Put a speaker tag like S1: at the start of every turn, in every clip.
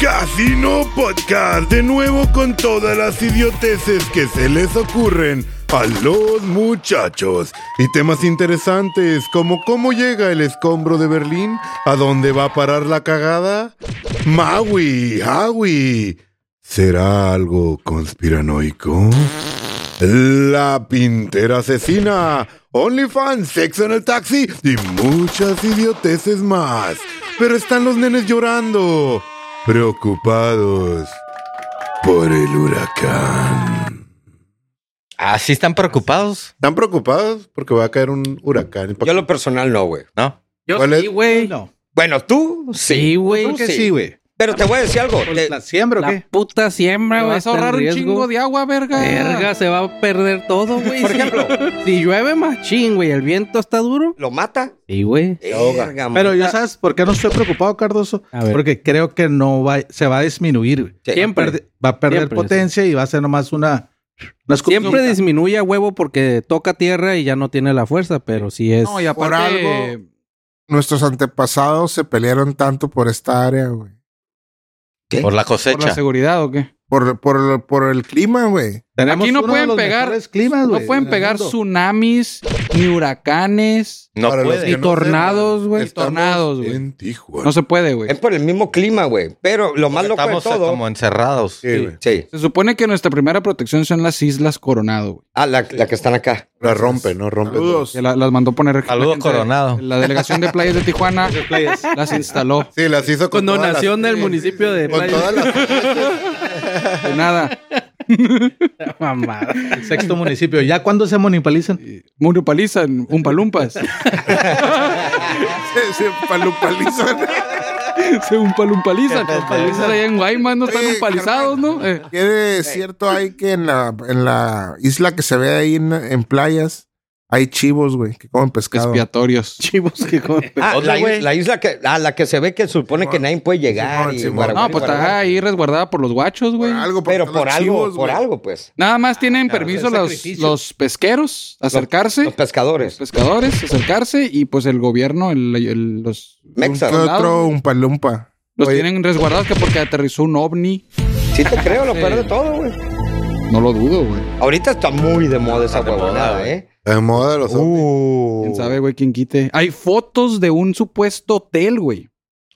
S1: Casino Podcast, de nuevo con todas las idioteces que se les ocurren a los muchachos. Y temas interesantes como cómo llega el escombro de Berlín, a dónde va a parar la cagada. Maui, Hawi, ¿será algo conspiranoico? La pintera asesina, OnlyFans, sexo en el taxi y muchas idioteces más. Pero están los nenes llorando, preocupados por el huracán.
S2: Así Ah, están preocupados,
S1: ¿Están preocupados? Porque va a caer un huracán.
S3: Yo lo personal no, güey.
S2: ¿no?
S4: Yo
S1: ¿Cuál
S4: sí,
S1: es?
S4: güey.
S5: No.
S3: Bueno, tú sí.
S4: Sí, güey.
S5: ¿Por qué sí, güey?
S3: Pero te voy a decir algo. Te-
S5: ¿La siembra o
S4: La
S5: qué?
S4: puta siembra,
S6: Me
S4: güey.
S6: vas a ahorrar un chingo de agua, verga.
S4: Verga, se va a perder todo, güey.
S3: Por ejemplo.
S4: Si llueve machín, güey. El viento está duro.
S3: ¿Lo mata?
S4: Sí, güey.
S3: Verga,
S5: Pero
S3: man.
S5: ya sabes por qué no estoy preocupado, Cardoso.
S4: A ver.
S5: Porque creo que no va, se va a disminuir. güey.
S3: Sí.
S4: Siempre.
S5: Perde- va a perder
S4: Siempre,
S5: potencia y va a ser nomás una. una escupidita.
S4: Siempre disminuye a huevo porque toca tierra y ya no tiene la fuerza, pero sí es.
S6: No, y aparte,
S7: Por algo- Nuestros antepasados se pelearon tanto por esta área, güey.
S2: Por la
S6: ¿por la
S2: cosecha.
S6: seguridad o qué?
S7: Por, por, por el clima, güey.
S5: Tenemos
S6: Aquí no
S5: uno de
S6: pueden
S5: los
S6: pegar-
S5: mejores
S4: Ah,
S5: climas,
S6: No
S5: güey,
S6: pueden
S5: en el
S6: pegar
S5: mundo.
S6: tsunamis, ni huracanes.
S2: No
S1: Para los
S2: puede.
S1: que
S6: Y tornados,
S1: sepan,
S6: güey,
S1: estamos
S6: tornados, güey.
S1: En Tijuana.
S6: No se puede, güey.
S3: Es por el mismo clima, güey. Pero lo más loco de
S2: Estamos eh,
S3: todo.
S2: como encerrados.
S1: Sí, güey.
S3: Sí.
S6: Se supone que nuestra primera protección son las Islas Coronado, güey.
S3: Ah, la, la que están acá.
S1: La rompe, no rompe.
S7: Saludos.
S6: Que la- las mandó poner.
S2: Saludo
S6: la gente-
S2: Coronado.
S6: La delegación de playas de Tijuana las instaló.
S1: Sí, las hizo con
S4: con
S1: todas las-
S4: donación del municipio de
S1: Con
S4: Playa.
S1: todas las...
S6: De nada.
S4: Mamada.
S5: El sexto municipio. ¿Ya cuándo se municipalizan?
S6: Municipalizan, umpalumpas.
S7: Se, se palupalizan.
S6: Se umpalumpalizan. Umpalizan allá en Guaymas, no están
S7: Oye,
S6: umpalizados, ¿no? Eh,
S7: ¿Qué de cierto hay que en la, en la isla que se ve ahí en, en playas hay chivos, güey, que comen pescado?
S6: expiatorios.
S4: Chivos que comen.
S3: Ah,
S2: Otra,
S3: la,
S2: güey.
S3: is- la isla que, ah, la que se ve que supone que
S7: Simón.
S3: nadie puede llegar.
S7: Simón,
S3: y
S7: Simón.
S3: guaraguay,
S6: No, pues está
S3: guaraguay.
S6: ahí resguardada por los guachos,
S7: Por
S6: güey.
S7: algo, porque
S3: Pero
S7: los
S3: por algo,
S7: chivos,
S3: por
S7: güey.
S3: algo, pues.
S6: Nada más tienen
S2: claro,
S6: permiso
S5: es
S6: los,
S5: sacrificio.
S6: los pesqueros acercarse,
S3: Los
S6: los,
S3: pescadores.
S6: pescadores acercarse y pues el gobierno, el- el- los,
S3: Mexas.
S7: Un que
S6: Soldado,
S7: otro, un palumpa.
S6: los
S3: Oye.
S6: tienen resguardados que porque aterrizó un ovni.
S3: Sí te creo, lo peor de todo, güey.
S6: No lo dudo, güey.
S3: Ahorita está muy de moda esa
S2: Está de moda,
S3: huevonada,
S2: güey.
S3: ¿eh?
S1: De moda los
S6: ¿Quién
S1: Oh.
S6: sabe, güey, quién quite? Hay fotos de un supuesto hotel, güey.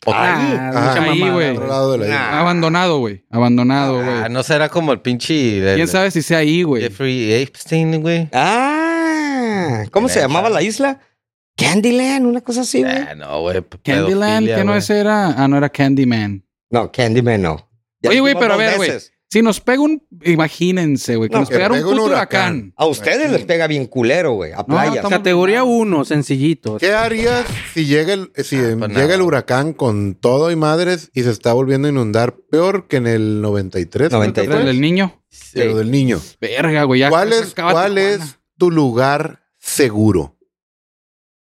S3: Ahí.
S6: Ah,
S4: mucha
S6: ahí,
S4: mamada,
S6: güey.
S1: otro lado de la isla.
S3: Nah.
S6: Abandonado, güey. Abandonado, güey.
S2: Ah, no será como el pinche. del-
S6: ¿Quién sabe si sea ahí, güey?
S2: Jeffrey Epstein, güey.
S3: Ah, ¿cómo se
S2: Neta.
S3: llamaba la isla? Candyland, una cosa así, güey.
S2: Ah, no, güey. p-
S6: Candyland,
S2: pedofilia,
S6: que no
S2: güey.
S6: ese era. Ah, no era Candyman.
S3: No, Candyman no. Ya
S6: Oye, güey,
S3: dijimos
S6: pero a
S3: dos
S6: ver, güey.
S3: veces.
S6: Si nos pega un. Imagínense, güey. Que
S3: No,
S6: nos
S1: que
S6: pegara un
S1: pega un
S6: puto huracán.
S1: huracán.
S3: A ustedes les pega bien culero, güey. A playas.
S6: estamos-
S4: Categoría 1, sencillito.
S1: ¿Qué harías si llega el, si
S2: Ah,
S1: llega
S2: pues nada.
S1: el huracán con todo y madres y se está volviendo a inundar peor que en el 93?
S3: 93.
S1: ¿no?
S6: Pero del niño.
S1: Pero del niño.
S6: Verga, güey. ya
S1: ¿Cuál
S6: se
S1: es,
S6: acaba
S1: cuál
S6: Tijuana.
S1: es tu lugar seguro?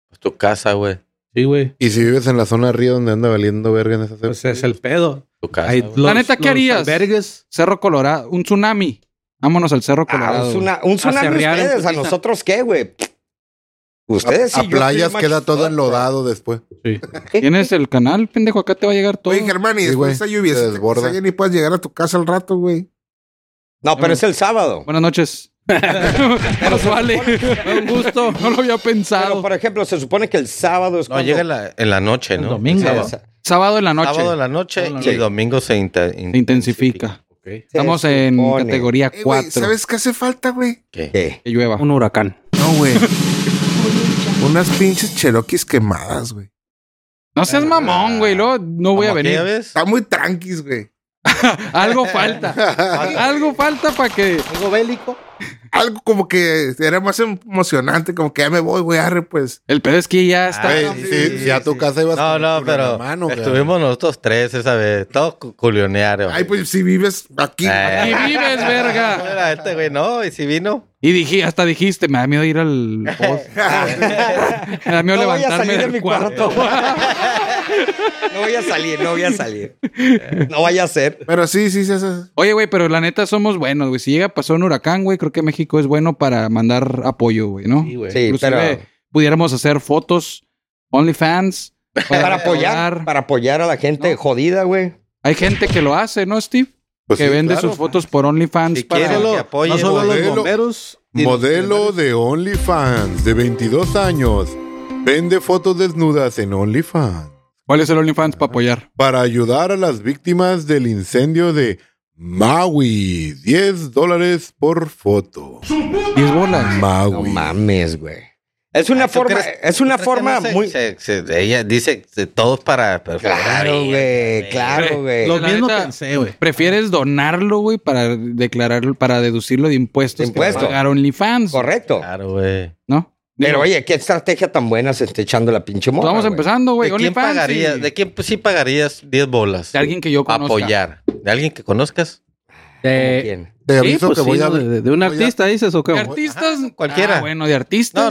S2: Pues tu casa, güey.
S5: Sí, güey.
S1: Y si vives en la zona río donde anda valiendo verga en esa zona.
S5: Pues es el pedo.
S2: Tu casa.
S5: Ahí
S2: güey.
S5: los-
S6: neta, ¿qué
S5: los
S6: harías?
S5: albergues.
S6: Cerro Colorado. Un tsunami. Vámonos al Cerro
S3: Ah,
S6: Colorado.
S3: un,
S6: güey.
S3: tsuna- un tsunami
S4: Acerrear en
S3: ustedes, a
S4: putiza.
S3: nosotros qué, güey. Ustedes sí.
S1: a
S3: yo
S1: playas
S3: estoy
S1: queda
S3: macho-
S1: todo enlodado después.
S6: Tienes el canal, pendejo. Acá te va a llegar todo.
S7: Oye, Germán, y
S1: Sí,
S7: después
S1: güey,
S7: de esa lluvia,
S1: se
S7: se
S1: desborda.
S7: desborda. ni puedes llegar a tu casa al rato, güey.
S3: No, pero es el sábado.
S6: Buenas noches. Nos vale. un gusto. No lo había
S3: Pero,
S6: pensado.
S3: por ejemplo, se supone que el sábado es
S2: No,
S3: cuando-
S2: llega la- en la noche,
S5: El
S2: ¿no?
S5: domingo.
S2: Sábado,
S3: Sí,
S6: Sábado en la noche.
S2: sábado en la noche y domingo se inten-
S6: Se intensifica. Estamos
S3: se
S6: en
S3: supone.
S6: categoría
S7: Eh, güey,
S6: 4.
S7: ¿Sabes qué hace falta, güey?
S2: ¿Qué?
S3: ¿Qué?
S6: Que llueva.
S4: Un huracán.
S7: No, güey. Unas pinches cheroquis quemadas, güey.
S6: No seas mamón, güey. Luego no voy a
S2: ¿Cómo aquella
S6: venir.
S2: vez?
S7: Está muy tranquis, güey.
S6: Algo falta. Algo falta para que.
S5: Algo bélico.
S7: Algo como que era más emocionante, como que ya me voy, güey, arre, pues.
S6: El pedo es que ya está.
S1: Güey,
S2: Ay, Ah, sí,
S1: si, si a tu casa ibas
S2: No,
S1: con
S2: no,
S1: el culo en
S2: pero
S1: la mano, güey.
S2: estuvimos nosotros tres esa vez. Todos cu- culonearon.
S7: Ay, pues si vives aquí.
S2: Eh.
S6: Y vives, verga.
S2: Mira, este güey no, y si vino.
S6: Y dije, hasta dijiste, me da miedo ir al post. Me da miedo
S3: No voy a
S6: levantarme
S3: salir de
S6: del
S3: mi cuarto.
S6: cuarto.
S3: No voy a salir, no voy a salir. No vaya a ser.
S7: Pero sí, sí, sí, sí.
S6: Oye, güey, pero la neta somos buenos, güey. Si llega a pasar un huracán, güey, creo que México es bueno para mandar apoyo, güey, ¿no?
S5: Sí, güey.
S3: Sí,
S6: Inclusive
S3: pero
S6: pudiéramos hacer fotos, OnlyFans.
S3: para apoyar,
S6: donar.
S3: para apoyar a la gente
S6: No.
S3: jodida, güey.
S6: Hay gente que lo hace, ¿no, Steve?
S1: Pues
S6: que
S1: sí,
S6: vende
S1: claro.
S6: sus fotos por OnlyFans
S2: Si
S6: para...
S2: quiere, que apoye.
S5: no solo
S1: modelo.
S5: los bomberos. y-
S1: Modelo de OnlyFans de 22 años. Vende fotos desnudas en OnlyFans
S6: ¿Cuál es el OnlyFans para apoyar?
S1: para ayudar a las víctimas del incendio de Maui. 10 dólares por foto.
S6: 10 bolas.
S3: No
S1: Maui.
S3: mames, güey. Es una
S2: Ay, Ah, ¿tú
S3: forma,
S2: crees-
S3: es una
S2: ¿Crees que
S3: forma
S2: no se-
S3: muy.
S2: se- se- ella dice de todos para. para-
S3: Claro, güey, claro, güey.
S5: Lo
S6: La
S5: mismo
S6: neta-
S5: pensé, güey.
S6: ¿Prefieres donarlo, güey, para declararlo, para deducirlo de impuestos?
S3: De impuestos.
S6: Que pagar OnlyFans,
S3: Correcto.
S2: Claro, güey.
S6: ¿no?
S3: Pero
S6: Digo,
S3: oye, qué estrategia tan buena se está echando la pinche morra.
S6: Vamos
S3: güey.
S6: empezando, güey.
S2: ¿De quién
S6: OnlyFans
S2: pagarías?
S6: y-
S2: ¿De quién pues, sí pagarías 10 bolas?
S6: de alguien que yo conozca.
S2: Apoyar. ¿De alguien que conozcas?
S3: ¿Con
S4: De,
S3: quién?
S1: Te
S4: sí,
S1: aviso
S4: pues
S1: que
S4: sí,
S1: voy a
S4: ¿no?
S1: ver.
S4: de, de un
S1: voy a-
S4: artista, dices, o qué.
S6: ¿De artistas?
S2: Ajá, cualquiera.
S6: Ah, bueno, de artistas,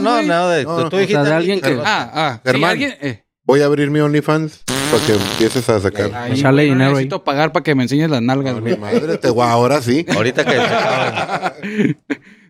S2: No, no,
S6: güey.
S2: no. De,
S1: No,
S2: tú
S1: no, o
S2: dijiste
S4: sea, de alguien que-
S6: Ah, ah. sí,
S1: Germán.
S6: alguien- eh,
S1: Voy a abrir mi OnlyFans para que empieces a sacar.
S6: ahí,
S4: Echarle
S6: güey, no
S4: dinero ahí.
S6: necesito pagar para que me enseñes las nalgas,
S1: No,
S6: güey.
S1: ni madre, te- guau, ahora sí.
S2: Ahorita que.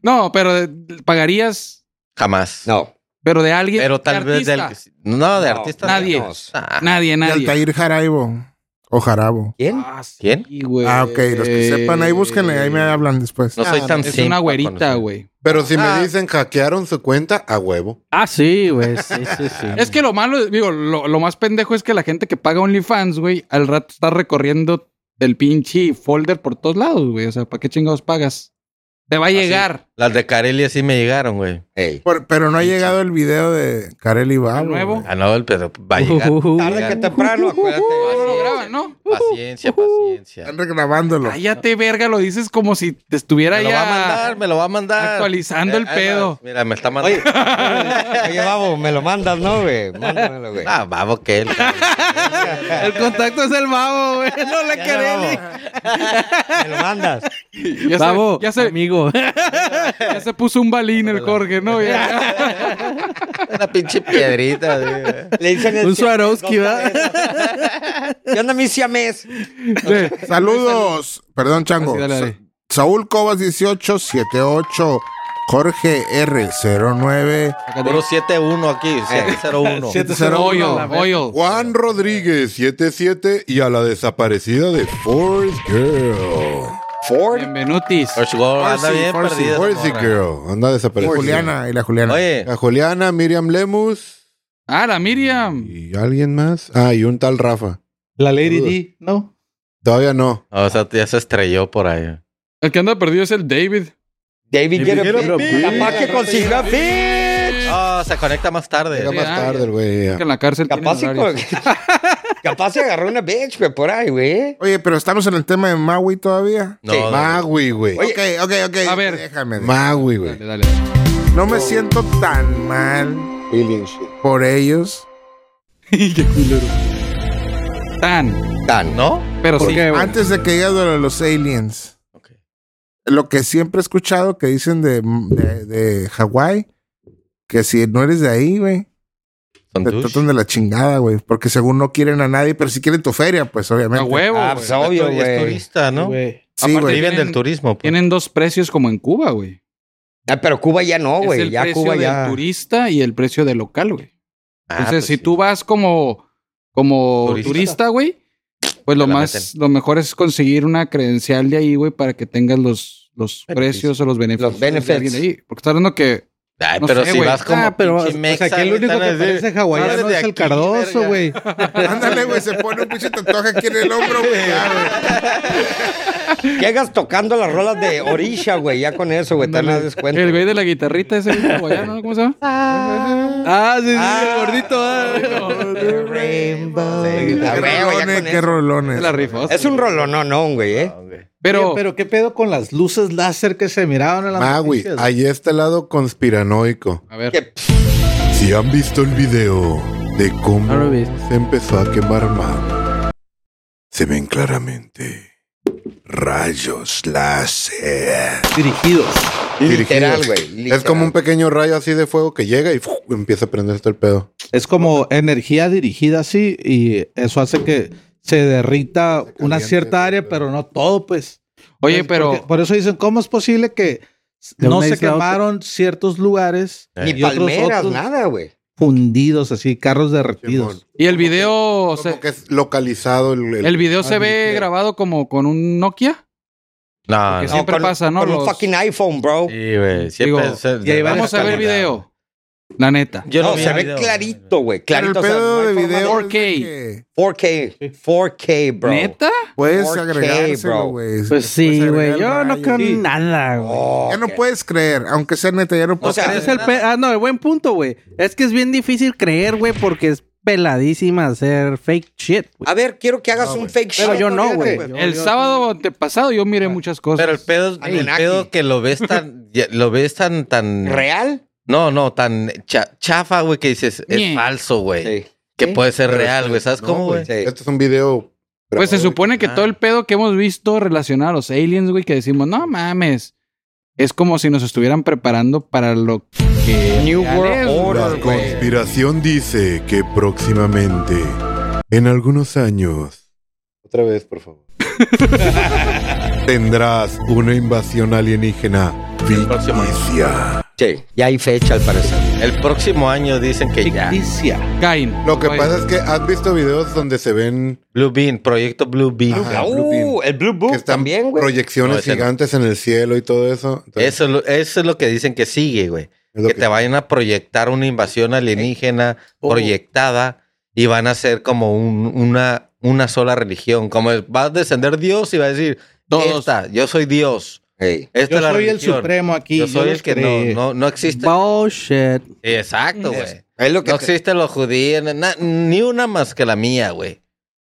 S6: No, pero de- pagarías,
S2: Jamás.
S3: No.
S6: pero de alguien.
S2: Pero tal
S6: de
S2: vez de
S6: artista.
S2: alguien. No, de
S3: No,
S2: artista.
S6: nadie.
S2: no. Ah,
S6: Nadie,
S7: Y
S6: nadie.
S7: Altair Jaraibo. O Jarabo.
S3: ¿Quién?
S2: ¿Quién?
S6: Sí, güey.
S7: Ah, ok. Los que sepan, ahí búsquenle, ahí me hablan después.
S2: Eh, No soy tan
S6: Es
S2: simp
S6: una
S2: para
S6: güerita,
S2: conocer.
S6: güey.
S1: Pero si
S2: Ah.
S1: me dicen hackearon su cuenta, a huevo.
S4: Ah, sí, güey. Sí, sí, sí.
S6: Es que lo malo, digo, lo, lo más pendejo es que la gente que paga OnlyFans, güey, al rato está recorriendo el pinche folder por todos lados, güey. O sea, ¿para qué chingados pagas? Te va a llegar.
S2: Las de Carelia sí me llegaron, güey.
S3: Ey.
S7: Por- pero no ha llegado el video de Kareli Babo.
S6: nuevo?
S7: güey.
S2: Ah, no, el pero va a llegar.
S4: Ujú.
S2: Va a
S3: Tarde que
S2: llegar.
S3: temprano, acuérdate.
S6: No lo graban, ¿no?
S2: Paciencia, paciencia.
S7: Están regrabándolo.
S6: Cállate, verga, lo dices como si te estuviera
S2: Me lo va a
S6: ya
S2: mandar, me lo va a mandar.
S6: actualizando el
S2: Eh, ah,
S6: pedo.
S2: no, Mira, me está
S3: Oye,
S2: mandando.
S3: oye, babo, me lo mandas, ¿no, güey? Mándamelo, güey.
S2: Ah, babo que él.
S4: El contacto es el babo, güey. No le queremos.
S3: Me lo mandas.
S6: Ya se-
S4: Babo,
S6: ya se,
S4: amigo.
S6: ya se puso un balín el corgue, ¿no? Ya.
S2: Una pinche piedrita. sí.
S3: Le dicen el
S4: Un
S3: siamés,
S4: Swarovski,
S3: no,
S4: ¿verdad?
S3: ¿Qué onda, mi siamés?
S7: Saludos. Perdón, Chango.
S6: Ah, sí, dale,
S7: Sa-
S6: dale.
S7: Saúl Cobas 1878. Jorge R 09.
S2: Puro 7-1
S3: Eh.
S2: aquí, 701.
S6: Oil,
S7: 701.
S6: oil.
S1: Juan Rodríguez 77 y a la desaparecida de Force Girl.
S3: Ford.
S6: Bienvenutis.
S2: First Gold, anda
S7: Farsi,
S2: bien
S7: Farsi,
S2: perdida. esa
S1: Force
S2: morra.
S1: Girl, anda
S7: Y
S1: desaparecida.
S7: Juliana y la Juliana.
S2: Oye,
S1: La Juliana, Miriam Lemus
S6: Ah, la Miriam.
S1: y alguien más. Ah, y un tal Rafa.
S5: La Lady
S1: Saludos.
S5: D, ¿no?
S1: Todavía no.
S2: o sea, ya se estrelló por ahí.
S6: El que anda perdido es el David.
S3: David
S1: Guerrero
S3: Guerrero.
S1: Pit.
S3: Capaz que consiguió a Fit.
S2: Ah, se conecta más tarde.
S1: Llega
S6: Sí,
S1: más
S6: ah,
S1: tarde el güey. ya.
S6: Que en la cárcel
S3: Capaz,
S6: tiene
S3: y
S6: horarios.
S3: con- Capaz se agarró una bitch, güey, por ahí, güey.
S7: Oye, pero estamos en el tema de Maui todavía.
S2: No, no,
S1: Maui, güey.
S3: Oye,
S7: ok, ok, ok.
S6: a ver.
S7: Déjame.
S1: Maui, güey.
S6: Dale, dale.
S7: no me siento tan mal
S1: Alien shit.
S7: por ellos.
S6: Tan.
S3: Tan, ¿no?
S2: ¿No?
S6: Pero sí. Ah,
S7: Antes de que digas lo de los aliens.
S2: Ok.
S7: Lo que siempre he escuchado que dicen de, de, de Hawái, que si no eres de ahí, güey,
S2: Son
S7: te
S2: douche.
S7: tratan de la chingada, güey. Porque según no quieren a nadie, pero si quieren tu feria, pues
S6: A
S7: obviamente.
S6: huevo.
S3: Ah,
S6: güey.
S3: pues obvio,
S2: Es
S3: güey.
S2: turista, ¿no?
S7: Sí,
S6: Aparte-
S7: güey.
S2: Viven
S6: Tienen-
S2: del turismo. pues.
S6: Tienen dos precios como en Cuba, güey.
S3: Ah, pero Cuba ya no,
S6: es
S3: güey.
S6: el
S3: Ya
S6: precio
S3: Cuba
S6: del
S3: ya.
S6: turista y el precio del local, güey.
S2: Ah,
S6: Entonces,
S2: pues
S6: si
S2: sí.
S6: tú vas como, como
S2: Turista.
S6: turista, güey, pues lo
S2: la
S6: más, lo mejor es conseguir una credencial de ahí, güey, para que tengas los, los
S2: Beneficios.
S6: precios o los beneficios.
S3: Los
S6: de
S3: benefits.
S6: alguien de ahí. Porque está hablando que.
S2: Ay,
S6: no
S2: pero
S6: sé,
S2: si
S6: güey.
S2: vas como
S5: Ah, pero,
S2: pinche
S5: o sea,
S2: mexa,
S5: que el
S2: güey,
S5: único
S2: están
S5: que
S2: así,
S5: parece
S2: "No
S5: hawaiano
S2: eres
S5: es
S2: de
S5: el
S2: aquí,
S5: cardoso,
S2: verga".
S5: güey.
S7: Ándale, güey, se pone un pinche tatuaje aquí en el hombro, güey. ya, güey.
S3: Llegas tocando las rolas de Orisha, güey. Ya con eso, güey. Te dan a descuento.
S6: El güey de la guitarrita ese güey, hawaiano, ¿cómo se llama?
S4: Ah, sí, sí,
S3: Ah.
S4: el gordito.
S3: The
S4: ah.
S3: Rainbow.
S7: Qué
S3: Ah, güey, ya
S7: rolones,
S3: con
S7: qué
S3: eso.
S7: rolones.
S6: La rifó.
S3: Es un rolononón, güey, eh.
S2: No, güey.
S6: Pero,
S5: Oye, pero qué pedo con las luces láser que se miraban en la
S1: Maui, ahí está el lado conspiranoico.
S6: a ver.
S3: Que-
S1: Si han visto el video de cómo
S4: No lo he visto.
S1: se empezó a quemar Maui, se ven claramente rayos láser.
S5: dirigidos.
S3: Literal,
S1: Dirigidos.
S3: güey.
S1: Es
S3: literal.
S1: como un pequeño rayo así de fuego que llega y ¡fu! empieza a prender todo el pedo.
S5: Es como energía dirigida así y eso hace que se derrita una
S1: caliente,
S5: cierta área,
S1: pero-
S5: pero no todo, pues.
S6: Oye,
S5: Es
S6: pero.
S5: porque- por eso dicen, ¿cómo es posible que
S4: De
S5: no
S4: una
S5: se
S4: isla a otra.
S5: quemaron ciertos lugares?
S2: Eh.
S3: Ni
S5: y otros-
S3: palmeras,
S5: otros-
S3: nada, güey.
S5: fundidos, así, carros derretidos.
S1: Simón.
S6: Y el video,
S1: Como
S6: se,
S1: que es localizado el, el-
S6: el video se
S1: Ah,
S6: ve
S1: sí.
S6: grabado como con un Nokia.
S2: No,
S6: Que
S2: no.
S6: siempre
S3: con-
S6: pasa, ¿no?
S3: Con un
S6: Los-
S3: fucking iPhone, bro.
S2: Sí, güey.
S6: Digo,
S2: Siempre se-
S5: y ahí va
S6: Vamos a ver el video. La neta.
S2: Yo no,
S3: no,
S2: vi
S3: se
S2: el
S3: ve
S2: video.
S3: clarito, güey.
S7: Pero el
S3: Clarito. o sea,
S7: pedo
S3: no hay
S7: de
S3: forma
S7: video. es de
S6: 4K.
S7: que
S3: de- 4K. 4K, bro.
S6: ¿Neta?
S7: Puedes
S3: 4K,
S7: agregárselo,
S3: bro.
S7: güey.
S4: Pues sí,
S7: Puedes
S4: güey. Yo
S7: agregar
S4: no
S7: varios.
S4: creo
S7: Sí.
S4: en nada, güey.
S3: Oh,
S7: Ya no
S3: ok.
S7: puedes creer, aunque sea neta, ya no
S3: O
S7: puedes
S3: sea,
S7: creer.
S4: Es el pe- ah, no, el buen punto, güey. Es que es bien difícil creer, güey, porque es peladísima hacer fake shit, güey.
S3: A ver, quiero que hagas un fake
S4: Pero
S3: shit.
S4: yo no, güey. Yo-
S6: El
S4: yo-
S6: sábado antepasado yo miré muchas cosas.
S2: Pero el pedo,
S3: Ay,
S2: el
S3: Naki.
S2: pedo que lo ves tan, ya- lo ves tan, tan,
S3: ¿Real?
S2: no, no, tan cha- chafa, güey, que dices, es
S6: Ñe.
S2: falso, güey,
S3: Sí.
S2: que
S3: Sí.
S2: puede ser
S1: Pero
S2: real,
S1: este-
S2: güey, ¿sabes
S1: no,
S2: cómo, güey?
S3: Sí.
S1: Este es un video.
S6: Pues se
S1: grabado,
S6: supone que
S2: Ah.
S6: todo el pedo que hemos visto relacionado a los aliens, güey, que decimos, no mames. Es como si nos estuvieran preparando para lo que.
S3: New
S6: real
S3: World
S6: es,
S3: Order,
S6: güey.
S1: La conspiración dice que próximamente, en algunos años, otra vez, por favor, tendrás una invasión alienígena
S2: próximo año.
S1: ficticia.
S3: Sí. Ya hay fecha, al parecer.
S2: El próximo año dicen que ya.
S5: Ficticia.
S6: Cain.
S1: Lo que
S6: Oye,
S1: pasa es que has visto videos donde se ven
S2: Blue Bean, proyecto Blue Bean.
S1: Ajá. Ah, Blue
S3: Uh,
S1: Bean.
S3: el Blue
S1: que
S3: Book
S1: están
S3: también, güey.
S1: proyecciones
S2: No, ese no.
S1: gigantes en el cielo y todo eso. Entonces,
S2: Eso, es lo- eso es lo que dicen que sigue, güey.
S1: es lo
S2: que te vayan a proyectar una invasión alienígena
S5: Oh.
S2: proyectada y van a ser como un- una, una sola religión. Como el- va a descender Dios y va a decir,
S6: Todos.
S2: "Esta, yo soy Dios.
S3: Ey.
S2: Esta
S5: Yo
S2: es la
S5: soy el
S2: religión.
S5: supremo aquí.
S2: Yo soy
S5: los
S2: el que
S5: creé. Mm.
S2: no, no, no existe.
S4: Bullshit.
S2: Exacto, güey.
S3: Es- Es lo que
S2: No
S3: te-
S2: existen los judíos, na- ni una más que la mía, güey.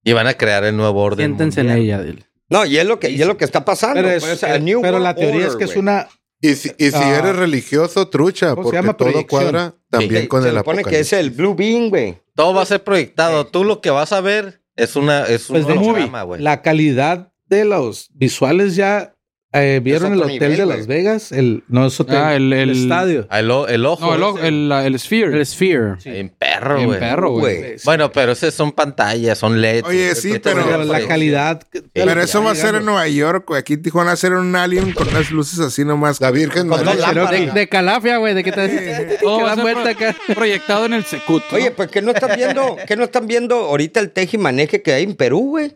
S2: Y van a crear el nuevo orden.
S4: Siéntense en
S2: mundial.
S4: ella, dile.
S3: No, y es lo que, y es lo que está pasando.
S5: Pero,
S3: pues,
S5: es-
S3: o sea, el New
S5: pero
S3: World
S5: la teoría es
S3: Order,
S5: que es
S3: güey.
S5: una.
S1: Y si, y si
S5: Ah.
S1: eres religioso, trucha,
S5: ¿Cómo se
S1: porque
S5: llama?
S1: todo
S5: Proyección.
S1: cuadra también
S2: Sí.
S1: con
S3: Se
S1: el
S3: supone que es
S1: apocalipsis.
S3: el Blue Bean, güey.
S2: Todo va a ser proyectado. Tú lo que vas a ver es una es un
S5: Pues de
S2: holograma, güey.
S5: La calidad de los visuales ya. eh, ¿Vieron el
S3: otro
S5: hotel
S3: nivel,
S5: de
S3: güey.
S5: Las Vegas? El, no es hotel.
S6: Ah, el- el-
S5: estadio.
S2: El, o- el ojo.
S6: No, el, o-
S2: ese,
S6: el, el Sphere.
S4: El Sphere.
S2: güey. En perro,
S6: Bien
S2: güey.
S6: perro, güey.
S3: Güey.
S2: Bueno, pero esas son pantallas, son LEDs.
S7: Oye, sí,
S2: Ahorita voy
S7: pero-
S2: a
S5: Pero la
S2: aparecer.
S5: calidad.
S7: Pero eso va a ser en Nueva York, güey. Aquí en Tijuana va a ser un alien con unas luces así nomás.
S1: La Virgen María.
S3: Con dos lámparas.
S4: De, de Calafia, güey, de que te,
S6: Todo
S5: Oh,
S4: que
S6: va a
S4: dan
S6: ser
S4: vuelta
S6: pro-
S4: acá.
S6: proyectado en el Secut. ¿no?
S3: Oye, pues que no están viendo, que no están viendo ahorita el teje y maneje que hay en Perú, güey.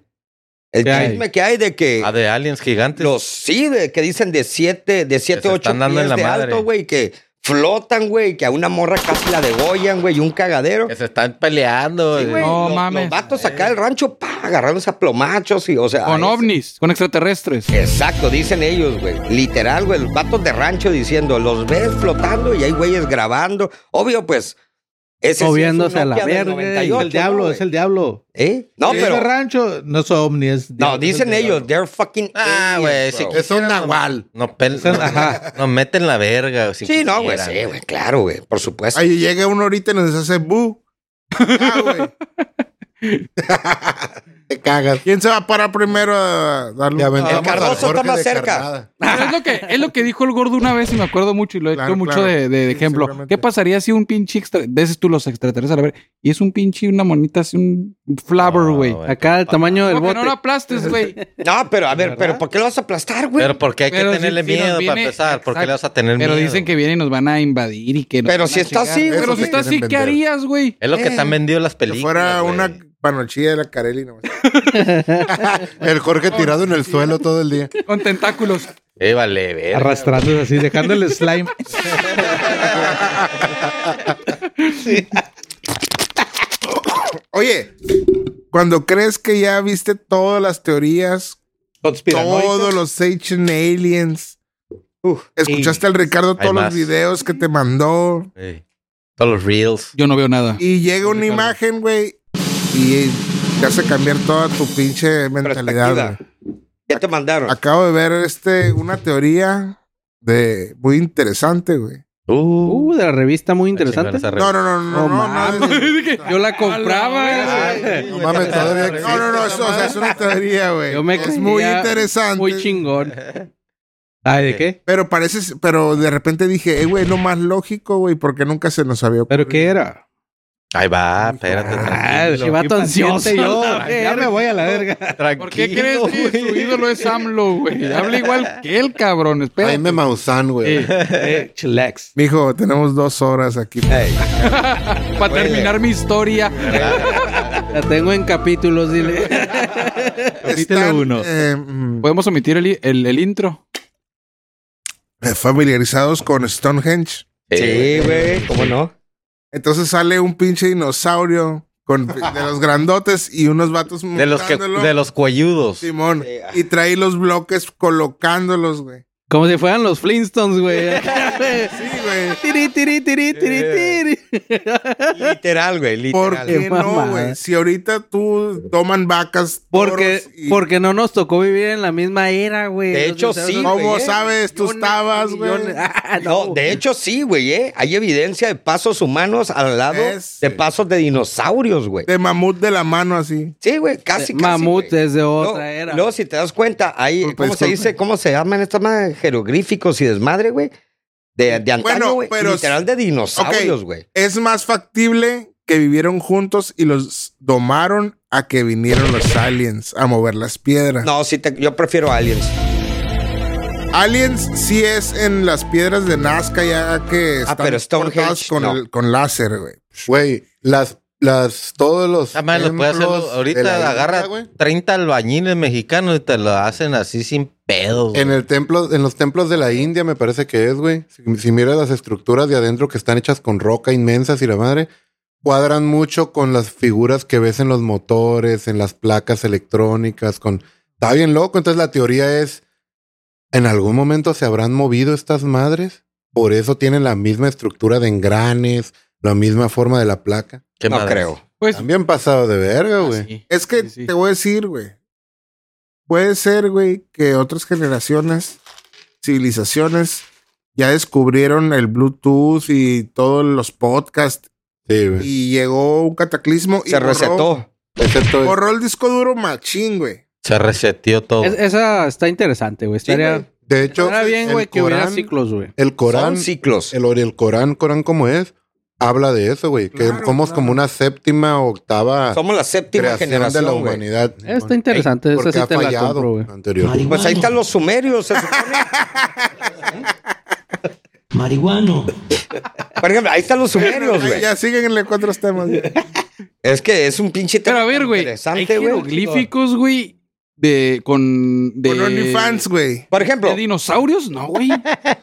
S3: El
S5: ¿Qué hay?
S3: chisme que hay de que
S2: Ah, de aliens gigantes.
S3: los sí, de que dicen de siete, de siete,
S2: se
S3: ocho
S2: están dando en
S3: pies
S2: la
S3: de
S2: madre.
S3: alto, güey, que flotan, güey, que a una morra casi la degollan, güey, y un cagadero.
S2: Que se están peleando.
S3: Sí,
S2: güey.
S3: güey,
S6: No
S3: los,
S6: mames.
S3: Los vatos acá del rancho, pa, agarrándose a plomachos y, o sea.
S6: con
S3: es-
S6: ovnis, con extraterrestres.
S3: Exacto, dicen ellos, güey. Literal, güey, los vatos de rancho diciendo, los ves flotando y hay güeyes grabando. Obvio, pues. Ese sí es un
S4: Moviéndose a la
S3: Nokia del
S4: verga,
S5: Es
S3: 98,
S5: el diablo,
S3: ¿no,
S5: es el diablo.
S3: güey? ¿Eh? No,
S5: Sí,
S3: pero.
S5: es de rancho, no es ovni, es
S3: No,
S5: diablo,
S3: dicen
S5: es el diablo.
S3: ellos, they're fucking.
S2: Ah,
S3: aliens,
S2: güey,
S3: bro.
S2: sí.
S1: Es un nahual.
S2: Nos, pel-
S5: Esa- ajá.
S2: nos meten la verga. si
S3: Sí, no, güey,
S2: quisieran,
S3: sí, güey, claro, güey, por supuesto.
S7: Ahí llega uno ahorita y nos hace bu. Ya, güey.
S1: Te cagas.
S7: ¿Quién se va a parar primero a darle
S1: Le
S7: un
S1: aventamos
S3: El Cardoso
S1: al Jorge
S3: está más
S1: de
S3: cerca.
S1: Carnada.
S6: Pero es lo que es lo que dijo el gordo una vez y me acuerdo mucho y lo he
S7: Claro,
S6: hecho mucho
S7: claro.
S6: de, de
S7: Sí,
S6: ejemplo.
S7: seguramente.
S6: ¿Qué pasaría si un pinche extra, de esos tú los extraterrestres a la ver y es un pinche una monita así un flabber,
S2: No,
S6: güey?
S2: güey.
S4: Acá el tamaño del
S6: Como que
S4: bote.
S6: no lo aplastes, güey.
S3: No, pero a ver, pero ¿por qué lo vas a aplastar, güey?
S2: Pero porque hay que
S6: Pero sí,
S2: tenerle
S6: sí nos
S2: miedo para
S6: viene-
S2: empezar. ¿Por qué
S6: exacto.
S2: le vas a tener miedo?
S6: Pero dicen que vienen y nos van a invadir y que nos
S3: Pero
S6: van
S3: si
S6: a
S3: está
S6: chingar.
S3: así, güey.
S6: Pero si
S7: Eso
S6: está
S7: sí
S6: así,
S7: quieren
S6: ¿qué
S7: vender.
S6: harías, güey?
S2: Es lo que
S7: Eh,
S2: te han vendido las
S7: Que
S2: películas.
S7: fuera
S2: güey.
S7: una panochilla de la Carelli nomás.
S1: El Jorge tirado en el suelo todo el día.
S6: Con tentáculos.
S2: Eh, vale, verga.
S5: Arrastrándose así, dejando el slime.
S7: Oye, cuando crees que ya viste todas las teorías, todos
S5: Conspiranoicos.
S7: los Ancient Aliens,
S3: Uf,
S7: escuchaste al Ricardo todos los
S2: más.
S7: videos que te mandó,
S2: Sí. Todos los reels.
S6: Yo no veo nada.
S7: y llega una
S5: Ricardo.
S7: imagen, güey, y te hace cambiar toda tu pinche mentalidad.
S3: perspectiva.
S7: güey.
S3: ¿Qué te mandaron?
S7: Acabo de ver este, una teoría de muy interesante, güey.
S2: Uh,
S4: Uh, de la revista muy interesante.
S2: chingada esa
S7: No, no, no, no, no,
S4: No
S7: no, no,
S4: mames.
S6: Dije,
S4: Yo la compraba.
S6: Ay,
S4: güey.
S1: No mames, todavía
S7: no, no, no, eso, o sea, es una teoría, güey.
S4: Yo me
S7: Es muy
S4: creía
S7: interesante.
S4: Muy chingón.
S5: Ay, ¿de qué?
S7: Pero parece, pero de repente dije, eh, güey, lo más lógico, güey, porque nunca se nos había
S5: ¿Pero qué era?
S2: Ahí va, espérate,
S5: Ah,
S2: tranquilo.
S5: qué
S4: vato
S5: paciente
S4: ansioso,
S5: yo.
S4: la
S5: Ya me
S4: verga.
S5: voy a la verga.
S2: Tranquilo,
S6: ¿Por qué crees que
S2: güey.
S6: su ídolo es AMLO, güey? Habla igual que él, cabrón. Espera.
S1: Jaime Maussan, güey.
S5: Eh, chillax.
S7: Mijo, tenemos dos horas aquí.
S6: Para terminar mi historia.
S4: La tengo en capítulos, dile.
S5: Capítulo
S7: Están,
S5: uno.
S7: eh, mm,
S6: Podemos omitir el, el, el intro.
S7: eh, familiarizados con Stonehenge.
S3: Sí, güey, ¿cómo no?
S7: Entonces sale un pinche dinosaurio con, de los grandotes y unos vatos
S2: De los, que,
S7: montándolo.
S2: de los cuelludos.
S7: Simón.
S3: Sí, ah.
S7: Y trae los bloques colocándolos, güey.
S4: Como si fueran los Flintstones, güey.
S7: Sí, güey.
S4: Tiri, tiri, tiri, tiri, tiri.
S3: Literal, güey,
S7: ¿Por
S3: literal.
S7: qué
S4: Qué
S7: no,
S4: mamada.
S7: güey? Si ahorita tú toman vacas,
S4: Porque,
S7: toros y-
S4: porque no nos tocó vivir en la misma era, güey.
S3: De
S4: Los
S3: hecho,
S4: dinosaurios
S3: sí,
S4: son
S7: ¿Cómo
S3: güey,
S7: sabes? Tú
S4: millones,
S7: estabas, güey.
S4: millones. Ah,
S3: No, de hecho sí, güey, ¿eh? Hay evidencia de pasos humanos al lado
S7: Es-
S3: de pasos de dinosaurios, güey.
S7: De mamut de la mano así.
S3: Sí, güey, casi, casi.
S4: Mamut
S3: güey.
S4: es de
S3: Luego-
S4: otra era.
S3: Luego, si te das cuenta, hay,
S7: Disculpe,
S3: ¿cómo se
S7: disculpe.
S3: dice? ¿Cómo se llaman estas madres? Jeroglíficos y desmadre, güey. De, de antaño,
S7: Bueno,
S3: güey.
S7: pero-
S3: Literal de dinosaurios,
S7: Ok.
S3: güey.
S7: Es más factible que vivieron juntos y los domaron a que vinieron los aliens a mover las piedras.
S3: No, sí, te- yo prefiero aliens.
S7: Aliens sí es en las piedras de Nazca ya que
S3: Ah,
S7: están
S3: pero Stonehenge,
S7: cortadas con,
S3: no.
S7: el- con láser, güey.
S1: Güey, las, las, todos los.
S2: Ah, man, lo puede hacer
S1: templos de la
S2: ahorita.
S1: India,
S2: Agarra
S1: güey.
S2: 30 albañiles mexicanos y te lo hacen así sin pedos. güey.
S1: En el templo, en los templos de la India me parece que es, güey. Si, si miras las estructuras de adentro que están hechas con roca inmensas y la madre, cuadran mucho con las figuras que ves en los motores, en las placas electrónicas, con... Está bien loco, entonces la teoría es, ¿en algún momento se habrán movido estas madres? Por eso tienen la misma estructura de engranes, la misma forma de la placa.
S2: ¿Qué
S3: no
S2: madres?
S3: creo.
S6: Pues.
S1: También pasado de verga, güey.
S6: así.
S7: Es que
S6: Sí, sí.
S7: te voy a decir, güey. Puede ser, güey, que otras generaciones, civilizaciones, ya descubrieron el Bluetooth y todos los podcasts
S1: Sí, güey.
S7: y llegó un cataclismo y
S3: Se
S7: borró-
S3: recetó.
S1: Excepto
S7: Borró el disco duro machín, güey.
S2: Se reseteó todo.
S4: Es- esa está interesante, güey. Estaría,
S3: güey.
S1: De hecho,
S4: estaría bien,
S1: el
S4: güey, que hubiera
S1: Corán-
S4: ciclos, güey.
S1: El Corán,
S3: Son ciclos.
S1: el, or- el Corán, Corán como es, habla de eso, güey. Que
S7: Claro,
S1: somos
S7: claro.
S1: como una séptima o octava
S3: Somos la séptima
S1: creación
S3: generación
S1: de la
S3: güey.
S1: humanidad.
S4: Está interesante,
S1: Porque
S4: esa sí
S1: ha
S4: te la
S1: fallado
S4: compro, güey.
S1: anterior.
S3: Pues ahí están los sumerios. se supone.
S8: Marihuano.
S3: Por ejemplo, ahí están los sumerios,
S7: Ay,
S3: güey.
S7: Ya síguenle cuatro temas. güey.
S3: Es que es un pinche
S6: Pero a
S3: tema
S6: ver, güey. Hay
S3: Interesante, güey.
S6: jeroglíficos, güey. De. Con. De.
S7: Con OnlyFans, güey.
S3: Por ejemplo,
S6: ¿De dinosaurios? No, güey.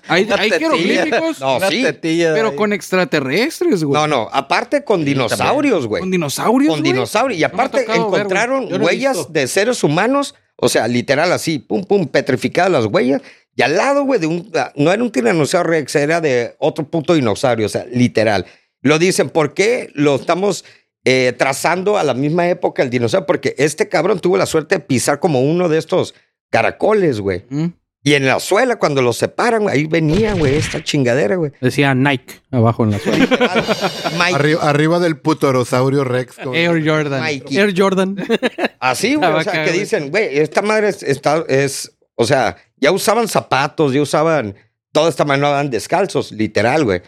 S6: Hay, hay
S2: tetilla.
S6: jeroglíficos,
S3: No,
S2: Una
S3: sí,
S2: tetilla
S6: pero
S2: ahí.
S6: con extraterrestres, güey.
S3: no, no, aparte con dinosaurios, güey.
S6: Con dinosaurios,
S3: Con
S6: Pues, güey.
S3: dinosaurios. Y
S6: No me ha
S3: aparte
S6: tocado ver, güey.
S3: encontraron
S6: Yo no he
S3: huellas
S6: visto.
S3: de seres humanos, o sea, literal así, pum, pum, petrificadas las huellas. Y al lado, güey, de un. ah, No era un tiranosaurio rex, era de otro puto dinosaurio, o sea, literal. Lo dicen, ¿por qué lo estamos eh, trazando a la misma época el dinosaurio? Porque este cabrón tuvo la suerte de pisar como uno de estos caracoles, güey.
S6: Mm.
S3: Y en la suela, cuando los separan, güey, ahí venía, güey, esta chingadera, güey.
S4: Decía Nike abajo en la suela.
S3: Literal. Mike-
S1: Arriba, arriba del putorosaurio Rex.
S3: Eh,
S1: con-
S6: Air Jordan.
S3: Mikey.
S4: Air Jordan.
S3: Así, güey. O
S6: Estaba
S3: sea,
S6: acá,
S3: que
S6: güey.
S3: dicen, güey, esta madre es, está- es- O sea, ya usaban zapatos, ya usaban. Toda esta madre no andaban descalzos, literal, güey.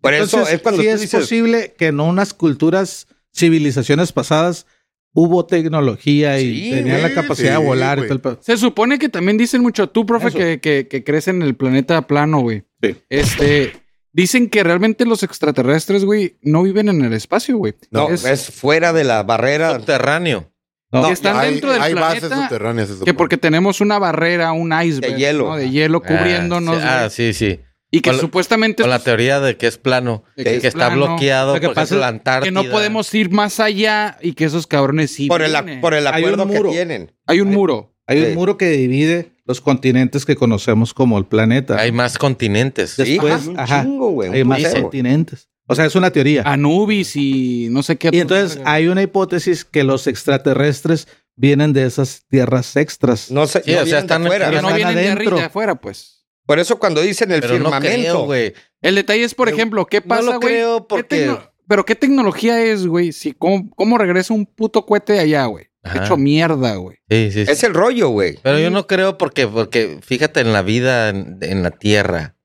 S3: Por eso
S5: Entonces,
S3: es cuando
S5: sí
S3: tú
S5: es
S3: dices.
S5: posible que en unas culturas, civilizaciones pasadas, hubo tecnología y
S3: Sí,
S5: tenían
S1: güey,
S5: la capacidad
S1: sí,
S5: de volar
S1: güey.
S5: y todo el pedo.
S6: Se supone que también dicen mucho tú, profe,
S5: Eso.
S6: que, que, que crees en el planeta plano, güey.
S5: Sí.
S6: Este. Dicen que realmente los extraterrestres, güey, no viven en el espacio, güey.
S3: No, es,
S6: Es-
S3: fuera de la barrera.
S2: subterráneo.
S6: que están
S1: hay,
S6: dentro del
S1: hay bases
S6: planeta.
S1: subterráneas. se
S6: Que
S1: supone.
S6: porque tenemos una barrera, un iceberg.
S3: De hielo.
S6: ¿no? De hielo cubriéndonos.
S2: Ah, sí, ah,
S6: güey.
S2: sí, sí.
S6: y que
S2: con la-
S6: supuestamente
S2: Con la teoría de que es plano.
S6: De
S2: que
S6: que es
S2: está
S6: plano.
S2: bloqueado
S5: Lo que
S2: por
S5: pasa
S2: ejemplo,
S5: es
S2: la
S6: que
S2: Antártida.
S6: no podemos ir más allá y que esos cabrones sí.
S3: Por el,
S6: vienen.
S3: ac- por el
S5: Hay un
S3: acuerdo que
S5: muro.
S3: tienen.
S6: Hay un muro.
S5: Hay
S3: Sí.
S5: un muro que divide los continentes que conocemos como el planeta.
S2: Hay más continentes.
S3: Sí,
S5: Después,
S3: ah, un
S5: ajá,
S3: chingo, güey.
S5: Hay
S3: un
S5: más
S3: putero.
S5: continentes. O sea, es una teoría.
S6: Anubis y no sé qué.
S5: Y entonces hay una hipótesis que los extraterrestres vienen de esas tierras extras.
S3: No sé,
S2: Sí,
S3: no
S2: o sea,
S3: vienen de
S2: están-
S3: afuera.
S6: Pero
S5: están
S6: no vienen de
S5: adentro.
S6: arriba, de afuera, pues.
S3: Por eso cuando dicen el
S2: Pero no
S3: firmamento.
S2: creo, güey.
S6: El detalle es, por
S2: Pero
S6: ejemplo, ¿qué
S2: no
S6: pasa,
S2: lo
S6: güey?
S2: creo
S6: ¿Qué
S2: porque-
S6: tecno- Pero ¿qué tecnología es, güey? Si, ¿cómo, ¿Cómo regresa un puto cohete de allá, güey?
S2: Ajá.
S6: Hecho mierda, güey.
S2: Sí, sí, sí.
S3: es el rollo, güey.
S2: Pero yo no creo porque, porque fíjate en la vida en, en la tierra.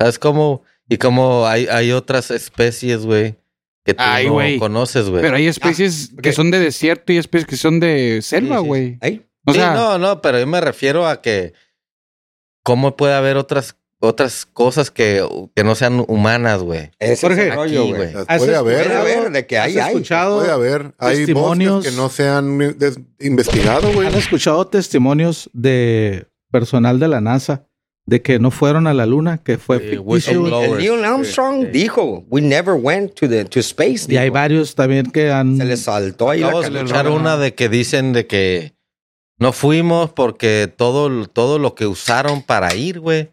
S2: ¿Sabes cómo? Y cómo hay, hay otras especies, güey, que tú
S6: Ay,
S2: no
S6: güey.
S2: conoces, güey.
S6: Pero hay especies que
S3: Ah, ok.
S6: son de desierto y especies que son de selva,
S3: Sí, sí, sí.
S6: güey.
S3: Ahí.
S6: O
S2: Sí,
S6: sea,
S2: no, no, pero yo me refiero a que cómo puede haber otras otras cosas que, que no sean humanas, güey.
S3: Ese es
S5: Jorge,
S3: el rollo,
S2: Aquí,
S3: güey.
S2: güey.
S1: Las
S5: ¿Has
S1: puede haber,
S3: Puede
S5: escuchado?
S1: güey.
S3: haber de que
S5: ¿Has
S3: hay, hay.
S5: escuchado?
S1: puede haber. Hay bosques
S5: testimonios?
S1: que no se han des- investigado, güey.
S5: ¿Han escuchado testimonios de personal de la NASA de que no fueron a la luna, que fue
S2: Eh,
S5: ficticio?
S2: whistleblower.
S5: güey?
S3: El Neil
S2: Sí,
S3: Armstrong
S2: sí.
S3: dijo, we never went to, the, to space.
S5: Y hay
S3: dijo.
S5: varios también que han...
S3: Se le saltó ahí
S2: Acabo
S3: la
S2: de
S3: cabeza.
S2: escuchar
S6: robaron.
S2: una de que dicen de que no fuimos porque todo, todo lo que usaron para ir, güey,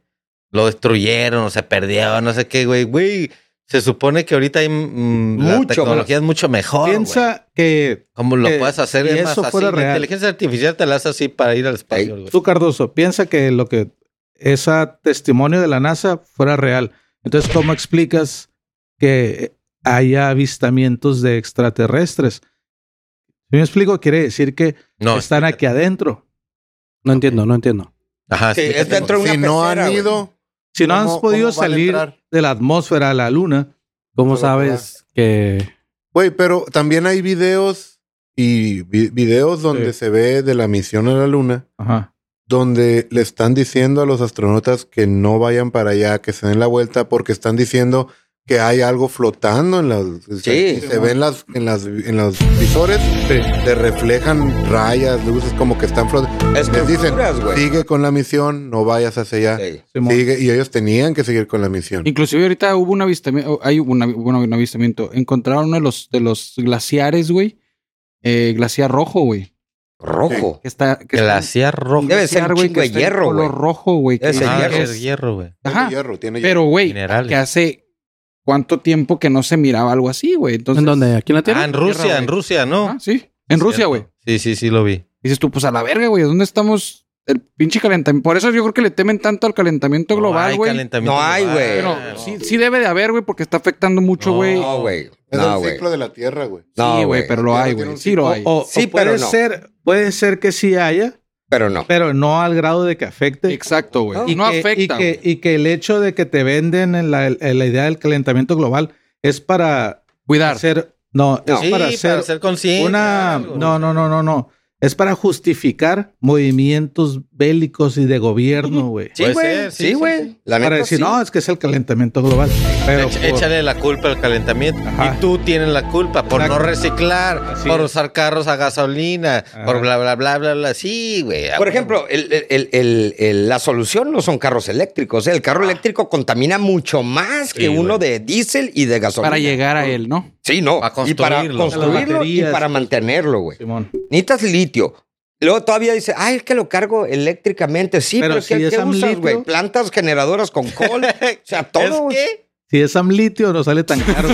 S2: lo destruyeron, o se perdieron, no sé qué, güey. Güey, se supone que ahorita hay mm, la
S3: Mucho,
S2: tecnología es mucho mejor. güey.
S5: Piensa que
S2: Como lo
S5: que
S2: puedes hacer
S5: si
S2: es más
S5: eso
S2: así.
S5: fuera
S2: La
S5: real.
S2: inteligencia artificial te la hace así para ir al espacio, güey.
S5: Pues tú, Cardoso, piensa que lo que ese testimonio de la NASA fuera real. Entonces, ¿cómo explicas que haya avistamientos de extraterrestres? Si me explico, quiere decir que
S2: No,
S5: están aquí adentro.
S4: No entiendo, no entiendo.
S2: ajá,
S3: Sí,
S2: sí, este
S3: es dentro de una
S7: Si no
S3: pecera,
S7: han
S3: güey.
S7: ido,
S5: Si no
S7: ¿Cómo-
S5: han podido
S7: cómo van a
S5: salir
S7: entrar?
S5: de la atmósfera a la luna,
S4: ¿Cómo
S7: Pero,
S4: sabes que
S1: Güey, pero también hay videos y vi- videos donde se ve de la misión a la luna,
S5: ajá,
S1: donde le están diciendo a los astronautas que no vayan para allá, que se den la vuelta, porque están diciendo que hay algo flotando en las
S3: Sí.
S1: se, se ven las en las en los visores te reflejan rayas luces como que están flotando les dicen
S3: Esculturas, güey.
S1: sigue con la misión no vayas hacia allá
S3: Sí.
S5: Simón.
S1: Sigue, y ellos tenían que seguir con la misión
S6: Inclusive ahorita hubo un avistamiento, hay un, avi- bueno, un avistamiento. Encontraron uno de los, de los glaciares, güey. Eh, glaciar rojo, güey.
S3: Rojo.
S6: Que está... Que está-
S2: glaciar rojo.
S3: Debe ser
S6: glaciar,
S3: un
S6: güey,
S3: chingo
S6: que
S3: de
S6: está en
S3: hierro,
S6: color
S3: güey.
S6: rojo, güey. que- "Pues,
S3: Ese
S2: Ah,
S3: hierro.
S2: es hierro, güey.
S1: tiene
S6: Ajá.
S1: hierro tiene hierro
S6: Pero, güey,
S2: Minerales.
S6: que hace cuánto tiempo que no se miraba algo así, güey. Entonces,
S4: en dónde aquí en la tierra?
S2: Ah, en Rusia,
S6: Tierra,
S2: en
S6: güey.
S2: Rusia, ¿no?
S6: Ah, sí. En Rusia,
S2: Cierto.
S6: güey.
S2: Sí, sí, sí, lo vi.
S6: Dices tú, pues a la verga, güey. ¿Dónde estamos? El pinche calentamiento. Por eso yo creo que le temen tanto al calentamiento global,
S2: hay
S6: güey.
S2: calentamiento
S3: No hay,
S2: global.
S3: güey.
S6: Pero
S3: Ah,
S6: sí, sí debe de haber, güey, porque está afectando mucho,
S2: No.
S6: güey.
S3: No, güey.
S1: es
S3: No,
S1: el
S3: güey.
S1: ciclo de la tierra güey
S3: No,
S6: sí, güey,
S3: güey.
S6: pero lo
S1: Ya
S6: hay,
S1: tiene
S6: güey.
S1: un
S6: Sí, lo hay.
S5: O,
S3: Sí,
S5: sí, puede
S3: pero no.
S5: ser, puede ser que sí haya,
S3: Pero no.
S5: pero no al grado de que afecte.
S6: Exacto, güey.
S5: Y
S6: no
S5: que-
S6: afecta.
S5: Y que,
S6: güey.
S5: y que el hecho de que te venden en la, en la idea del calentamiento global es para
S6: Cuidar.
S5: hacer. No,
S3: No.
S5: es
S2: Sí,
S5: para
S2: para ser,
S5: hacer
S2: consciente.
S5: una.
S2: algo.
S5: No, no, no, no, no. Es para justificar movimientos bélicos y de gobierno, güey.
S2: Sí,
S3: Puede
S2: güey,
S3: ser,
S2: sí,
S3: Sí,
S2: sí,
S3: güey. La neta,
S5: Para decir,
S3: sí.
S5: no, es que es el calentamiento global. Pero
S2: Echa-
S5: por-
S2: Échale la culpa al calentamiento.
S5: Ajá.
S2: Y tú tienes la culpa por
S5: Exacto.
S2: no reciclar,
S5: Así
S2: por
S5: es.
S2: usar carros a gasolina,
S5: Ajá.
S2: por bla, bla, bla, bla, bla. Sí, güey.
S3: Por ejemplo, el- el- el- el- el- la solución no son carros eléctricos. ¿eh? El carro eléctrico contamina mucho más que
S2: Sí,
S3: uno
S2: güey.
S3: de diésel y de gasolina.
S6: para llegar a él, ¿no?
S3: Sí, no.
S2: Para
S3: y para
S2: construirlo.
S5: Las
S3: construirlo y
S5: baterías.
S3: para mantenerlo, güey.
S5: Simón.
S3: Necesitas litio. Luego todavía dice, ay, es que lo cargo eléctricamente. Sí, pero,
S5: Pero
S3: ¿qué,
S5: si es
S3: qué usas,
S5: amlitio.
S3: güey? Plantas generadoras con cola. O sea, todo.
S2: ¿Es
S3: güey.
S2: que?
S5: Si es amlitio, no sale tan caro.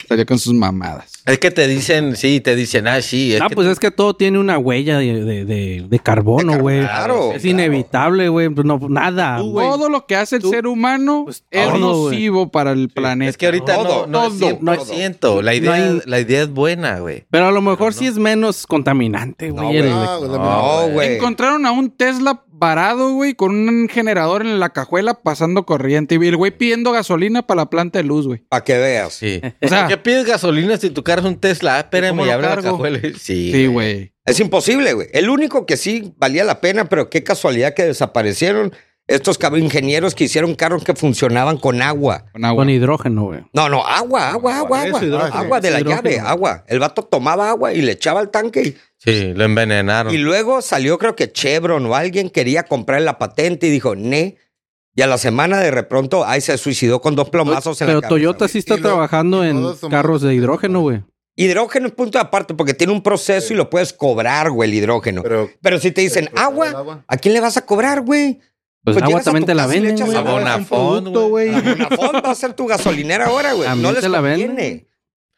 S6: Estaría con sus mamadas.
S2: Es que te dicen, sí, te dicen, ah, sí. Es
S4: Ah,
S2: que
S4: pues es que todo tiene una huella de, de, de, de carbono, güey.
S3: Claro.
S4: Es inevitable, güey. Pues No, nada. güey.
S6: Todo lo que hace el ser humano
S4: Pues
S6: es
S4: todo, güey.
S6: nocivo para el planeta.
S2: Es que ahorita
S3: Todo,
S2: no, no
S3: todo,
S2: es 100%. La, idea,
S4: No hay-
S2: la idea es buena, güey.
S4: Pero a lo mejor sí es menos contaminante, güey. el-
S1: Ah, güey, la misma-
S3: No, güey.
S6: Encontraron a un Tesla varado, güey, con un generador en la cajuela pasando corriente. Y el güey pidiendo gasolina para la planta de luz, güey.
S3: Para que veas.
S2: Sí.
S6: O sea,
S2: ¿Qué pides gasolina si tu carro es un Tesla? Ah,
S6: ¿Cómo
S2: espérame, y
S6: lo
S2: abre la
S6: cargo?
S2: cajuela. Sí.
S6: sí, güey.
S3: Es imposible, güey. El único que sí valía la pena, pero qué casualidad que desaparecieron estos cab- ingenieros que hicieron carros que funcionaban con agua.
S6: Con agua.
S4: Con hidrógeno, güey.
S3: No, no, agua, agua, agua,
S5: Eso,
S3: agua.
S5: hidrógeno.
S3: agua de la
S5: Eso,
S3: llave,
S5: hidrógeno.
S3: agua. El vato tomaba agua y le echaba al tanque.
S2: Sí, lo envenenaron.
S3: Y luego salió, creo que Chevron o alguien quería comprar la patente y dijo, ne. Y a la semana de repronto, ahí se suicidó con dos plomazos en
S4: Pero
S3: la cabeza.
S4: Toyota
S3: güey.
S4: sí está
S1: Y lo-
S4: trabajando
S1: y
S4: en
S1: todos somos-
S4: carros de hidrógeno, güey.
S3: Hidrógeno es punto de aparte porque tiene un proceso y lo puedes cobrar, güey, el hidrógeno. Pero,
S1: pero
S3: si te dicen
S1: pero el
S3: agua,
S1: agua.
S3: ¿a quién le vas a cobrar, güey?
S4: Pues,
S3: Pues
S4: el agua
S3: llegas a
S4: también
S3: tu
S4: te la
S3: casa y le
S4: venden,
S3: echas
S4: güey.
S3: agua.
S2: Abonafón,
S5: Producto,
S2: güey.
S3: Ah,
S5: güey.
S3: Bonafón va a ser tu gasolinera ahora, güey. No
S4: También
S3: les
S4: te la venden.
S3: conviene.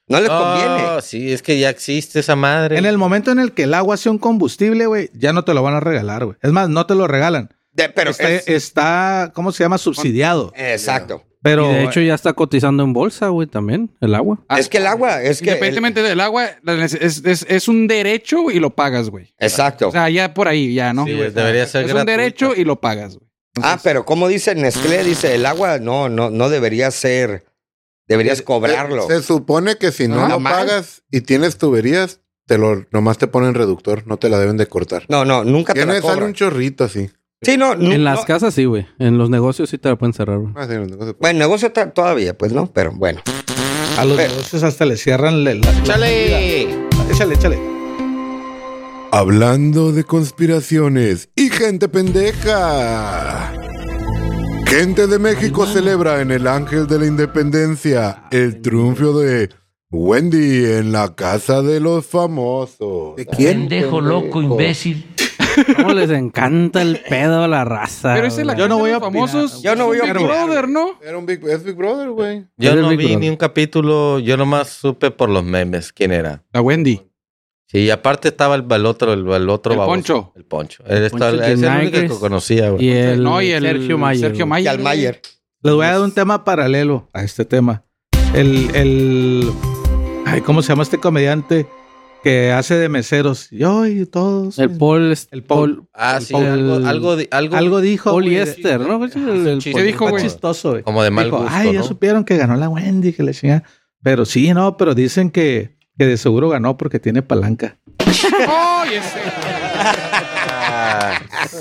S3: No les conviene.
S2: No, Oh, sí, es que ya existe esa madre.
S5: En el momento en el que el agua sea un combustible, güey, ya no te lo van a regalar, güey. Es más, no te lo regalan.
S3: De- pero
S5: está,
S3: es-
S5: está, ¿cómo se llama? Subsidiado.
S3: exacto.
S5: Pero
S4: Y de hecho ya está cotizando en bolsa, güey, también, el agua.
S6: Ah,
S3: es que el agua, es que. el-
S6: Independientemente del agua, la nece- es, es- es un derecho y lo pagas, güey.
S3: exacto. Ah,
S6: O sea, ya por ahí, ya, ¿no?
S2: Sí, güey, debería ser
S6: es un
S2: gratuito.
S6: derecho y lo pagas, güey.
S3: Ah, pero como dice Nestlé, dice el agua, no, no, no debería ser, deberías cobrarlo.
S1: Se, se supone que si no
S3: Ah,
S1: lo
S3: mal.
S1: pagas y tienes tuberías, te lo, nomás te ponen reductor, no te la deben de cortar.
S3: No, no, nunca te la
S1: Tiene sale un
S3: cobran.
S1: chorrito así.
S3: Sí, no, nu-
S4: En las
S3: no.
S4: casas sí, güey. En los negocios sí te la pueden cerrar, güey.
S1: Ah, sí, no, no se puede.
S3: Bueno, negocio ta- todavía, pues no, pero bueno.
S5: A los
S3: Eh.
S5: negocios hasta le cierran la- la-
S2: ¡Chale!
S5: la- Échale, échale.
S1: Hablando de conspiraciones y gente pendeja. Gente de México celebra en el Ángel de la Independencia el triunfo de Wendy en la casa de los famosos.
S7: ¿De quién?
S8: Pendejo, loco, imbécil.
S4: ¿Cómo les encanta el pedo a la raza?
S6: Pero ese es la
S4: Ah, güey?
S5: Yo no
S6: casa
S5: voy
S6: de
S5: a
S6: los
S5: opinar,
S6: famosos.
S3: Yo no voy a
S6: Big
S3: opinar,
S6: Brother, ¿no?
S1: Era un Big, es Big Brother, güey.
S2: Yo
S4: Eres
S2: no
S4: Big
S2: vi
S4: Brother.
S2: ni un capítulo, yo nomás supe por los memes quién era.
S6: La Wendy.
S2: Sí, y aparte estaba el, el otro, el, el otro
S6: El
S2: baboso.
S6: Poncho.
S2: El poncho. Él
S4: Poncho
S2: estaba- es el único que
S4: Yenares.
S2: conocía, güey.
S4: Y el,
S6: no, y el
S4: Sergio Mayer.
S6: Sergio
S4: güey.
S6: Mayer.
S3: Y al
S6: güey.
S3: Mayer.
S5: Les voy a dar un tema paralelo a este tema. El, el, ay, ¿cómo se llama este comediante que hace de meseros? Yo y todos.
S4: El Paul.
S5: El Paul.
S4: Paul.
S2: Ah, sí,
S5: Paul-
S2: algo, algo, de- algo,
S5: algo dijo.
S4: Paul
S5: güey,
S4: y
S5: de-
S4: Esther, ¿no? güey? El- el-
S2: Sí,
S5: Fue
S6: ¿Qué dijo, güey?
S5: chistoso, güey.
S2: como de mal
S5: Dijo,
S2: gusto,
S5: ay, ya
S2: ¿no?
S5: supieron que ganó la Wendy, que la chingada. Pero sí, no, pero dicen que, que de seguro ganó porque tiene palanca.
S6: ¡Ay, ese!
S2: Ah,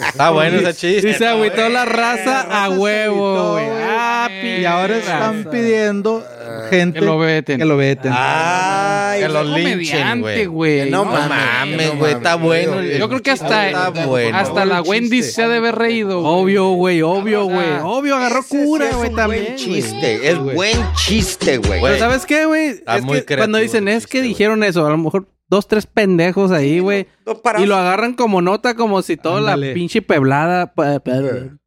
S2: está bueno ese chiste.
S4: Y se agüitó la raza a
S5: raza se agüitó,
S4: huevo, güey.
S5: güey.
S4: Ah,
S5: Y ahora están
S4: raza.
S5: pidiendo
S2: Ah,
S5: gente
S6: Que lo veten.
S5: que lo veten.
S3: Ay,
S2: Que lo
S6: Es
S2: linchen,
S6: comediante,
S2: güey.
S6: güey.
S1: No
S2: No
S1: mames,
S2: mames,
S1: no
S2: güey,
S1: mames,
S2: está bueno. el-
S6: Yo creo que hasta,
S2: Está bueno.
S6: hasta la
S5: Buen
S6: Wendy
S5: chiste.
S6: se ha de haber reído. güey.
S4: Obvio, güey, obvio, güey.
S6: Ah,
S4: Obvio, agarró
S3: Ese sí
S4: cura,
S3: es
S4: güey,
S3: un
S4: también.
S3: Buen
S4: güey.
S3: chiste, es
S5: güey.
S3: buen chiste, güey.
S2: Güey.
S4: Pero ¿sabes qué, güey?
S2: Está
S4: Es
S2: muy
S4: que
S2: creativo
S4: cuando dicen,
S2: el
S4: es que
S2: chiste, güey.
S4: dijeron eso, a lo mejor dos, tres pendejos ahí, güey.
S3: No para-
S4: Y lo agarran como nota, como si toda
S5: Ándale.
S4: la pinche peblada. pa- pa-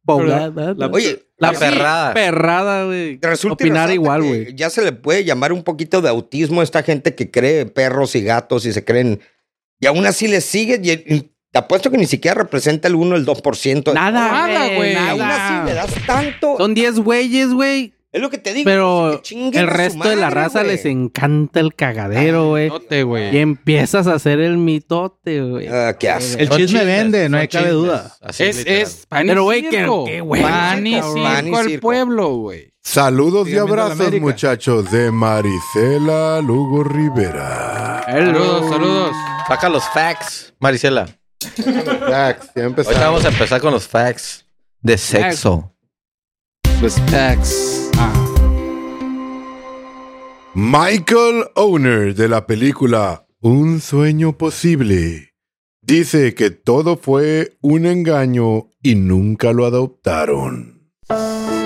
S4: poblada- la,
S3: Oye,
S2: La
S3: sí,
S2: perrada.
S4: perrada, güey.
S3: resulta y
S4: Opinar
S3: resalta
S4: igual,
S3: que
S4: güey.
S3: Ya se le puede llamar un poquito de autismo a esta gente que cree perros y gatos y se creen. Y aún así le sigue. Y, y te apuesto que ni siquiera representa el 1 el 2%.
S4: Nada,
S6: Nada, güey.
S4: güey.
S3: Y aún
S4: nada.
S3: así le das tanto.
S4: Son 10 güeyes, güey.
S3: es lo que te digo.
S4: Pero
S3: que chinguen
S4: el
S3: a su
S4: resto de la
S3: madre,
S4: raza
S3: güey.
S4: les encanta el cagadero, güey.
S6: Note,
S4: Y
S6: güey.
S4: empiezas a hacer el mitote, güey.
S3: Ah, qué asco.
S5: El
S2: Son
S5: chisme
S2: chistes,
S5: vende, no
S2: son
S5: hay cabe
S2: chismes.
S5: duda.
S2: Así,
S6: Es,
S2: literal.
S6: es pan y
S4: Pero, güey, que-
S6: circo.
S4: que, güey,
S6: Pan y
S3: cabrón. Pan y
S6: circo al
S3: circo.
S6: pueblo, güey.
S1: Saludos y
S5: Sigan viendo la
S1: abrazos,
S5: América.
S1: muchachos, de Marisela Lugo Rivera.
S6: Saludos, saludos.
S2: Saca los facts, Marisela.
S1: Facts, ya
S2: Ahorita
S1: empezamos.
S2: vamos a empezar con los facts de sexo.
S6: Respects. Ah.
S1: Michael Owner de la película Un sueño posible dice que todo fue un engaño y nunca lo adoptaron.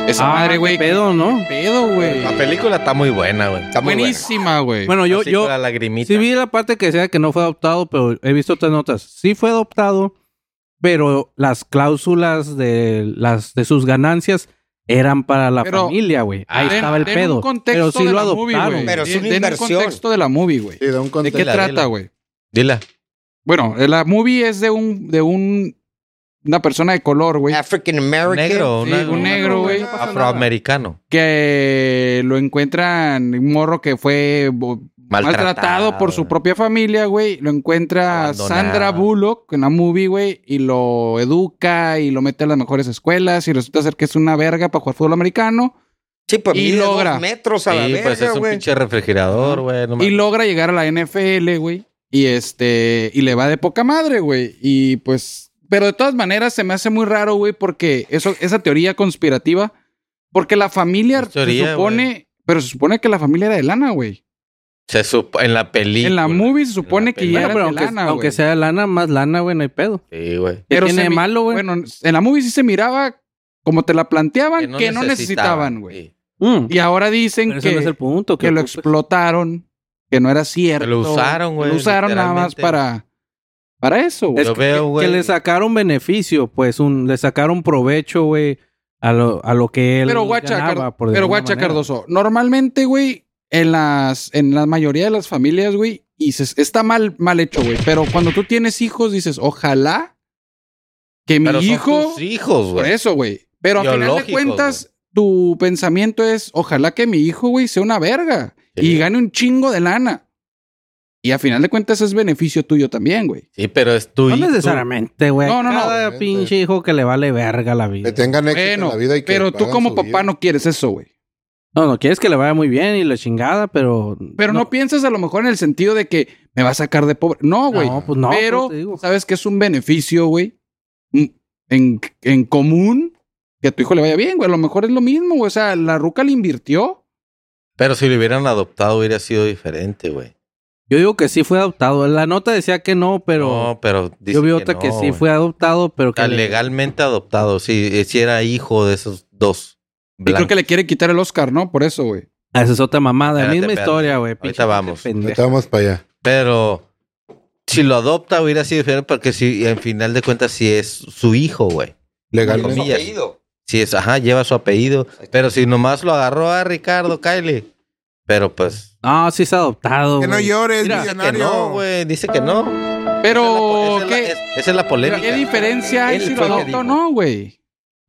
S6: Esa
S4: Ah,
S6: madre,
S4: qué
S6: güey.
S4: pedo, ¿no?
S6: Pedo, güey.
S2: La película está muy buena, güey.
S3: Está muy
S6: Buenísima, güey.
S4: Bueno, yo,
S2: Así
S4: yo
S2: con la lagrimita.
S4: sí vi la parte que decía que no fue adoptado, pero he visto otras notas. Sí fue adoptado, pero las cláusulas de las de sus ganancias eran para la
S6: Pero-
S4: familia, güey. Ahí
S6: Den-
S4: estaba el
S6: den
S4: pedo.
S6: un contexto
S4: Pero sí
S6: de
S4: lo
S6: la movie,
S4: adoptaron.
S6: güey.
S3: Pero es una
S6: Den- den
S3: inversión.
S6: un contexto de la movie, güey.
S1: Sí, da un
S6: ¿De
S1: contexto.
S6: qué
S2: Dila, dila.
S6: trata, güey?
S2: Dila.
S6: Bueno, eh, la movie es de un de un una persona de color, güey,
S3: African American.
S2: Negro,
S6: Sí,
S2: una-
S6: un negro, güey,
S2: Afroamericano.
S6: que lo encuentran un morro que fue bo- maltratado,
S2: Maltratado.
S6: por su propia familia, güey. Lo encuentra
S2: Abandonado.
S6: Sandra Bullock en la movie, güey, y lo educa y lo mete a las mejores escuelas y resulta ser que es una verga para jugar fútbol americano
S3: Sí, pues
S6: Y
S3: mide dos
S6: logra.
S3: metros a la
S2: Sí,
S3: verga,
S2: pues es un
S3: güey.
S2: pinche refrigerador, güey. no
S6: y
S2: mames.
S6: logra llegar a la NFL, güey. Y este y le va de poca madre, güey. Y pues pero de todas maneras se me hace muy raro, güey, porque eso esa teoría conspirativa porque la familia
S2: Es teoría,
S6: se supone,
S2: güey.
S6: pero se supone que la familia era de lana, güey.
S2: Se supo, en pues, la película.
S6: En la movie se supone que
S2: película.
S6: ya era
S4: Bueno, pero
S6: de
S4: aunque,
S6: lana,
S4: aunque
S6: güey.
S4: sea lana, más lana, güey, no hay pedo.
S2: Sí, güey.
S4: ¿Qué
S6: Pero
S4: tiene
S6: se
S4: de
S6: mi-
S4: malo, güey?
S6: Bueno, en la movie sí se miraba como te la planteaban que no, necesitaban, güey.
S2: sí.
S4: Mm.
S6: Y ahora dicen
S4: Pero ese
S6: que,
S4: no es el punto. pues,
S6: que lo
S4: ocupes.
S6: explotaron, que no era cierto.
S2: Que lo usaron, güey,
S6: Lo usaron nada más para
S2: literalmente.
S6: para eso, güey.
S4: Es
S2: Lo
S4: que,
S2: veo,
S4: que
S2: güey.
S4: le sacaron beneficio, pues, un, le sacaron provecho, güey, a lo, a lo que él
S6: Pero guacha,
S4: ganaba,
S6: Car-
S4: por
S6: pero
S4: decirlo de
S6: guacha
S4: manera.
S6: Cardoso, normalmente, güey, en las en la mayoría de las familias, güey, y se- está mal mal hecho, güey, pero cuando tú tienes hijos dices, "Ojalá que mi
S2: Pero son
S6: hijo
S2: tus hijos,
S6: Por
S2: güey.
S6: eso, güey. Pero a final de
S2: Pues Biológicos,
S6: cuentas, tu pensamiento es: ojalá que mi hijo, güey, sea una verga
S2: Sí.
S6: y gane un chingo de lana. Y a final de cuentas es beneficio tuyo también, güey.
S2: Sí, pero es tú
S4: No
S2: y tú.
S4: necesariamente, güey.
S6: No, no, no.
S4: Cada
S9: Obviamente.
S4: pinche hijo que le vale verga la vida.
S9: Que tengan éxito
S6: Bueno,
S9: en la vida y que
S6: Pero tú
S9: hagan
S6: como
S9: su
S6: papá
S9: vida.
S6: no quieres eso, güey.
S4: No, no, quieres que le vaya muy bien y la chingada, pero...
S6: Pero no. piensas a lo mejor en el sentido de que me va a sacar de pobre. No, güey.
S4: No, pues no,
S6: pero
S4: pues te digo.
S6: sabes que es un beneficio, güey. mm, En, en común que a tu hijo le vaya bien, güey. A lo mejor es lo mismo, güey. O sea, la ruca le invirtió.
S2: Pero si lo hubieran adoptado hubiera sido diferente, güey.
S4: Yo digo que sí fue adoptado. La nota decía que no, pero...
S2: no, pero dice
S4: yo vi otra que,
S2: no,
S4: sí
S2: güey.
S4: fue adoptado, pero
S2: O sea,
S4: que... le-
S2: legalmente adoptado. Si, si era hijo de esos dos.
S6: Y creo
S2: blancos.
S6: que le quiere quitar el Oscar, ¿no? Por eso, güey.
S4: Ah, Esa es otra mamada.
S2: Espérate,
S4: misma
S2: espérate.
S4: historia, güey.
S2: Ahorita
S4: pinche
S2: vamos.
S4: pendeja.
S9: Ahorita vamos para allá.
S2: Pero si lo adopta hubiera sido diferente porque si al final de cuentas si es su hijo, güey.
S9: Legalmente.
S2: Comillas. Si es, ajá, lleva su apellido. Pero si nomás lo agarró a Ricardo, Kylie. Pero pues
S4: No, sí es adoptado,
S7: Que no
S4: güey.
S7: llores,
S4: Mira,
S2: dice que
S7: millonario.
S2: no, güey, dice que no.
S6: Pero,
S2: esa es la,
S6: ¿qué,
S2: es- esa es la polémica.
S6: ¿qué diferencia hay
S2: Él
S6: si lo
S2: fue el que
S6: adopta
S2: dijo.
S6: o no, güey?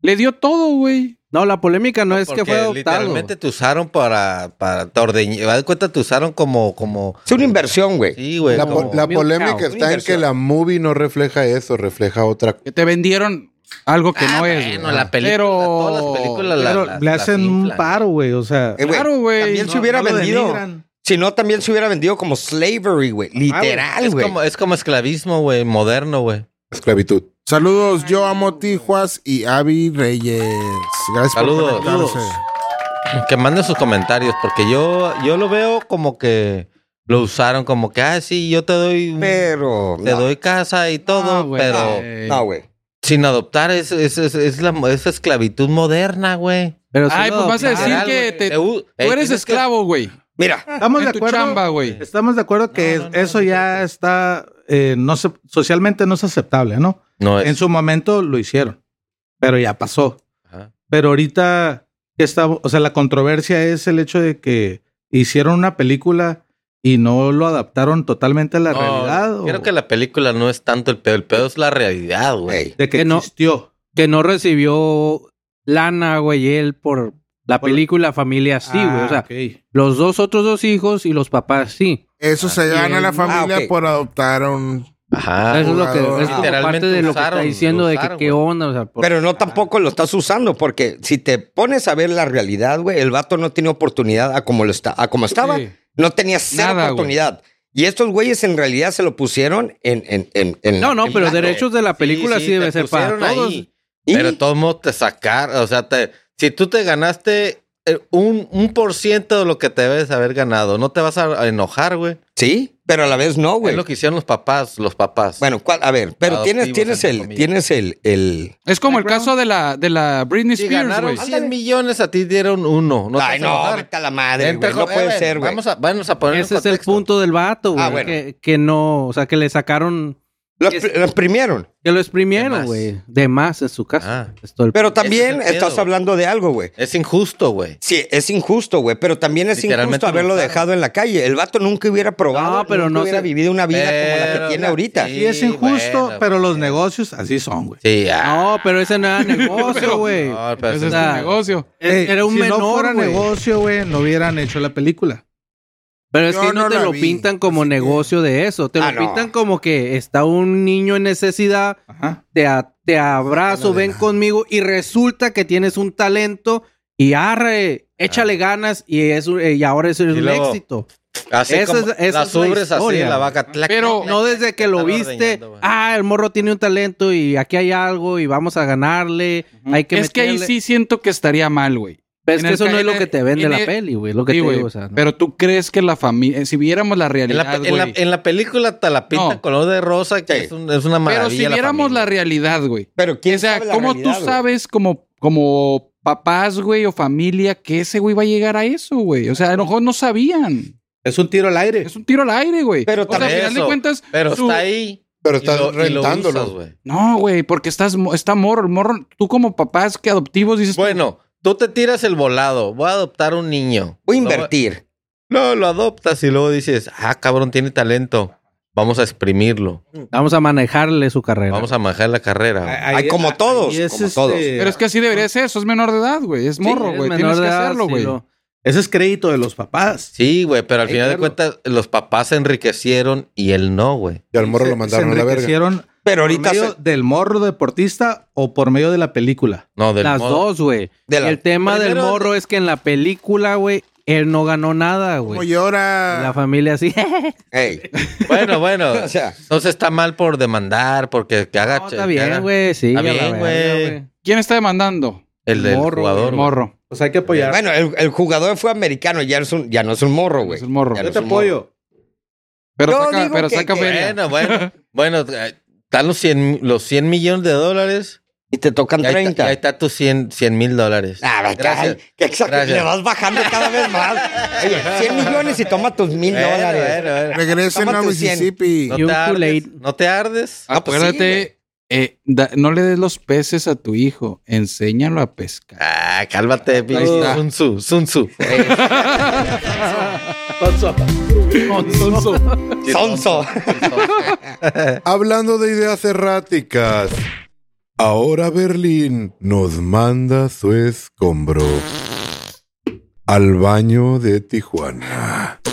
S6: Le dio todo, güey.
S4: No, la polémica no, es que
S2: Porque
S4: fue adoptado.
S2: literalmente te usaron para, para te ordeñar. Haz de cuenta, te usaron como, como,
S3: Es una inversión, güey.
S2: sí, güey.
S9: La,
S2: como-
S9: po- la
S4: Milk
S9: polémica
S4: cow,
S9: está en que la movie no refleja eso, refleja otra
S6: Que te vendieron algo que
S2: Ah,
S6: no es.
S2: bueno,
S6: güey.
S2: la película,
S6: Pero-
S2: todas las películas la-
S5: Pero
S2: las-
S5: le
S2: las
S5: hacen un
S2: inflan.
S5: paro, güey. O sea,
S3: Eh, güey,
S6: Claro, güey.
S3: También
S6: No,
S3: se hubiera
S5: no lo
S3: vendido.
S5: denigran.
S3: Si no, también se hubiera vendido como slavery, güey. Literal,
S2: Es
S3: güey.
S2: como, es como esclavismo, güey, moderno, güey.
S9: esclavitud.
S7: Saludos, yo amo Tijuas y Avi Reyes. Gracias
S2: Saludos.
S7: por conectarse.
S2: Saludos. Que manden sus comentarios, porque yo, yo lo veo como que lo usaron como que, ah, sí, yo te doy, un-
S3: Pero.
S2: te
S3: no,
S2: doy casa y todo,
S6: güey.
S2: pero
S3: No, güey.
S2: sin adoptar es, es, es, es la es esclavitud moderna, güey.
S4: Pero sí
S6: Ay,
S4: lo
S6: pues vas a
S4: adoptaron.
S6: decir
S2: Literal,
S6: que
S2: Eh, güey.
S6: te-
S2: Te u-
S6: Tú
S2: Ey,
S6: eres
S2: tienes que-
S6: esclavo, güey.
S3: Mira,
S5: Estamos de
S6: en tu
S5: acuerdo.
S6: chamba, güey.
S5: Estamos de acuerdo que
S2: No, no, no,
S5: eso
S2: no,
S5: ya
S2: no, no.
S5: está, eh, no se- socialmente no es aceptable, ¿no?
S2: No es.
S5: En su momento lo hicieron, pero ya pasó.
S2: Ajá.
S5: Pero ahorita que está, o sea, la controversia es el hecho de que hicieron una película y no lo adaptaron totalmente a la
S2: No,
S5: realidad. o
S2: Creo que la película no es tanto el pedo, el pedo es la realidad, güey.
S3: güey.
S5: de que,
S4: que no-
S5: existió.
S4: Que no recibió lana, güey, él por la película Familia sí, güey.
S5: Ah,
S4: o sea,
S5: ok.
S4: los dos otros dos hijos y los papás sí.
S7: Eso se gana la familia
S3: ok.
S7: por adoptar a un.
S2: Ajá.
S4: Eso es lo que es como
S2: Ah, Literalmente
S4: parte de lo que
S2: usaron,
S4: está diciendo de que
S2: usaron,
S4: qué
S2: güey.
S4: onda, o sea, por-
S3: Pero no tampoco lo estás usando, porque si te pones a ver la realidad, güey, el vato no tiene oportunidad a como, lo está, a como estaba.
S6: Sí.
S3: No tenía cero
S6: Nada, güey.
S3: oportunidad. Y estos güeyes en realidad se lo pusieron en. en, en, en
S4: No, no,
S3: en
S4: pero
S3: blanco.
S4: derechos de la película sí,
S2: te
S4: debe ser para
S2: pusieron
S4: todos.
S2: ahí.
S3: Y-
S2: Pero de todos modos te sacar, o sea, te, si tú te ganaste eh, un, un por ciento de lo que te debes haber ganado, no te vas a enojar, güey.
S3: Sí, pero a la vez no,
S2: Es
S3: güey.
S2: lo que hicieron los papás, los papás.
S3: Bueno, ¿cuál? a ver, pero tienes,
S2: Adoptivos,
S3: tienes,
S2: entre
S3: el,
S2: comillas.
S3: tienes el, el.
S6: Es como el caso de la, de la Britney
S2: si
S6: Spears,
S2: ganaron
S6: güey.
S2: 100 millones, a ti dieron uno. No te
S3: Ay,
S2: vas a
S3: no,
S2: enojar.
S3: vete a la madre,
S2: Entra
S3: güey. No
S2: con-
S3: puede
S2: eh,
S3: ser, güey.
S2: Vamos a, vamos a poner
S4: Ese es el punto del vato, güey.
S3: Ah, bueno.
S4: que, que no, o sea, que le sacaron,
S3: Los,
S4: es-
S3: los primieron.
S4: que lo
S2: De
S4: exprimieron,
S2: más.
S4: güey. De más en su caso.
S2: Ah.
S4: Es todo el-
S3: Pero
S2: Ese
S3: también
S2: es el
S3: estás
S2: pedo.
S3: hablando de algo, güey.
S2: Es injusto, güey.
S3: Sí, es injusto, güey, pero también es
S2: Literalmente
S3: injusto haberlo
S2: lo usaron.
S3: dejado en la calle. El vato nunca hubiera probado,
S4: No, pero
S3: nunca
S4: no
S3: hubiera
S4: se-
S3: vivido una vida como la
S2: Pero-
S3: que tiene ahorita.
S5: Sí, es
S2: Sí,
S5: injusto,
S2: bueno,
S5: pero los
S2: pues.
S5: negocios así son, güey.
S2: Sí, ah.
S4: No, pero ese no era negocio, güey.
S2: No, pero eso
S6: Ese Pues
S2: es-
S6: es un
S4: Nah.
S6: negocio.
S4: Es-
S5: Ey,
S3: Eh,
S4: era un
S5: si
S4: menor,
S5: no fuera
S4: güey.
S5: negocio, güey, no hubieran hecho la película.
S4: Pero es
S7: Yo
S4: que no,
S7: no
S4: te
S7: la
S4: lo
S7: vi,
S4: pintan como
S7: así que-
S4: negocio de eso. Te
S3: Ah,
S4: lo
S3: no.
S4: pintan como que está un niño en necesidad,
S5: Ajá.
S4: te, a- te abrazo, ven conmigo y resulta que tienes un talento y arre, échale ganas y, es, un- eh, y ahora es un
S2: luego-
S4: éxito.
S2: Así
S4: Esa
S2: como
S4: es- esa
S2: las
S4: es la
S2: ubres así,
S4: historia,
S2: la
S4: güey.
S2: vaca. tlac,
S6: Pero-
S2: tlac,
S4: No
S2: tlac,
S4: desde
S2: tlac,
S4: que lo
S2: están
S4: viste,
S2: ordeñando, güey.
S4: ah, el morro tiene un talento y aquí hay algo y vamos a ganarle. Hay que
S6: es que ahí
S4: meterle".
S6: sí siento que estaría mal, güey.
S4: Pero es
S6: en
S4: que
S6: el
S4: eso
S6: ca-
S4: no es
S6: en
S4: lo
S6: el-
S4: que te vende
S6: en
S4: la
S6: el-
S4: peli, güey. Lo que
S6: Sí,
S4: te
S6: güey,
S4: digo, o sea, ¿no?
S6: Pero tú crees que la familia, si viéramos la
S2: En la,
S6: realidad,
S2: en, la,
S6: güey.
S2: en la película te la pinta
S6: No.
S2: color de rosa, que
S3: Sí.
S2: es, un- es una maravilla.
S6: Pero si viéramos la,
S2: familia.
S6: realidad, güey.
S3: Pero quién
S6: O sea,
S3: sabe la
S6: ¿cómo
S3: realidad,
S6: tú
S3: güey?
S6: sabes como, como papás, güey, o familia, que ese güey va a llegar a eso, güey? O sea, a lo mejor no sabían.
S5: Es un tiro al aire.
S6: Es un tiro al aire, güey.
S3: Pero
S6: o sea, al
S2: también
S6: final de
S2: eso,
S6: cuentas,
S2: Pero
S6: su-
S2: está ahí.
S9: Pero
S2: y
S9: estás
S2: lo- y lo
S9: rentándolo.
S2: usas, güey.
S6: No, güey, porque estás, mo- está morro, el morro. Tú como papás que adoptivos dices,
S2: Bueno, tú te tiras el volado. Voy a adoptar un niño.
S3: Voy a invertir.
S2: No, lo adoptas y luego dices, ah, cabrón, tiene talento. Vamos a exprimirlo.
S4: Vamos a manejarle su carrera.
S2: Vamos a manejar la carrera. güey".
S5: Ahí-
S3: Ay, como
S5: ahí
S3: todos,
S5: es, este,
S3: como todos.
S6: Pero es que así debería ser, eso es menor de edad, güey. Es morro,
S4: eres
S6: güey.
S4: menor
S6: Tienes que
S4: de edad,
S6: hacerlo,
S4: sí,
S6: güey.
S4: lo-
S5: Ese es crédito de los papás.
S2: Sí, güey, pero al
S5: Hay
S2: final
S5: que
S2: de
S5: verlo.
S2: cuentas los papás se enriquecieron y él no, güey.
S9: Y al morro
S5: Se-
S9: lo mandaron
S5: se
S9: a la verga.
S5: enriquecieron
S3: Pero
S5: por
S3: ahorita
S5: medio
S3: se-
S5: del morro deportista o por medio de la película.
S2: No, del
S4: Las
S2: modo-
S4: dos, güey.
S3: de la-
S4: El tema del
S2: Primero-
S4: morro es que en la película, güey, él no ganó nada,
S7: Como
S4: güey. La
S7: llora.
S4: familia así. "Oh,
S3: Ey,
S2: Bueno, bueno.
S3: o sea,
S2: Entonces está mal por demandar, porque que haga.
S4: No,
S2: che-
S4: está
S2: que haga-
S4: bien, güey. Sí,
S2: Está
S4: a la
S2: bien,
S4: verga,
S2: güey.
S6: ¿Quién está demandando?
S2: El del
S4: Morro,
S2: jugador.
S6: El
S2: güey.
S6: morro.
S5: Pues hay que apoyar.
S3: bueno, el, el jugador fue americano, ya, es un- ya no es un morro, güey.
S6: Es el morro.
S3: Ya no
S5: Yo
S3: es
S5: te
S3: un morro.
S5: apoyo.
S6: Pero
S3: Yo
S6: saca,
S3: digo
S6: pero
S3: que-
S6: saca
S3: que-
S6: feria.
S2: Bueno, bueno. bueno, eh, están los 100, los 100 millones de dólares.
S3: Y te tocan
S2: Y ahí,
S3: 30.
S2: está, y ahí está tus 100 mil dólares.
S3: Ah, va,
S2: Gracias.
S3: caray, qué exacto,
S2: Gracias.
S3: le vas bajando cada vez más. Oye, 100 millones y toma tus mil
S2: Bueno,
S3: dólares.
S2: bueno, bueno.
S7: Regresen a
S3: Tómate un cien.
S7: Mississippi.
S2: No
S4: Y un
S2: te ardes.
S4: Kool-Aid.
S2: No te ardes.
S3: Ah, pues sí,
S6: Acuérdate, eh, da- no le des los peces a tu hijo, enséñalo a pescar.
S2: Ah, cálmate, pinche
S6: está.
S2: Sun Tzu, Sun Tzu.
S3: Sonso.
S1: Hablando de ideas erráticas, ahora Berlín nos manda su escombro al baño de Tijuana.
S4: Te